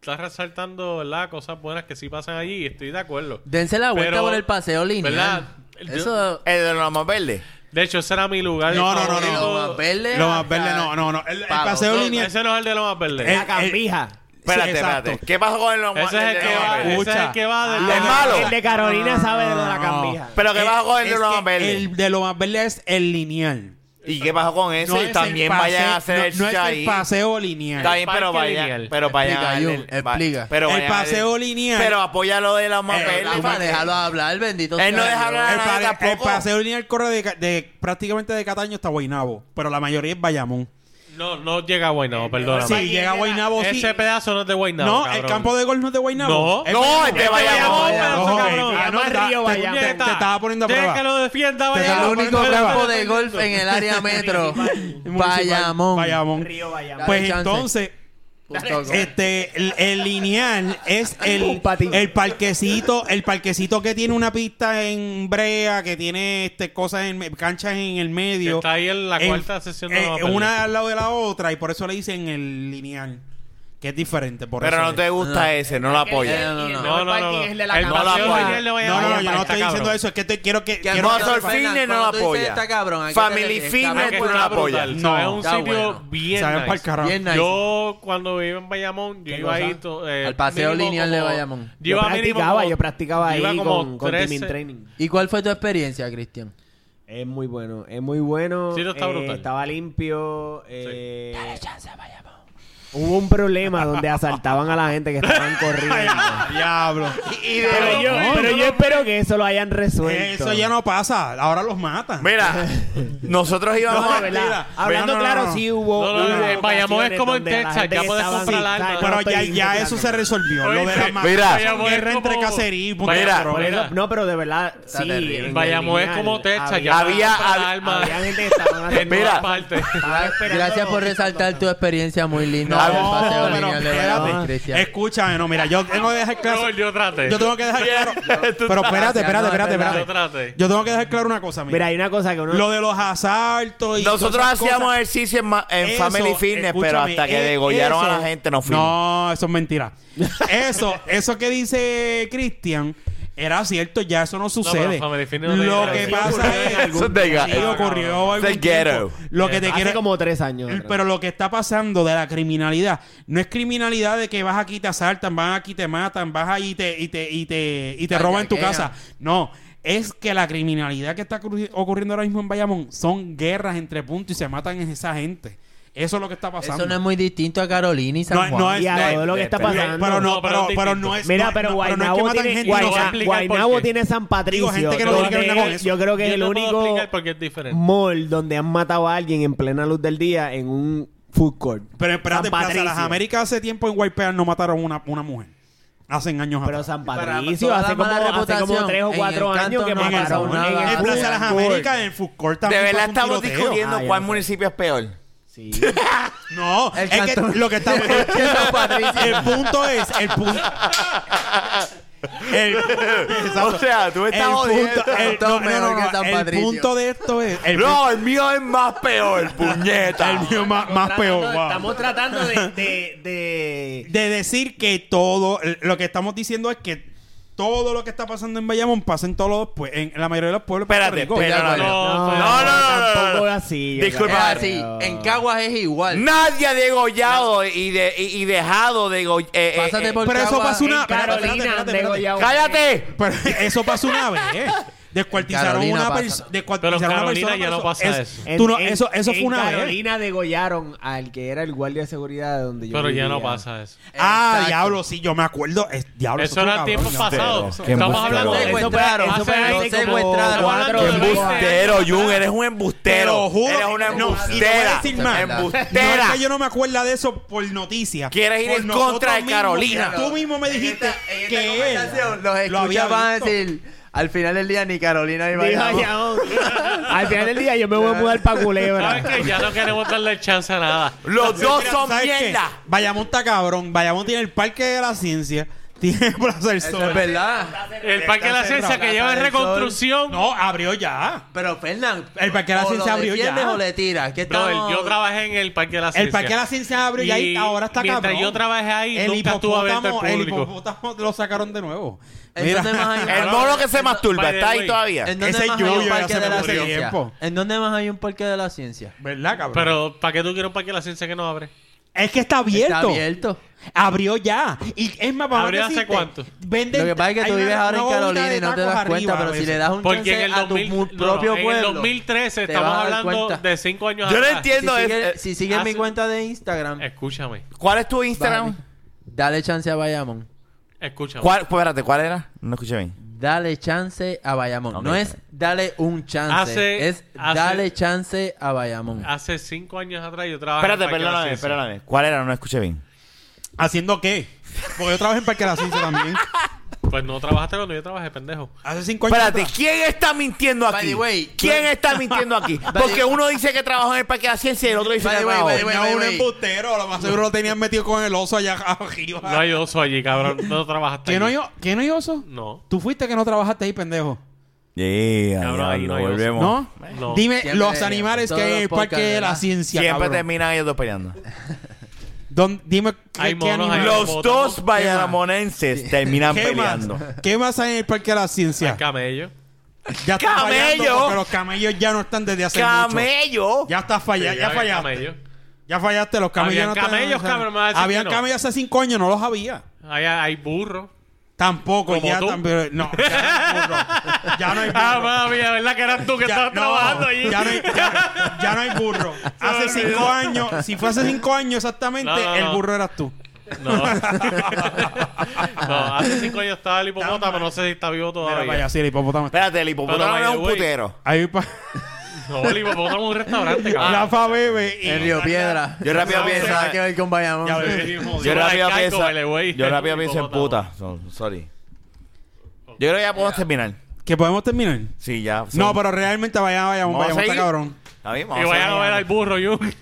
[SPEAKER 2] estás resaltando, ¿verdad? Cosas buenas que sí pasan allí y estoy de acuerdo.
[SPEAKER 4] Dense la vuelta
[SPEAKER 2] Pero,
[SPEAKER 4] por el paseo lineal.
[SPEAKER 2] ¿verdad? Yo-
[SPEAKER 4] Eso...
[SPEAKER 1] El de los más verdes.
[SPEAKER 2] De hecho, ese era mi lugar.
[SPEAKER 3] No, no, no,
[SPEAKER 4] de
[SPEAKER 2] favorito.
[SPEAKER 3] no.
[SPEAKER 4] Lo más verde.
[SPEAKER 3] Lo más verde, no, no, no. El, el
[SPEAKER 4] Palo,
[SPEAKER 3] paseo
[SPEAKER 4] no,
[SPEAKER 3] lineal.
[SPEAKER 2] Ese no es el de lo más verde.
[SPEAKER 3] Eh,
[SPEAKER 5] La campija.
[SPEAKER 1] Espérate,
[SPEAKER 3] exacto.
[SPEAKER 1] espérate. ¿Qué pasó con el Loma-
[SPEAKER 2] Ese es el
[SPEAKER 1] de
[SPEAKER 2] que
[SPEAKER 1] Loma
[SPEAKER 2] va,
[SPEAKER 1] Verde?
[SPEAKER 2] ese es el
[SPEAKER 3] Escucha.
[SPEAKER 2] que va del-
[SPEAKER 1] Ah, Es malo.
[SPEAKER 5] El de Carolina sabe de lo de la
[SPEAKER 3] No.
[SPEAKER 5] campija.
[SPEAKER 1] Pero ¿qué
[SPEAKER 3] Es-
[SPEAKER 1] pasó con el de
[SPEAKER 3] es
[SPEAKER 1] los
[SPEAKER 3] que
[SPEAKER 1] más verdes?
[SPEAKER 3] El de lo más verde es el lineal.
[SPEAKER 1] ¿Y qué pasó con ese?
[SPEAKER 3] es el
[SPEAKER 1] También
[SPEAKER 3] paseo-
[SPEAKER 1] vayan a hacer
[SPEAKER 3] no-
[SPEAKER 1] el
[SPEAKER 3] no es el
[SPEAKER 1] ahí.
[SPEAKER 3] paseo
[SPEAKER 1] Está
[SPEAKER 3] lineal.
[SPEAKER 1] bien, pero
[SPEAKER 2] parque
[SPEAKER 1] vayan.
[SPEAKER 2] lineal.
[SPEAKER 1] Pero vayan a
[SPEAKER 4] Explica,
[SPEAKER 1] darle-
[SPEAKER 4] Jun, explica.
[SPEAKER 1] pero
[SPEAKER 3] El
[SPEAKER 1] vayan a darle-
[SPEAKER 3] paseo lineal.
[SPEAKER 1] Pero apoya lo de los más
[SPEAKER 3] Eh,
[SPEAKER 1] verdes.
[SPEAKER 4] Ah,
[SPEAKER 1] para que-
[SPEAKER 4] déjalo hablar, bendito
[SPEAKER 1] Él no
[SPEAKER 4] sea
[SPEAKER 1] deja
[SPEAKER 4] Dios.
[SPEAKER 1] hablar.
[SPEAKER 3] El,
[SPEAKER 1] Ah,
[SPEAKER 3] pare-
[SPEAKER 1] tampoco.
[SPEAKER 3] el paseo lineal corre de, ca- de prácticamente de Cataño hasta Guaynabo, pero la mayoría es Bayamón.
[SPEAKER 2] No, no llega a Guaynabo, perdóname.
[SPEAKER 3] Si llega a Guaynabo, sí.
[SPEAKER 2] Ese pedazo no es de Guaynabo,
[SPEAKER 3] no, el
[SPEAKER 2] cabrón.
[SPEAKER 3] campo de gol no es de Guaynabo.
[SPEAKER 2] No.
[SPEAKER 3] Es
[SPEAKER 1] No,
[SPEAKER 3] Bayamón.
[SPEAKER 1] es de Bayamón,
[SPEAKER 3] Bayamón,
[SPEAKER 2] pedazo
[SPEAKER 3] ok.
[SPEAKER 2] cabrón.
[SPEAKER 3] Ah, no,
[SPEAKER 5] Llama
[SPEAKER 3] te-
[SPEAKER 5] a Río
[SPEAKER 3] te-
[SPEAKER 5] Bayamón.
[SPEAKER 3] te-
[SPEAKER 2] Puñeta,
[SPEAKER 3] te estaba poniendo a
[SPEAKER 2] deja
[SPEAKER 3] prueba.
[SPEAKER 2] que lo defienda
[SPEAKER 3] estaba
[SPEAKER 4] El
[SPEAKER 2] Guaynabo.
[SPEAKER 4] único
[SPEAKER 3] poniendo a
[SPEAKER 4] campo
[SPEAKER 3] prueba.
[SPEAKER 4] de golf en el área metro.
[SPEAKER 3] Municipal,
[SPEAKER 4] Bayamón.
[SPEAKER 3] Bayamón.
[SPEAKER 5] Río Bayamón.
[SPEAKER 3] Pues
[SPEAKER 4] Dale chance.
[SPEAKER 3] entonces,
[SPEAKER 4] Punto com.
[SPEAKER 3] este, el, el lineal es el,
[SPEAKER 5] Un patín.
[SPEAKER 3] el parquecito, el parquecito que tiene una pista en brea, que tiene este, cosas en canchas en el medio.
[SPEAKER 2] Está ahí en la cuarta sesión de
[SPEAKER 3] eh,
[SPEAKER 2] los más verdes.
[SPEAKER 3] una al lado de la otra y por eso le dicen el lineal, que es diferente. Por
[SPEAKER 1] Pero
[SPEAKER 3] eso
[SPEAKER 1] no
[SPEAKER 3] es.
[SPEAKER 1] te gusta ese, no lo apoyas.
[SPEAKER 4] Eh, no, no,
[SPEAKER 2] No,
[SPEAKER 4] no.
[SPEAKER 2] no, no.
[SPEAKER 5] El de la
[SPEAKER 2] El
[SPEAKER 5] campija.
[SPEAKER 1] no la
[SPEAKER 2] paseo
[SPEAKER 1] apoya.
[SPEAKER 2] lineal de
[SPEAKER 3] No,
[SPEAKER 2] Guaynabo.
[SPEAKER 3] no, no, yo
[SPEAKER 2] está
[SPEAKER 3] no estoy diciendo
[SPEAKER 2] cabrón.
[SPEAKER 3] eso, es que te quiero que...
[SPEAKER 4] Que
[SPEAKER 3] quiero-
[SPEAKER 4] no-
[SPEAKER 1] Muscle
[SPEAKER 4] Fernan,
[SPEAKER 1] Fitness no
[SPEAKER 4] cuando
[SPEAKER 1] lo
[SPEAKER 4] tú dices
[SPEAKER 1] apoya.
[SPEAKER 4] está cabrón, ¿a qué te
[SPEAKER 1] Family
[SPEAKER 4] refieres?
[SPEAKER 1] Fitness
[SPEAKER 4] Está
[SPEAKER 1] no lo
[SPEAKER 2] Está
[SPEAKER 1] apoya.
[SPEAKER 2] brutal.
[SPEAKER 3] No.
[SPEAKER 2] No, es un
[SPEAKER 4] Está
[SPEAKER 2] sitio
[SPEAKER 4] bueno.
[SPEAKER 2] bien
[SPEAKER 3] Saben
[SPEAKER 2] nice.
[SPEAKER 3] pa'l carajo.
[SPEAKER 4] Bien nice.
[SPEAKER 2] Yo cuando vivía en Bayamón, yo
[SPEAKER 4] ¿Qué
[SPEAKER 2] iba
[SPEAKER 4] cosa?
[SPEAKER 2] ahí to- eh,
[SPEAKER 4] Al paseo
[SPEAKER 2] mínimo
[SPEAKER 4] lineal de
[SPEAKER 2] como-
[SPEAKER 4] Bayamón.
[SPEAKER 5] Yo
[SPEAKER 2] iba mínimo
[SPEAKER 5] practicaba,
[SPEAKER 2] como-
[SPEAKER 5] yo practicaba ahí
[SPEAKER 2] iba como
[SPEAKER 5] con, con
[SPEAKER 2] 13.
[SPEAKER 5] Teaming Training.
[SPEAKER 4] ¿Y cuál fue tu experiencia, Cristian?
[SPEAKER 5] Es muy bueno, es muy bueno.
[SPEAKER 2] Sí, eso está
[SPEAKER 5] eh,
[SPEAKER 2] brutal.
[SPEAKER 5] Estaba limpio. eh, Hubo un problema donde asaltaban a la gente que estaban corriendo.
[SPEAKER 3] Diablo.
[SPEAKER 5] pero, yo, pero yo espero que eso lo hayan resuelto.
[SPEAKER 3] Eso ya no pasa, ahora los matan.
[SPEAKER 1] Mira, nosotros
[SPEAKER 5] No,
[SPEAKER 1] íbamos
[SPEAKER 5] de
[SPEAKER 1] a...
[SPEAKER 5] verdad.
[SPEAKER 3] mentira.
[SPEAKER 5] Hablando
[SPEAKER 3] No, no,
[SPEAKER 5] claro,
[SPEAKER 3] no, no.
[SPEAKER 5] sí hubo.
[SPEAKER 2] No, no, no,
[SPEAKER 5] hubo
[SPEAKER 2] en Bayamón es
[SPEAKER 5] ocasiones
[SPEAKER 2] como en
[SPEAKER 5] donde la
[SPEAKER 2] Texas,
[SPEAKER 5] gente
[SPEAKER 2] ya
[SPEAKER 5] que
[SPEAKER 2] puedes
[SPEAKER 5] estaba-
[SPEAKER 2] comprar
[SPEAKER 5] Sí,
[SPEAKER 2] armas.
[SPEAKER 5] no, no
[SPEAKER 3] Pero
[SPEAKER 5] estoy
[SPEAKER 3] ya, ya eso
[SPEAKER 5] inventando.
[SPEAKER 3] se resolvió. Lo de
[SPEAKER 2] Oíste,
[SPEAKER 3] la ma-
[SPEAKER 1] Mira.
[SPEAKER 3] son
[SPEAKER 2] Bayamón es
[SPEAKER 3] guerra entre
[SPEAKER 2] como-
[SPEAKER 3] cacería y
[SPEAKER 2] Mira,
[SPEAKER 5] Por eso- no, pero de verdad,
[SPEAKER 4] Está
[SPEAKER 5] sí.
[SPEAKER 4] terrible.
[SPEAKER 5] en el
[SPEAKER 2] Bayamón es
[SPEAKER 5] lineal
[SPEAKER 2] como Texas, ya
[SPEAKER 1] Había-
[SPEAKER 2] compran
[SPEAKER 1] había-
[SPEAKER 2] armas
[SPEAKER 5] había gente que estaban
[SPEAKER 2] en
[SPEAKER 5] haciendo-
[SPEAKER 1] Mira.
[SPEAKER 2] todas partes.
[SPEAKER 5] estaba esperando
[SPEAKER 4] Gracias por
[SPEAKER 5] los-
[SPEAKER 4] resaltar tu experiencia muy linda. del
[SPEAKER 3] No,
[SPEAKER 4] paseo
[SPEAKER 3] pero
[SPEAKER 4] lineal de Bayamón,
[SPEAKER 3] espérate.
[SPEAKER 4] Cristian.
[SPEAKER 3] Escúchame, no, mira, yo tengo que dejar
[SPEAKER 2] No,
[SPEAKER 3] claro.
[SPEAKER 2] yo traté.
[SPEAKER 3] Yo tengo que dejar claro. Pero espérate, espérate,
[SPEAKER 2] Yo
[SPEAKER 3] espérate, espérate.
[SPEAKER 2] traté.
[SPEAKER 3] Yo tengo que dejar claro una cosa,
[SPEAKER 5] Mira,
[SPEAKER 3] mira.
[SPEAKER 5] hay una cosa que uno...
[SPEAKER 3] Lo de los asaltos y
[SPEAKER 1] Nosotros
[SPEAKER 3] todas esas
[SPEAKER 1] hacíamos
[SPEAKER 3] cosas,
[SPEAKER 1] ejercicio en, ma- en
[SPEAKER 3] eso,
[SPEAKER 1] Family Fitness, pero
[SPEAKER 3] escúchame,
[SPEAKER 1] hasta que
[SPEAKER 3] eh,
[SPEAKER 1] degollaron a
[SPEAKER 3] eso-
[SPEAKER 1] la gente no fuimos.
[SPEAKER 3] No, eso es mentira. Eso, eso que dice Cristian Era cierto, ya eso no sucede.
[SPEAKER 2] Family Feud no
[SPEAKER 3] lo
[SPEAKER 2] tiene
[SPEAKER 3] que
[SPEAKER 2] que
[SPEAKER 3] pasa es
[SPEAKER 1] Eso es de ga-
[SPEAKER 3] Sí, ocurrió algún
[SPEAKER 1] It's ghetto.
[SPEAKER 3] tiempo. Lo que te
[SPEAKER 5] Hace
[SPEAKER 3] quiero
[SPEAKER 5] como tres años.
[SPEAKER 3] Mm,
[SPEAKER 5] atrás.
[SPEAKER 3] Pero lo que está pasando de la criminalidad, no es criminalidad de que vas aquí y te asaltan, van aquí y te matan, vas ahí y te, y te, y te, y te
[SPEAKER 4] Ay,
[SPEAKER 3] roban tu
[SPEAKER 4] yaquea.
[SPEAKER 3] casa. No, es que la criminalidad que está ocurri- ocurriendo ahora mismo en Bayamón son guerras entre puntos y se matan a esa gente. Eso es lo que está pasando.
[SPEAKER 4] Eso no es muy distinto a Carolina y San
[SPEAKER 3] No,
[SPEAKER 4] Juan.
[SPEAKER 3] no es-
[SPEAKER 5] y a todo lo que está
[SPEAKER 3] Pero-
[SPEAKER 5] pasando.
[SPEAKER 3] Pero no,
[SPEAKER 2] No, pero
[SPEAKER 3] pero,
[SPEAKER 2] es
[SPEAKER 3] pero
[SPEAKER 2] distinto.
[SPEAKER 3] no es.
[SPEAKER 5] Mira,
[SPEAKER 3] no-
[SPEAKER 5] pero
[SPEAKER 3] no-
[SPEAKER 5] Guaynabo
[SPEAKER 3] no es que matan
[SPEAKER 5] tiene,
[SPEAKER 3] gente, no
[SPEAKER 2] Guayna-
[SPEAKER 3] se
[SPEAKER 5] Guayna-
[SPEAKER 3] aplica.
[SPEAKER 2] explica el
[SPEAKER 5] Guaynabo
[SPEAKER 2] porqué.
[SPEAKER 5] tiene San Patricio.
[SPEAKER 3] Digo, gente que no tiene que ver nada con
[SPEAKER 5] donde-
[SPEAKER 3] eso.
[SPEAKER 5] Yo creo que es
[SPEAKER 2] Yo
[SPEAKER 5] el
[SPEAKER 2] te puedo
[SPEAKER 5] único
[SPEAKER 2] explicar porque es diferente.
[SPEAKER 5] mall donde han matado a alguien en plena luz del día en un food court.
[SPEAKER 3] Pero espérate,
[SPEAKER 5] San
[SPEAKER 3] Plaza Las
[SPEAKER 5] Patricio.
[SPEAKER 3] Américas hace tiempo en Guaypear no mataron una, una mujer. Hacen años
[SPEAKER 5] Pero
[SPEAKER 3] atrás.
[SPEAKER 5] San
[SPEAKER 4] para
[SPEAKER 5] Patricio
[SPEAKER 4] toda la
[SPEAKER 5] hace como,
[SPEAKER 4] mala
[SPEAKER 5] hace como
[SPEAKER 4] reputación,
[SPEAKER 5] tres o
[SPEAKER 4] en
[SPEAKER 5] cuatro
[SPEAKER 4] el
[SPEAKER 5] años
[SPEAKER 4] canto
[SPEAKER 5] que
[SPEAKER 4] no
[SPEAKER 5] mataron
[SPEAKER 4] pasó nada.
[SPEAKER 5] el
[SPEAKER 3] en
[SPEAKER 4] Ah,
[SPEAKER 3] Plaza Las
[SPEAKER 5] food
[SPEAKER 3] Américas,
[SPEAKER 5] court.
[SPEAKER 3] en el Food Court
[SPEAKER 1] De
[SPEAKER 3] también.
[SPEAKER 1] verdad
[SPEAKER 3] fue un
[SPEAKER 1] estamos
[SPEAKER 3] tiroteo.
[SPEAKER 1] discutiendo
[SPEAKER 5] Ah, ya
[SPEAKER 1] cuál
[SPEAKER 5] sé.
[SPEAKER 1] municipio es peor.
[SPEAKER 5] Sí.
[SPEAKER 3] No,
[SPEAKER 4] El
[SPEAKER 3] es
[SPEAKER 4] cantón.
[SPEAKER 3] que lo que estamos.
[SPEAKER 4] San Patricio.
[SPEAKER 3] el punto es. El punto. El,
[SPEAKER 1] O sea, tú estás
[SPEAKER 3] el
[SPEAKER 1] jodiendo.
[SPEAKER 3] punto, el, no, no, no, no,
[SPEAKER 4] Mejor que San
[SPEAKER 3] el
[SPEAKER 4] Patricio.
[SPEAKER 3] punto de esto es. El,
[SPEAKER 1] No, el mío es más peor, puñeta.
[SPEAKER 3] el mío más, más peor. wow.
[SPEAKER 5] Estamos tratando de... de, de-
[SPEAKER 3] De decir que todo. Lo que estamos diciendo es que todo lo que está pasando en Bayamón pasa en todos los pue- en la mayoría de los pueblos. de Puerto
[SPEAKER 1] Espérate, pues
[SPEAKER 3] Rico.
[SPEAKER 1] espérate.
[SPEAKER 4] No,
[SPEAKER 1] No,
[SPEAKER 2] no,
[SPEAKER 1] no, no, no, no,
[SPEAKER 5] Tampoco
[SPEAKER 1] no.
[SPEAKER 5] así. yo
[SPEAKER 1] Disculpa.
[SPEAKER 4] Es
[SPEAKER 5] creo.
[SPEAKER 4] así. En Caguas es igual.
[SPEAKER 1] Nadie ha degollado y, de, y, y dejado de go- eh, eh,
[SPEAKER 4] Pásate
[SPEAKER 1] eh.
[SPEAKER 4] por
[SPEAKER 3] Pero eso
[SPEAKER 4] Caguas.
[SPEAKER 3] pasa una.
[SPEAKER 5] En Carolina han degollado.
[SPEAKER 1] ¡Cállate!
[SPEAKER 3] Pero eso pasó una vez. Descuartizaron
[SPEAKER 4] En Carolina
[SPEAKER 3] una,
[SPEAKER 4] pasa.
[SPEAKER 3] persona descuartizaron
[SPEAKER 2] Pero en
[SPEAKER 3] una
[SPEAKER 2] Carolina
[SPEAKER 3] persona.
[SPEAKER 2] ya no pasa
[SPEAKER 3] es-
[SPEAKER 2] eso.
[SPEAKER 5] En-
[SPEAKER 3] tú no-
[SPEAKER 5] en-
[SPEAKER 3] eso, eso
[SPEAKER 5] en
[SPEAKER 3] fue una vez.
[SPEAKER 5] Carolina degollaron al que era el guardia de seguridad de donde yo
[SPEAKER 2] Pero ya no
[SPEAKER 5] vivía.
[SPEAKER 2] pasa eso.
[SPEAKER 3] Ah,
[SPEAKER 4] Exacto.
[SPEAKER 3] diablo, sí, yo me acuerdo. Es- diablo,
[SPEAKER 2] Eso era
[SPEAKER 3] fue
[SPEAKER 2] tiempo
[SPEAKER 3] cabrón,
[SPEAKER 2] pasado.
[SPEAKER 1] Qué
[SPEAKER 2] Estamos
[SPEAKER 1] embustero.
[SPEAKER 2] hablando de
[SPEAKER 5] Eso fue, eso fue
[SPEAKER 2] Hace-
[SPEAKER 5] hace
[SPEAKER 4] lo
[SPEAKER 5] como
[SPEAKER 4] secuestraron.
[SPEAKER 5] cuatro
[SPEAKER 1] ¡Qué
[SPEAKER 5] o cinco
[SPEAKER 1] embustero, Jun! Eres un
[SPEAKER 3] Te
[SPEAKER 1] embustero.
[SPEAKER 3] lo juro.
[SPEAKER 1] Eres una
[SPEAKER 3] No, y te voy a
[SPEAKER 1] embustera.
[SPEAKER 3] decir más.
[SPEAKER 1] embustera.
[SPEAKER 3] No es que yo no me acuerdo de eso por noticias.
[SPEAKER 1] Quieres ir
[SPEAKER 3] Por
[SPEAKER 1] en
[SPEAKER 3] nosotros
[SPEAKER 1] contra de
[SPEAKER 3] mismos.
[SPEAKER 1] Carolina.
[SPEAKER 3] Tú mismo me dijiste que él
[SPEAKER 4] Los
[SPEAKER 3] lo había
[SPEAKER 4] escuchas van a
[SPEAKER 3] visto.
[SPEAKER 4] decir, al final del día ni Carolina ni
[SPEAKER 5] Digo,
[SPEAKER 4] Bayamón.
[SPEAKER 5] ya, Al final del día yo me voy a mudar para Culebra.
[SPEAKER 2] ¿Sabes qué? Ya no queremos darle chance a nada.
[SPEAKER 1] Los dos
[SPEAKER 3] Mira,
[SPEAKER 1] son
[SPEAKER 3] ¿sabes qué?
[SPEAKER 1] mierda.
[SPEAKER 3] Bayamón está cabrón. Bayamón tiene el Parque de la Ciencia. Tiene Plaza del
[SPEAKER 4] Eso es
[SPEAKER 3] Sol.
[SPEAKER 4] verdad.
[SPEAKER 2] El Parque de la Ciencia que lleva en reconstrucción. No,
[SPEAKER 3] No, abrió ya.
[SPEAKER 4] Pero Fernán,
[SPEAKER 3] El Parque de la
[SPEAKER 4] o
[SPEAKER 3] Ciencia
[SPEAKER 4] lo
[SPEAKER 3] abrió
[SPEAKER 4] defiendes
[SPEAKER 3] ya.
[SPEAKER 4] o le tiras? ¿Qué
[SPEAKER 2] brother,
[SPEAKER 4] estamos-
[SPEAKER 2] yo trabajé en el Parque de la Ciencia.
[SPEAKER 3] El Parque de la Ciencia abrió ya y ahora está
[SPEAKER 2] mientras
[SPEAKER 3] cabrón.
[SPEAKER 2] yo trabajé ahí,
[SPEAKER 3] el
[SPEAKER 2] nunca estuvo abierto
[SPEAKER 3] hipopótamo,
[SPEAKER 2] al
[SPEAKER 3] el
[SPEAKER 2] público.
[SPEAKER 3] hipopótamo lo sacaron de nuevo.
[SPEAKER 4] Entonces, más hay-
[SPEAKER 1] El mono que se masturba
[SPEAKER 2] by the
[SPEAKER 1] está ahí
[SPEAKER 2] way.
[SPEAKER 1] todavía.
[SPEAKER 4] ¿En dónde
[SPEAKER 3] Ese
[SPEAKER 4] más
[SPEAKER 3] yo,
[SPEAKER 4] hay un
[SPEAKER 3] yo ya
[SPEAKER 4] parque
[SPEAKER 3] se
[SPEAKER 4] de
[SPEAKER 3] me
[SPEAKER 4] la
[SPEAKER 3] murió.
[SPEAKER 4] ciencia?
[SPEAKER 3] Tiempo.
[SPEAKER 4] ¿En dónde más hay un parque de la ciencia?
[SPEAKER 3] ¿Verdad, cabrón?
[SPEAKER 2] Pero, ¿para qué tú quieres un Parque de la Ciencia que no abre?
[SPEAKER 3] es que está abierto.
[SPEAKER 4] Está abierto.
[SPEAKER 3] Abrió ya. Y es más, para
[SPEAKER 2] ¿Abrió hace cuánto?
[SPEAKER 3] Venden,
[SPEAKER 4] Lo que pasa es que
[SPEAKER 3] hay
[SPEAKER 4] tú
[SPEAKER 3] una-
[SPEAKER 4] vives ahora
[SPEAKER 3] una
[SPEAKER 4] en
[SPEAKER 3] bolita
[SPEAKER 4] Carolina
[SPEAKER 3] de
[SPEAKER 4] y no te
[SPEAKER 3] tacos
[SPEAKER 4] das cuenta,
[SPEAKER 3] arriba
[SPEAKER 4] pero
[SPEAKER 3] a
[SPEAKER 4] si
[SPEAKER 3] veces.
[SPEAKER 4] le das un
[SPEAKER 2] Porque en
[SPEAKER 4] chance
[SPEAKER 2] el,
[SPEAKER 4] a tu
[SPEAKER 2] 2000,
[SPEAKER 4] mu-
[SPEAKER 2] no,
[SPEAKER 4] propio
[SPEAKER 2] en el
[SPEAKER 4] pueblo,
[SPEAKER 2] 2013
[SPEAKER 4] te
[SPEAKER 2] estamos
[SPEAKER 4] vas a dar
[SPEAKER 2] hablando
[SPEAKER 4] cuenta.
[SPEAKER 2] de 5 años
[SPEAKER 1] Yo no
[SPEAKER 2] atrás.
[SPEAKER 4] Si
[SPEAKER 1] entiendo
[SPEAKER 4] sigues
[SPEAKER 1] eso. Eh,
[SPEAKER 4] si sigues mi
[SPEAKER 2] hace-
[SPEAKER 4] cuenta de Instagram,
[SPEAKER 2] Escúchame,
[SPEAKER 1] ¿Cuál es tu Instagram?
[SPEAKER 4] Barbie, dale chance a Bayamón.
[SPEAKER 2] escúchame.
[SPEAKER 1] ¿Cuál, pues, espérate, ¿cuál era? No escuché bien.
[SPEAKER 4] Dale chance a Bayamón.
[SPEAKER 1] Ok.
[SPEAKER 4] No es dale un chance.
[SPEAKER 2] Hace-
[SPEAKER 4] es
[SPEAKER 2] hace- Ah,
[SPEAKER 4] dale chance a Bayamón.
[SPEAKER 2] Hace 5 años atrás yo trabajé
[SPEAKER 1] Espérate,
[SPEAKER 2] en el Parque de la
[SPEAKER 1] perdóname,
[SPEAKER 2] Ciencia.
[SPEAKER 1] perdóname. ¿Cuál era? No escuché bien.
[SPEAKER 3] ¿Haciendo qué? Porque yo trabajé en Parque de la Ciencia también.
[SPEAKER 2] Pues no trabajaste cuando yo trabajé, pendejo.
[SPEAKER 3] Hace cinco años.
[SPEAKER 1] Espérate,
[SPEAKER 3] atrás.
[SPEAKER 1] ¿quién está mintiendo
[SPEAKER 4] By
[SPEAKER 1] aquí?
[SPEAKER 4] the way,
[SPEAKER 1] ¿Quién
[SPEAKER 4] tú-
[SPEAKER 1] está mintiendo aquí?
[SPEAKER 4] the
[SPEAKER 1] Porque
[SPEAKER 4] way-
[SPEAKER 1] uno dice que trabajó en el Parque de la Ciencia y el otro dice
[SPEAKER 4] By
[SPEAKER 1] que
[SPEAKER 4] the way,
[SPEAKER 1] trabajó.
[SPEAKER 4] by the way,
[SPEAKER 3] Tenía
[SPEAKER 4] by
[SPEAKER 3] un
[SPEAKER 4] the way.
[SPEAKER 3] embustero, lo más seguro lo tenían metido con el oso allá arriba.
[SPEAKER 2] No hay oso allí, cabrón. No trabajaste
[SPEAKER 3] ¿Qué no,
[SPEAKER 2] allí.
[SPEAKER 3] hay, o- ¿Qué no hay oso?
[SPEAKER 2] No.
[SPEAKER 3] Tú fuiste que no trabajaste ahí, pendejo.
[SPEAKER 1] Yeah,
[SPEAKER 2] Cabrón, ahí
[SPEAKER 1] diablo,
[SPEAKER 2] no hay oso.
[SPEAKER 1] volvemos.
[SPEAKER 3] ¿No?
[SPEAKER 2] No.
[SPEAKER 3] Dime
[SPEAKER 4] Siempre
[SPEAKER 3] los
[SPEAKER 4] debería.
[SPEAKER 3] animales que
[SPEAKER 4] Todos
[SPEAKER 3] hay en
[SPEAKER 4] los
[SPEAKER 3] el Parque
[SPEAKER 4] podcasts,
[SPEAKER 3] de la
[SPEAKER 4] ¿verdad?
[SPEAKER 3] Ciencia,
[SPEAKER 1] Siempre
[SPEAKER 3] cabrón.
[SPEAKER 1] terminan ellos dos peleando.
[SPEAKER 3] Don- dime qué-
[SPEAKER 2] Hay
[SPEAKER 3] qué
[SPEAKER 2] monos, hay
[SPEAKER 3] animales-
[SPEAKER 2] Los
[SPEAKER 1] Los dos bayaramonenses terminan
[SPEAKER 3] ¿Qué más?
[SPEAKER 1] peleando.
[SPEAKER 3] ¿Qué más hay en el Parque de la Ciencia?
[SPEAKER 2] Camello.
[SPEAKER 3] Ya está
[SPEAKER 1] ¡Camello!
[SPEAKER 3] fallando porque los camellos ya no están desde hace mucho.
[SPEAKER 1] ¡Camello!
[SPEAKER 3] Ya está falla,
[SPEAKER 2] Sí,
[SPEAKER 3] ya
[SPEAKER 2] había
[SPEAKER 3] fallaste.
[SPEAKER 2] camello.
[SPEAKER 3] Ya fallaste, los camellos
[SPEAKER 2] Habían
[SPEAKER 3] no están-
[SPEAKER 2] camellos, cabrón, me vas a decir
[SPEAKER 3] Habían
[SPEAKER 2] que no.
[SPEAKER 3] camellos hace cinco años, no los había.
[SPEAKER 2] Hay, hay burro.
[SPEAKER 3] Tampoco,
[SPEAKER 2] Como
[SPEAKER 3] ya
[SPEAKER 2] tú.
[SPEAKER 3] también. No, ya no hay burro. Ya no hay burro.
[SPEAKER 2] Ah, mami, la verdad que eras tú que
[SPEAKER 3] Ya-
[SPEAKER 2] estabas
[SPEAKER 3] no,
[SPEAKER 2] trabajando allí.
[SPEAKER 3] Ya no, hay, ya- ya no hay burro. Hace cinco años, si fue hace cinco años exactamente,
[SPEAKER 2] No, no,
[SPEAKER 3] el
[SPEAKER 2] no.
[SPEAKER 3] burro eras tú.
[SPEAKER 2] No. no, hace cinco años estaba el hipopótamo, no sé si está vivo
[SPEAKER 3] Mira,
[SPEAKER 2] todavía.
[SPEAKER 3] vaya, sí, el hipopótamo. está-
[SPEAKER 1] Espérate, el hipopótamo
[SPEAKER 2] by
[SPEAKER 1] es
[SPEAKER 2] the
[SPEAKER 1] un
[SPEAKER 2] way-
[SPEAKER 1] putero.
[SPEAKER 3] Ahí pa...
[SPEAKER 2] No, el hipopótamo es un restaurante, cabrón.
[SPEAKER 3] Rafa bebe y...
[SPEAKER 4] En Río Piedra.
[SPEAKER 1] Yo rápido
[SPEAKER 4] No,
[SPEAKER 1] pienso-
[SPEAKER 4] nada que ver con Bayamón.
[SPEAKER 3] Ya ves.
[SPEAKER 1] Yo rápido
[SPEAKER 2] Caico, vale,
[SPEAKER 1] pienso,
[SPEAKER 2] güey.
[SPEAKER 1] yo rápido pienso en
[SPEAKER 2] Hipopótamo.
[SPEAKER 1] puta. So- Sorry. Yo creo que ya podemos terminar.
[SPEAKER 3] ¿Que podemos terminar?
[SPEAKER 1] Sí, ya. so-
[SPEAKER 3] No, pero realmente vaya, vaya,
[SPEAKER 1] Vamos a
[SPEAKER 3] vaya, está
[SPEAKER 1] seguir.
[SPEAKER 3] cabrón.
[SPEAKER 1] Está bien,
[SPEAKER 2] Y
[SPEAKER 1] vamos
[SPEAKER 2] vayan a
[SPEAKER 1] seguir.
[SPEAKER 2] ver al burro, Jung.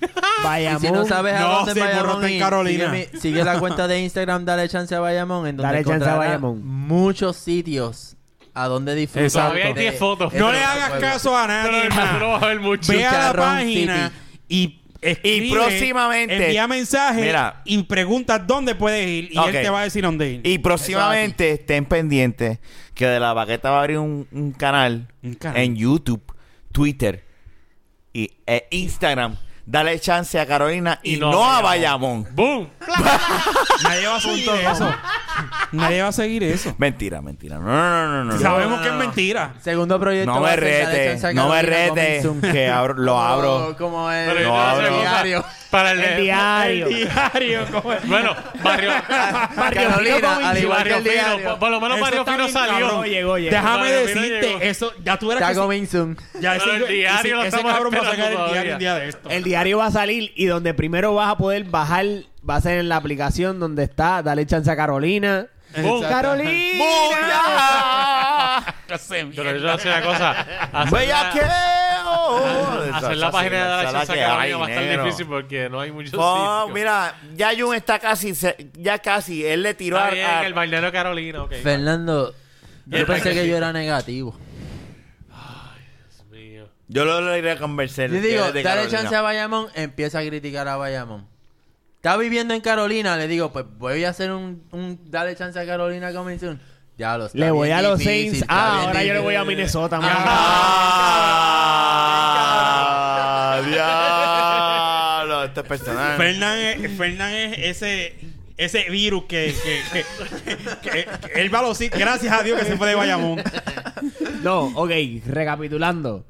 [SPEAKER 5] Bayamón.
[SPEAKER 4] Y si no
[SPEAKER 3] No,
[SPEAKER 4] sabes a dónde
[SPEAKER 3] sí,
[SPEAKER 4] es
[SPEAKER 3] burro,
[SPEAKER 4] Bayamón,
[SPEAKER 3] está en
[SPEAKER 4] y
[SPEAKER 3] Carolina.
[SPEAKER 4] sigue, mi- sigue la cuenta de Instagram Dale Chance a Bayamón en donde
[SPEAKER 5] Dale Chance a
[SPEAKER 4] encontrarás
[SPEAKER 5] Bayamón.
[SPEAKER 4] muchos sitios a donde disfrutar.
[SPEAKER 3] Exacto.
[SPEAKER 2] Todavía hay
[SPEAKER 4] de-
[SPEAKER 2] 10 fotos.
[SPEAKER 4] de
[SPEAKER 3] No
[SPEAKER 4] este
[SPEAKER 3] le hagas
[SPEAKER 4] juego.
[SPEAKER 3] caso a nadie
[SPEAKER 2] Pero no
[SPEAKER 3] más.
[SPEAKER 2] vas a ver mucho.
[SPEAKER 3] Ve a la
[SPEAKER 4] Chicharrón
[SPEAKER 3] página y escribe,
[SPEAKER 1] Y próximamente-
[SPEAKER 3] Envía mensaje
[SPEAKER 1] Mira.
[SPEAKER 3] y preguntas dónde puedes ir. Y
[SPEAKER 1] Ok.
[SPEAKER 3] él te va a decir dónde ir.
[SPEAKER 1] Y próximamente estén pendientes que de la baqueta va a abrir un, un canal,
[SPEAKER 3] Un canal.
[SPEAKER 1] en YouTube, Twitter y e Instagram. Dale chance a Carolina y,
[SPEAKER 2] Y
[SPEAKER 1] no,
[SPEAKER 2] no
[SPEAKER 1] a
[SPEAKER 2] a
[SPEAKER 1] Bayamón.
[SPEAKER 2] ¡Boom!
[SPEAKER 3] Nadie va a seguir eso. Nadie va a seguir eso.
[SPEAKER 1] Mentira, mentira. No, no, no, no. no.
[SPEAKER 3] Sabemos
[SPEAKER 4] no,
[SPEAKER 3] que es
[SPEAKER 4] no.
[SPEAKER 3] mentira.
[SPEAKER 4] Segundo proyecto.
[SPEAKER 1] No me
[SPEAKER 4] va a ser Dale Chance
[SPEAKER 1] rete,
[SPEAKER 4] a
[SPEAKER 1] no me
[SPEAKER 4] Carolina
[SPEAKER 1] rete, Oh,
[SPEAKER 4] Coming Soon.
[SPEAKER 1] que abro- lo
[SPEAKER 4] Como-
[SPEAKER 1] abro.
[SPEAKER 4] Como el,
[SPEAKER 2] Pero yo
[SPEAKER 1] No,
[SPEAKER 2] te voy a
[SPEAKER 1] abro.
[SPEAKER 2] decir una cosa.
[SPEAKER 4] Oh, diario.
[SPEAKER 2] Para el,
[SPEAKER 5] El diario.
[SPEAKER 3] Diario, ¿cómo es?
[SPEAKER 2] Bueno, Barrio.
[SPEAKER 4] Carolina, al
[SPEAKER 2] Sí,
[SPEAKER 4] igual que
[SPEAKER 2] Barrio
[SPEAKER 4] el
[SPEAKER 2] Fino.
[SPEAKER 4] diario.
[SPEAKER 2] Por- Por lo menos
[SPEAKER 3] Eso
[SPEAKER 2] Barrio
[SPEAKER 3] está
[SPEAKER 2] Fino
[SPEAKER 3] bien,
[SPEAKER 2] salió.
[SPEAKER 3] cabrón.
[SPEAKER 5] Oye, oye.
[SPEAKER 3] Déjame
[SPEAKER 2] Barrio Fino llegó.
[SPEAKER 3] decirte, eso, ya tú verás
[SPEAKER 4] Está
[SPEAKER 3] que sí-
[SPEAKER 4] coming soon.
[SPEAKER 3] ya
[SPEAKER 2] Pero el diario lo
[SPEAKER 3] ese
[SPEAKER 2] estamos
[SPEAKER 3] cabrón va a sacar
[SPEAKER 2] esperando
[SPEAKER 3] el diario
[SPEAKER 2] todavía.
[SPEAKER 3] un día de esto.
[SPEAKER 5] El diario va a salir y donde primero vas a poder bajar va a ser en la aplicación donde está Dale Chance a Carolina.
[SPEAKER 2] Boom.
[SPEAKER 5] ¡Carolina!
[SPEAKER 2] Pero yo te voy a decir una cosa. Hacer la-
[SPEAKER 1] Bellaqueo.
[SPEAKER 2] Hacer
[SPEAKER 1] Oh, Esa-
[SPEAKER 2] la página de
[SPEAKER 1] esa-
[SPEAKER 2] la
[SPEAKER 1] esa
[SPEAKER 2] Chance
[SPEAKER 1] que hay,
[SPEAKER 2] Carolina va a estar
[SPEAKER 1] negro.
[SPEAKER 2] difícil porque no hay muchos
[SPEAKER 1] Oh,
[SPEAKER 2] sitios.
[SPEAKER 1] mira, ya Jun está casi, se- ya casi, él le tiró
[SPEAKER 2] Está
[SPEAKER 1] a,
[SPEAKER 2] bien,
[SPEAKER 1] a-
[SPEAKER 2] el bailero Carolina, ok.
[SPEAKER 4] Fernando, yo
[SPEAKER 2] Ya,
[SPEAKER 4] pensé que
[SPEAKER 2] sí.
[SPEAKER 4] yo era negativo.
[SPEAKER 2] Dios mío.
[SPEAKER 1] Yo lo, lo iré a convencer.
[SPEAKER 4] Yo digo,
[SPEAKER 1] de
[SPEAKER 4] dale
[SPEAKER 1] Carolina.
[SPEAKER 4] chance a Bayamón, empieza a criticar a Bayamón. Está viviendo en Carolina, le digo, pues voy a hacer un, un dale chance a Carolina coming soon. Ya lo está
[SPEAKER 5] Le
[SPEAKER 4] bien
[SPEAKER 5] voy a los
[SPEAKER 4] difícil,
[SPEAKER 5] Saints.
[SPEAKER 4] está
[SPEAKER 5] Ah,
[SPEAKER 4] bien
[SPEAKER 5] ahora yo le voy a
[SPEAKER 4] difícil.
[SPEAKER 5] Minnesota.
[SPEAKER 1] Ah, diablo, este personaje.
[SPEAKER 3] Fernán es, Fernán es ese, ese virus que, que, que, que- que él va a los sit- Gracias a Dios que se fue de Bayamón.
[SPEAKER 5] No, ok, recapitulando.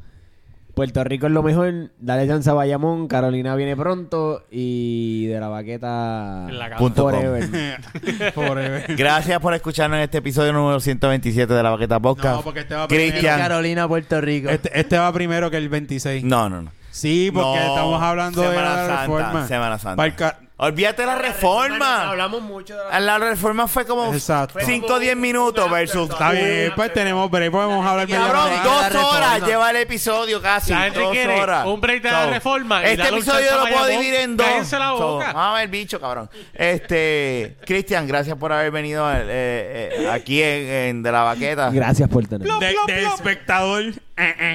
[SPEAKER 5] Puerto Rico es lo mejor. Dale chance a Bayamón. Carolina viene pronto. Y de la baqueta.
[SPEAKER 2] En la casa.
[SPEAKER 1] Punto com.
[SPEAKER 5] forever.
[SPEAKER 3] Pobre.
[SPEAKER 1] Gracias por escucharnos en este episodio número 127 de la Baqueta Podcast.
[SPEAKER 3] No, porque este va primero.
[SPEAKER 1] Cristian.
[SPEAKER 4] Carolina, Puerto Rico.
[SPEAKER 3] Este, este va primero que el 26.
[SPEAKER 1] No, no, no.
[SPEAKER 3] Sí, porque
[SPEAKER 1] No,
[SPEAKER 3] estamos hablando
[SPEAKER 1] Semana
[SPEAKER 3] de la
[SPEAKER 1] Santa,
[SPEAKER 3] reforma.
[SPEAKER 1] Semana Santa.
[SPEAKER 3] Para el ca-
[SPEAKER 1] Olvídate de la reforma.
[SPEAKER 5] Hablamos mucho de
[SPEAKER 1] La reforma fue como
[SPEAKER 3] Exacto.
[SPEAKER 1] 5 o 10 minutos versus.
[SPEAKER 3] Está bien, pues tenemos break, podemos hablar
[SPEAKER 4] Ya,
[SPEAKER 1] Cabrón,
[SPEAKER 4] la
[SPEAKER 1] dos
[SPEAKER 4] reforma.
[SPEAKER 1] horas lleva el episodio casi.
[SPEAKER 2] La gente
[SPEAKER 1] dos
[SPEAKER 2] quiere
[SPEAKER 1] horas.
[SPEAKER 2] un break de la reforma y
[SPEAKER 1] Este
[SPEAKER 2] darle un
[SPEAKER 1] episodio yo
[SPEAKER 2] chance
[SPEAKER 1] lo
[SPEAKER 2] a
[SPEAKER 1] puedo
[SPEAKER 2] Bayamón.
[SPEAKER 1] dividir en dos.
[SPEAKER 2] Cállense la boca.
[SPEAKER 1] Vamos el bicho, cabrón. Este, Cristian, gracias por haber venido eh, eh, eh, aquí en, en De la Baqueta.
[SPEAKER 5] Gracias por tener.
[SPEAKER 3] de, de espectador.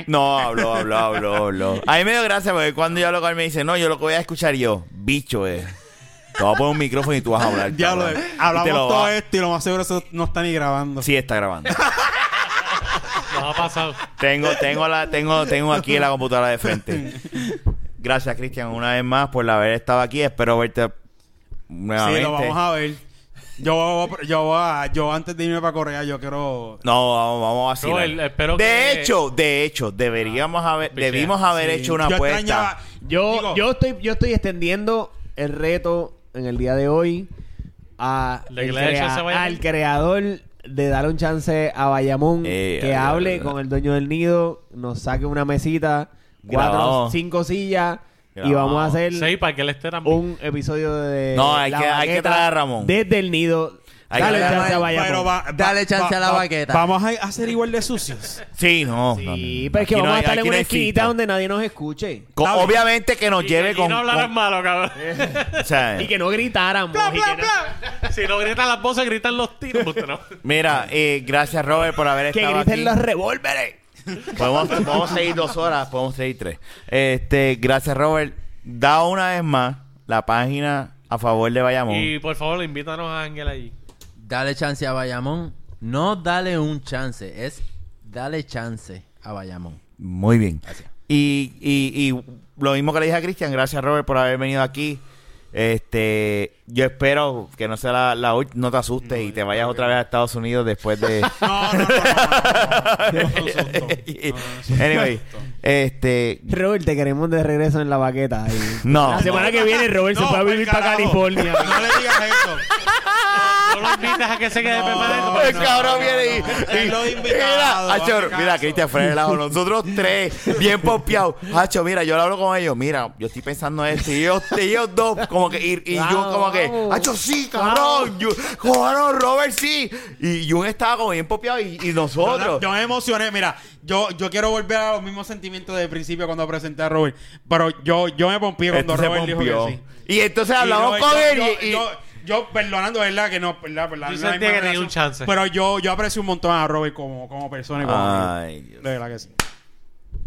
[SPEAKER 1] No, habló, habló, habló, habló. A mí me dio gracia porque cuando yo hablo con él me dice, no, yo lo que voy a escuchar y yo, bicho es. Te voy a poner un micrófono y tú vas a hablar.
[SPEAKER 3] Diablo,
[SPEAKER 1] cabrón". Y te
[SPEAKER 3] hablamos
[SPEAKER 1] lo
[SPEAKER 3] todo
[SPEAKER 1] va-
[SPEAKER 3] esto y lo más seguro eso no está ni grabando.
[SPEAKER 1] Sí, está grabando.
[SPEAKER 2] Nos ha pasado.
[SPEAKER 1] Tengo, tengo, la, tengo, tengo aquí la computadora de frente. Gracias, Cristian, una vez más por haber estado aquí. Espero verte nuevamente.
[SPEAKER 3] Sí, lo vamos a ver. Yo, voy- yo, voy a- yo antes de irme para Corea, yo quiero.
[SPEAKER 1] No, vamos, vamos a hacer.
[SPEAKER 2] Joel, espero
[SPEAKER 1] de
[SPEAKER 2] que-
[SPEAKER 1] hecho, de hecho, deberíamos
[SPEAKER 5] Ah,
[SPEAKER 1] haber,
[SPEAKER 2] pichea.
[SPEAKER 1] debimos haber hecho una
[SPEAKER 3] yo
[SPEAKER 1] apuesta.
[SPEAKER 3] extrañaba-
[SPEAKER 5] Yo,
[SPEAKER 3] digo,
[SPEAKER 5] yo, estoy, yo estoy extendiendo el reto en el día de hoy a
[SPEAKER 2] ¿De
[SPEAKER 5] el
[SPEAKER 2] que le haya hecho ese Bayamón?
[SPEAKER 5] al creador de darle un chance a Bayamón
[SPEAKER 1] Eh,
[SPEAKER 5] que
[SPEAKER 1] a la
[SPEAKER 5] hable
[SPEAKER 1] verdad.
[SPEAKER 5] con el dueño del nido, nos saque una mesita, cuatro,
[SPEAKER 1] Grabamos.
[SPEAKER 5] cinco sillas y
[SPEAKER 1] Grabamos.
[SPEAKER 5] vamos a hacer
[SPEAKER 2] Sí, para que él esté también.
[SPEAKER 5] un episodio de
[SPEAKER 1] No, hay
[SPEAKER 5] La
[SPEAKER 1] que- hay que
[SPEAKER 5] Baqueta
[SPEAKER 1] traer a Ramón.
[SPEAKER 5] desde el nido.
[SPEAKER 1] Hay que
[SPEAKER 5] Dale
[SPEAKER 1] traer a
[SPEAKER 5] chance a
[SPEAKER 4] Ramón.
[SPEAKER 5] Bayamón.
[SPEAKER 3] pero va- va-
[SPEAKER 4] Dale chance
[SPEAKER 3] va-
[SPEAKER 4] a la
[SPEAKER 3] va-
[SPEAKER 4] baqueta.
[SPEAKER 3] Vamos a a ser igual de sucios.
[SPEAKER 1] Sí, no. no,
[SPEAKER 5] Sí,
[SPEAKER 1] no.
[SPEAKER 5] pero es que
[SPEAKER 1] Aquí no
[SPEAKER 5] vamos a
[SPEAKER 1] hay-
[SPEAKER 5] estar en
[SPEAKER 1] aquí no
[SPEAKER 5] una
[SPEAKER 1] hay
[SPEAKER 5] esquinita
[SPEAKER 1] filtro. Eh.
[SPEAKER 5] donde nadie nos escuche.
[SPEAKER 1] Co-
[SPEAKER 3] Está bien.
[SPEAKER 1] obviamente que nos
[SPEAKER 2] Y
[SPEAKER 1] lleve
[SPEAKER 2] que aquí
[SPEAKER 1] con.
[SPEAKER 2] no hablarás
[SPEAKER 1] con-
[SPEAKER 2] malo, cabrón.
[SPEAKER 1] o sea,
[SPEAKER 5] Y que no gritáramos. y que no-
[SPEAKER 2] si no gritan las voces, gritan los tiros. puto, ¿no?
[SPEAKER 1] Mira, eh, gracias Robert por haber
[SPEAKER 5] Que
[SPEAKER 1] estado
[SPEAKER 5] griten
[SPEAKER 1] aquí.
[SPEAKER 5] los revólveres.
[SPEAKER 1] Podemos, podemos seguir dos horas, podemos seguir tres. Este, gracias Robert. Da una vez más la página a favor de Bayamón.
[SPEAKER 2] Y por favor, invítanos a Ángel allí.
[SPEAKER 4] Dale chance a Bayamón. No dale un chance, es dale chance a Bayamón.
[SPEAKER 1] Muy bien. Y, y, y lo mismo que le dije a Cristian, gracias Robert por haber venido aquí. Este, yo espero que no sea la, la ult- no te asustes y te vayas otra vez a Estados Unidos después de.
[SPEAKER 3] No, no, no, no, no, no, no, no, susto.
[SPEAKER 1] anyway, este,
[SPEAKER 5] Robert, te queremos de regreso en la baqueta. Y-
[SPEAKER 1] no.
[SPEAKER 5] La semana que viene Robert se
[SPEAKER 3] No,
[SPEAKER 5] fue a
[SPEAKER 3] pa'l
[SPEAKER 5] vivir para
[SPEAKER 3] carajo.
[SPEAKER 5] California.
[SPEAKER 3] No le digas eso.
[SPEAKER 2] No lo invitas a que se quede
[SPEAKER 3] No,
[SPEAKER 2] permanente.
[SPEAKER 1] El
[SPEAKER 2] porque-
[SPEAKER 3] no,
[SPEAKER 1] cabrón
[SPEAKER 3] no,
[SPEAKER 1] viene y-
[SPEAKER 3] no, no.
[SPEAKER 1] y.
[SPEAKER 3] Es lo de
[SPEAKER 1] mira,
[SPEAKER 3] invitado,
[SPEAKER 1] Hacho,
[SPEAKER 3] hazme
[SPEAKER 1] mira,
[SPEAKER 3] caso.
[SPEAKER 1] Cristian Ferrer, la- nosotros tres, bien pompeados. Hacho, mira, yo lo hablo con ellos. Mira, yo estoy pensando esto. Y ellos, ellos dos, como que. Y, y yo,
[SPEAKER 5] Wow,
[SPEAKER 1] como que.
[SPEAKER 5] wow.
[SPEAKER 1] Hacho, sí, cabrón. Yo, cabrón, Robert, sí. Y Jun estaba como bien pompeado. Y, y nosotros.
[SPEAKER 3] Yo me emocioné, mira, yo, yo quiero volver a los mismos sentimientos del principio cuando presenté a Robert, pero yo, yo me pompié cuando
[SPEAKER 1] Esto Este se
[SPEAKER 3] Robert dijo
[SPEAKER 1] pompeó.
[SPEAKER 3] que sí.
[SPEAKER 1] Y entonces
[SPEAKER 3] Y
[SPEAKER 1] hablamos
[SPEAKER 3] Robert,
[SPEAKER 1] con
[SPEAKER 3] yo-
[SPEAKER 1] él
[SPEAKER 3] yo-
[SPEAKER 1] y- y.
[SPEAKER 3] Yo, yo, perdonando, ¿verdad? Que no, ¿verdad? ¿verdad?
[SPEAKER 2] Yo sentía
[SPEAKER 3] No hay más
[SPEAKER 2] que tenía
[SPEAKER 3] relación,
[SPEAKER 2] un chance.
[SPEAKER 3] Pero yo, yo aprecio un montón a Robert como, como persona y como
[SPEAKER 1] Ay,
[SPEAKER 3] amigo.
[SPEAKER 1] Dios.
[SPEAKER 3] De verdad que sí.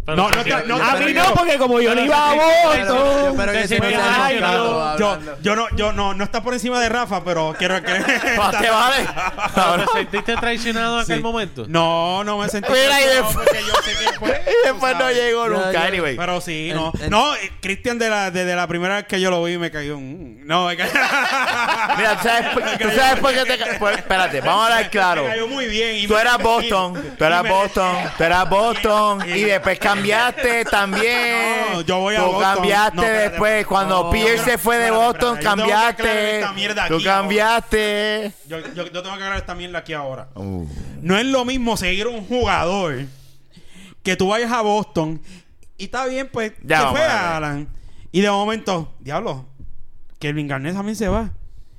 [SPEAKER 2] Pero
[SPEAKER 3] No,
[SPEAKER 2] te
[SPEAKER 3] no,
[SPEAKER 2] sientes-
[SPEAKER 3] no,
[SPEAKER 5] A
[SPEAKER 3] pero
[SPEAKER 5] mí
[SPEAKER 3] yo-
[SPEAKER 5] no, porque como yo le iba a
[SPEAKER 4] Yo
[SPEAKER 5] voto.
[SPEAKER 4] espero que
[SPEAKER 2] Te
[SPEAKER 4] sí me
[SPEAKER 2] sientes
[SPEAKER 4] hayan
[SPEAKER 2] mal,
[SPEAKER 4] tocado
[SPEAKER 2] yo-
[SPEAKER 3] Yo,
[SPEAKER 4] hablando.
[SPEAKER 3] yo no, yo no, no está por encima de Rafa, pero quiero que.
[SPEAKER 1] Pa- ¿Te vale?
[SPEAKER 2] ¿Te
[SPEAKER 1] Cabrón.
[SPEAKER 2] sentiste traicionado en aquel momento?
[SPEAKER 3] No, no me sentí.
[SPEAKER 1] Mira, y
[SPEAKER 3] No,
[SPEAKER 1] después-
[SPEAKER 3] porque yo sé que fue,
[SPEAKER 1] Y
[SPEAKER 3] tú
[SPEAKER 1] después no
[SPEAKER 3] sabes.
[SPEAKER 1] llegó
[SPEAKER 4] Ya,
[SPEAKER 1] nunca,
[SPEAKER 4] ya.
[SPEAKER 1] anyway.
[SPEAKER 3] Pero sí, no.
[SPEAKER 4] En- en-
[SPEAKER 3] No, eh, Cristian, de la, desde la primera vez que yo lo vi, me cayó un. No, me cayó.
[SPEAKER 1] Mira, ¿tú sabes, por- tú sabes por qué te ca- por- Espérate, vamos a hablar claro.
[SPEAKER 3] Me cayó muy bien. y
[SPEAKER 1] Tú
[SPEAKER 3] me-
[SPEAKER 1] eras
[SPEAKER 3] y-
[SPEAKER 1] Boston, tú
[SPEAKER 3] y
[SPEAKER 1] eras
[SPEAKER 3] me-
[SPEAKER 1] Boston, tú eras Boston y después cambiaste también.
[SPEAKER 3] No, yo voy a
[SPEAKER 1] Tú
[SPEAKER 3] Boston.
[SPEAKER 1] cambiaste
[SPEAKER 3] No, espérate,
[SPEAKER 1] después cuando
[SPEAKER 3] no,
[SPEAKER 1] Pierce
[SPEAKER 3] espérate,
[SPEAKER 1] se fue de
[SPEAKER 3] espérate,
[SPEAKER 1] Boston,
[SPEAKER 3] espérate, yo tengo que aclarar
[SPEAKER 1] cambiaste.
[SPEAKER 3] esta mierda
[SPEAKER 1] Tú
[SPEAKER 3] aquí ahora.
[SPEAKER 1] cambiaste.
[SPEAKER 3] Yo, yo, yo tengo que aclarar esta mierda aquí ahora. No es lo mismo seguir un jugador que tú vayas a Boston y está bien, pues
[SPEAKER 1] Ya
[SPEAKER 3] se
[SPEAKER 1] vamos a
[SPEAKER 3] fue
[SPEAKER 1] ver.
[SPEAKER 3] Alan. Y de momento, diablo, Kelvin Garnett también se va.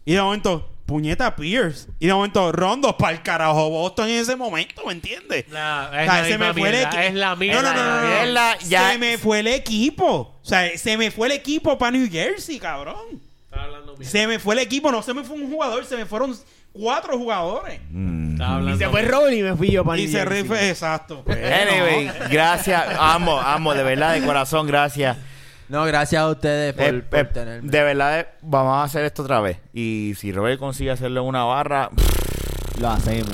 [SPEAKER 3] Y de momento, puñeta Pierce. Y de momento, Rondo para el carajo Boston en ese momento, ¿me entiendes?
[SPEAKER 2] La-
[SPEAKER 3] O
[SPEAKER 2] es
[SPEAKER 3] sea,
[SPEAKER 2] la
[SPEAKER 3] se me
[SPEAKER 2] misma
[SPEAKER 3] fue el
[SPEAKER 2] mierda,
[SPEAKER 3] equi-
[SPEAKER 2] es la misma
[SPEAKER 3] No, no, no, no, no.
[SPEAKER 1] mierda, ya-
[SPEAKER 3] Se me fue el equipo. O sea, se me fue el equipo para New Jersey, cabrón.
[SPEAKER 2] Estaba hablando mierda.
[SPEAKER 3] Se me fue el equipo, no se me fue un jugador, se me fueron cuatro jugadores.
[SPEAKER 1] Mm.
[SPEAKER 2] Estaba hablando
[SPEAKER 5] Y se fue
[SPEAKER 2] mierda.
[SPEAKER 5] Robin y me fui yo para
[SPEAKER 3] Y
[SPEAKER 5] New
[SPEAKER 3] se
[SPEAKER 5] Jersey.
[SPEAKER 3] rife, exacto. pues,
[SPEAKER 1] Anyway,
[SPEAKER 3] no.
[SPEAKER 1] gracias. Amo, amo, de verdad, de corazón, gracias.
[SPEAKER 4] No, gracias a ustedes por,
[SPEAKER 1] Eh,
[SPEAKER 4] por
[SPEAKER 1] eh,
[SPEAKER 4] tenerme.
[SPEAKER 1] de verdad, eh, vamos a hacer esto otra vez. Y si Robert consigue hacerlo en una barra,
[SPEAKER 5] Lo hacemos.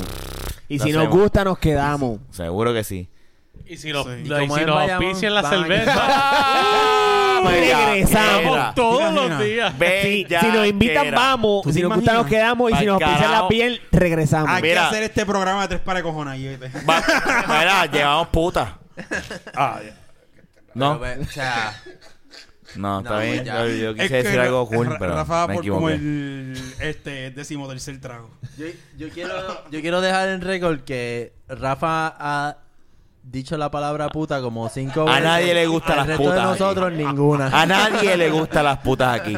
[SPEAKER 5] Y
[SPEAKER 1] Lo
[SPEAKER 5] si nos
[SPEAKER 1] hacemos.
[SPEAKER 5] gusta, nos quedamos.
[SPEAKER 1] seguro que sí.
[SPEAKER 2] Y si nos,
[SPEAKER 3] Sí.
[SPEAKER 2] y
[SPEAKER 4] Y como
[SPEAKER 2] si
[SPEAKER 4] en
[SPEAKER 2] nos
[SPEAKER 4] Bayamón,
[SPEAKER 2] auspician la
[SPEAKER 4] van a-
[SPEAKER 2] cerveza,
[SPEAKER 1] Mira,
[SPEAKER 5] Ah, regresamos.
[SPEAKER 1] mira.
[SPEAKER 2] vamos todos
[SPEAKER 3] Imagina.
[SPEAKER 2] los días.
[SPEAKER 5] Si,
[SPEAKER 1] Bellaquera.
[SPEAKER 5] si nos invitan, vamos.
[SPEAKER 3] ¿Tú
[SPEAKER 5] Si
[SPEAKER 3] te
[SPEAKER 5] nos gusta, nos
[SPEAKER 3] imaginas?
[SPEAKER 5] quedamos. Y si nos
[SPEAKER 1] Pa'l
[SPEAKER 5] pisan la
[SPEAKER 1] carajo.
[SPEAKER 5] piel, regresamos.
[SPEAKER 3] Hay que
[SPEAKER 1] Mira.
[SPEAKER 3] hacer este programa de tres para cojones. ahí, oíste.
[SPEAKER 1] Va- Mira, llevamos puta.
[SPEAKER 3] Ah,
[SPEAKER 4] Ah, Pero,
[SPEAKER 1] No,
[SPEAKER 4] ve- o sea,
[SPEAKER 1] no, está
[SPEAKER 4] No,
[SPEAKER 1] bien.
[SPEAKER 4] pues ya.
[SPEAKER 1] Yo, yo
[SPEAKER 3] Es
[SPEAKER 1] quise
[SPEAKER 3] que
[SPEAKER 1] decir algo
[SPEAKER 3] Ra-
[SPEAKER 1] cool,
[SPEAKER 3] Ra-
[SPEAKER 1] pero
[SPEAKER 3] Rafa
[SPEAKER 1] me
[SPEAKER 3] por como
[SPEAKER 1] equivoqué.
[SPEAKER 3] el este decimotercer trago.
[SPEAKER 4] yo, yo quiero, yo quiero dejar en récord que Rafa ha dicho la palabra puta como cinco
[SPEAKER 1] A
[SPEAKER 4] veces.
[SPEAKER 1] nadie le gustan
[SPEAKER 4] Al
[SPEAKER 1] las
[SPEAKER 4] resto
[SPEAKER 1] putas
[SPEAKER 4] de
[SPEAKER 1] aquí. Ah,
[SPEAKER 4] nosotros, ninguna.
[SPEAKER 1] A nadie le gustan las putas aquí.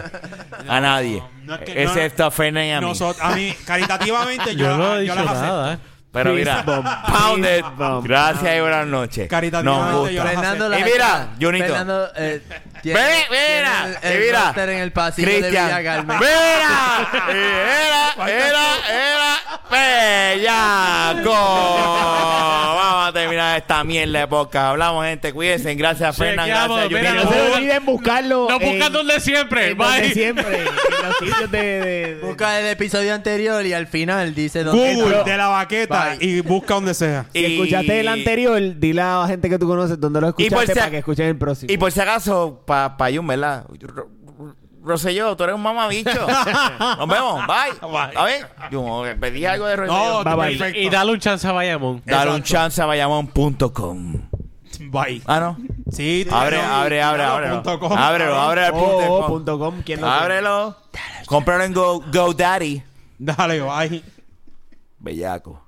[SPEAKER 1] A nadie.
[SPEAKER 3] no es que-
[SPEAKER 1] Excepto a Fernan y a mí.
[SPEAKER 3] Nosotros, a mí, caritativamente, yo,
[SPEAKER 2] Yo no
[SPEAKER 3] la-
[SPEAKER 2] he
[SPEAKER 3] yo
[SPEAKER 2] dicho
[SPEAKER 3] las acepto.
[SPEAKER 2] nada. ¿eh?
[SPEAKER 1] Pero mira,
[SPEAKER 5] Fist bump,
[SPEAKER 1] Pounded.
[SPEAKER 5] fist bump.
[SPEAKER 1] Gracias y buenas noches. Nos
[SPEAKER 3] Caritativamente yo
[SPEAKER 1] gusta.
[SPEAKER 3] las
[SPEAKER 4] Fernando
[SPEAKER 3] acepto.
[SPEAKER 4] la
[SPEAKER 1] Y mira, Junito.
[SPEAKER 4] Fernando, eh, tiene,
[SPEAKER 1] Ve,
[SPEAKER 4] tiene
[SPEAKER 1] mira,
[SPEAKER 4] el, el
[SPEAKER 1] y mira.
[SPEAKER 4] roster en el pasillo de Villa
[SPEAKER 1] Cristian.
[SPEAKER 4] Carmen.
[SPEAKER 1] ¡Vera! ¡Era, era, era! ¡Bellaco! Vamos a terminar esta mierda de podcast. Hablamos, gente. Cuídense. Gracias, Fernan.
[SPEAKER 2] Chequeamos,
[SPEAKER 1] Gracias,
[SPEAKER 2] mira,
[SPEAKER 5] no
[SPEAKER 1] Junito.
[SPEAKER 5] se
[SPEAKER 2] no-
[SPEAKER 5] olviden buscarlo.
[SPEAKER 2] Nos
[SPEAKER 3] eh,
[SPEAKER 5] en-
[SPEAKER 2] buscan donde siempre.
[SPEAKER 5] en donde
[SPEAKER 2] Bye.
[SPEAKER 5] siempre. En los sitios de. de- de-
[SPEAKER 4] Busca el episodio anterior y al final dice dónde
[SPEAKER 3] Google
[SPEAKER 4] está.
[SPEAKER 3] de la baqueta
[SPEAKER 4] Bye.
[SPEAKER 3] y busca donde sea.
[SPEAKER 5] Si escuchaste el anterior, dile a la gente que tú conoces dónde lo
[SPEAKER 1] por si
[SPEAKER 5] escuchaste
[SPEAKER 1] a-
[SPEAKER 5] para que escuchen el próximo.
[SPEAKER 1] Y por si acaso, pa, pa Jun, ¿verdad? Ro- Ro- Rosselló, tú eres un mamabicho. Nos vemos. Bye.
[SPEAKER 2] Bye.
[SPEAKER 1] ¿Está bien? Jun, pedí algo de Rosselló.
[SPEAKER 3] No,
[SPEAKER 5] Bye, bye.
[SPEAKER 2] Y
[SPEAKER 3] perfecto.
[SPEAKER 2] dale un chance a Bayamón.
[SPEAKER 1] Dale un
[SPEAKER 3] exacto.
[SPEAKER 1] chance a bayamón.com.
[SPEAKER 3] Bye.
[SPEAKER 1] Ah, no.
[SPEAKER 3] Sí,
[SPEAKER 1] Abre,
[SPEAKER 3] no,
[SPEAKER 1] abre, abre,
[SPEAKER 3] claro,
[SPEAKER 1] ábrelo.
[SPEAKER 3] punto com,
[SPEAKER 1] Ábrelo,
[SPEAKER 3] cabrón.
[SPEAKER 1] ábrelo al punto
[SPEAKER 5] Oh, oh,
[SPEAKER 1] com.
[SPEAKER 5] punto com, ¿quién lo quiere?
[SPEAKER 1] Ábrelo. Cómpralo en Go- GoDaddy.
[SPEAKER 3] Dale, bye.
[SPEAKER 1] Bellaco.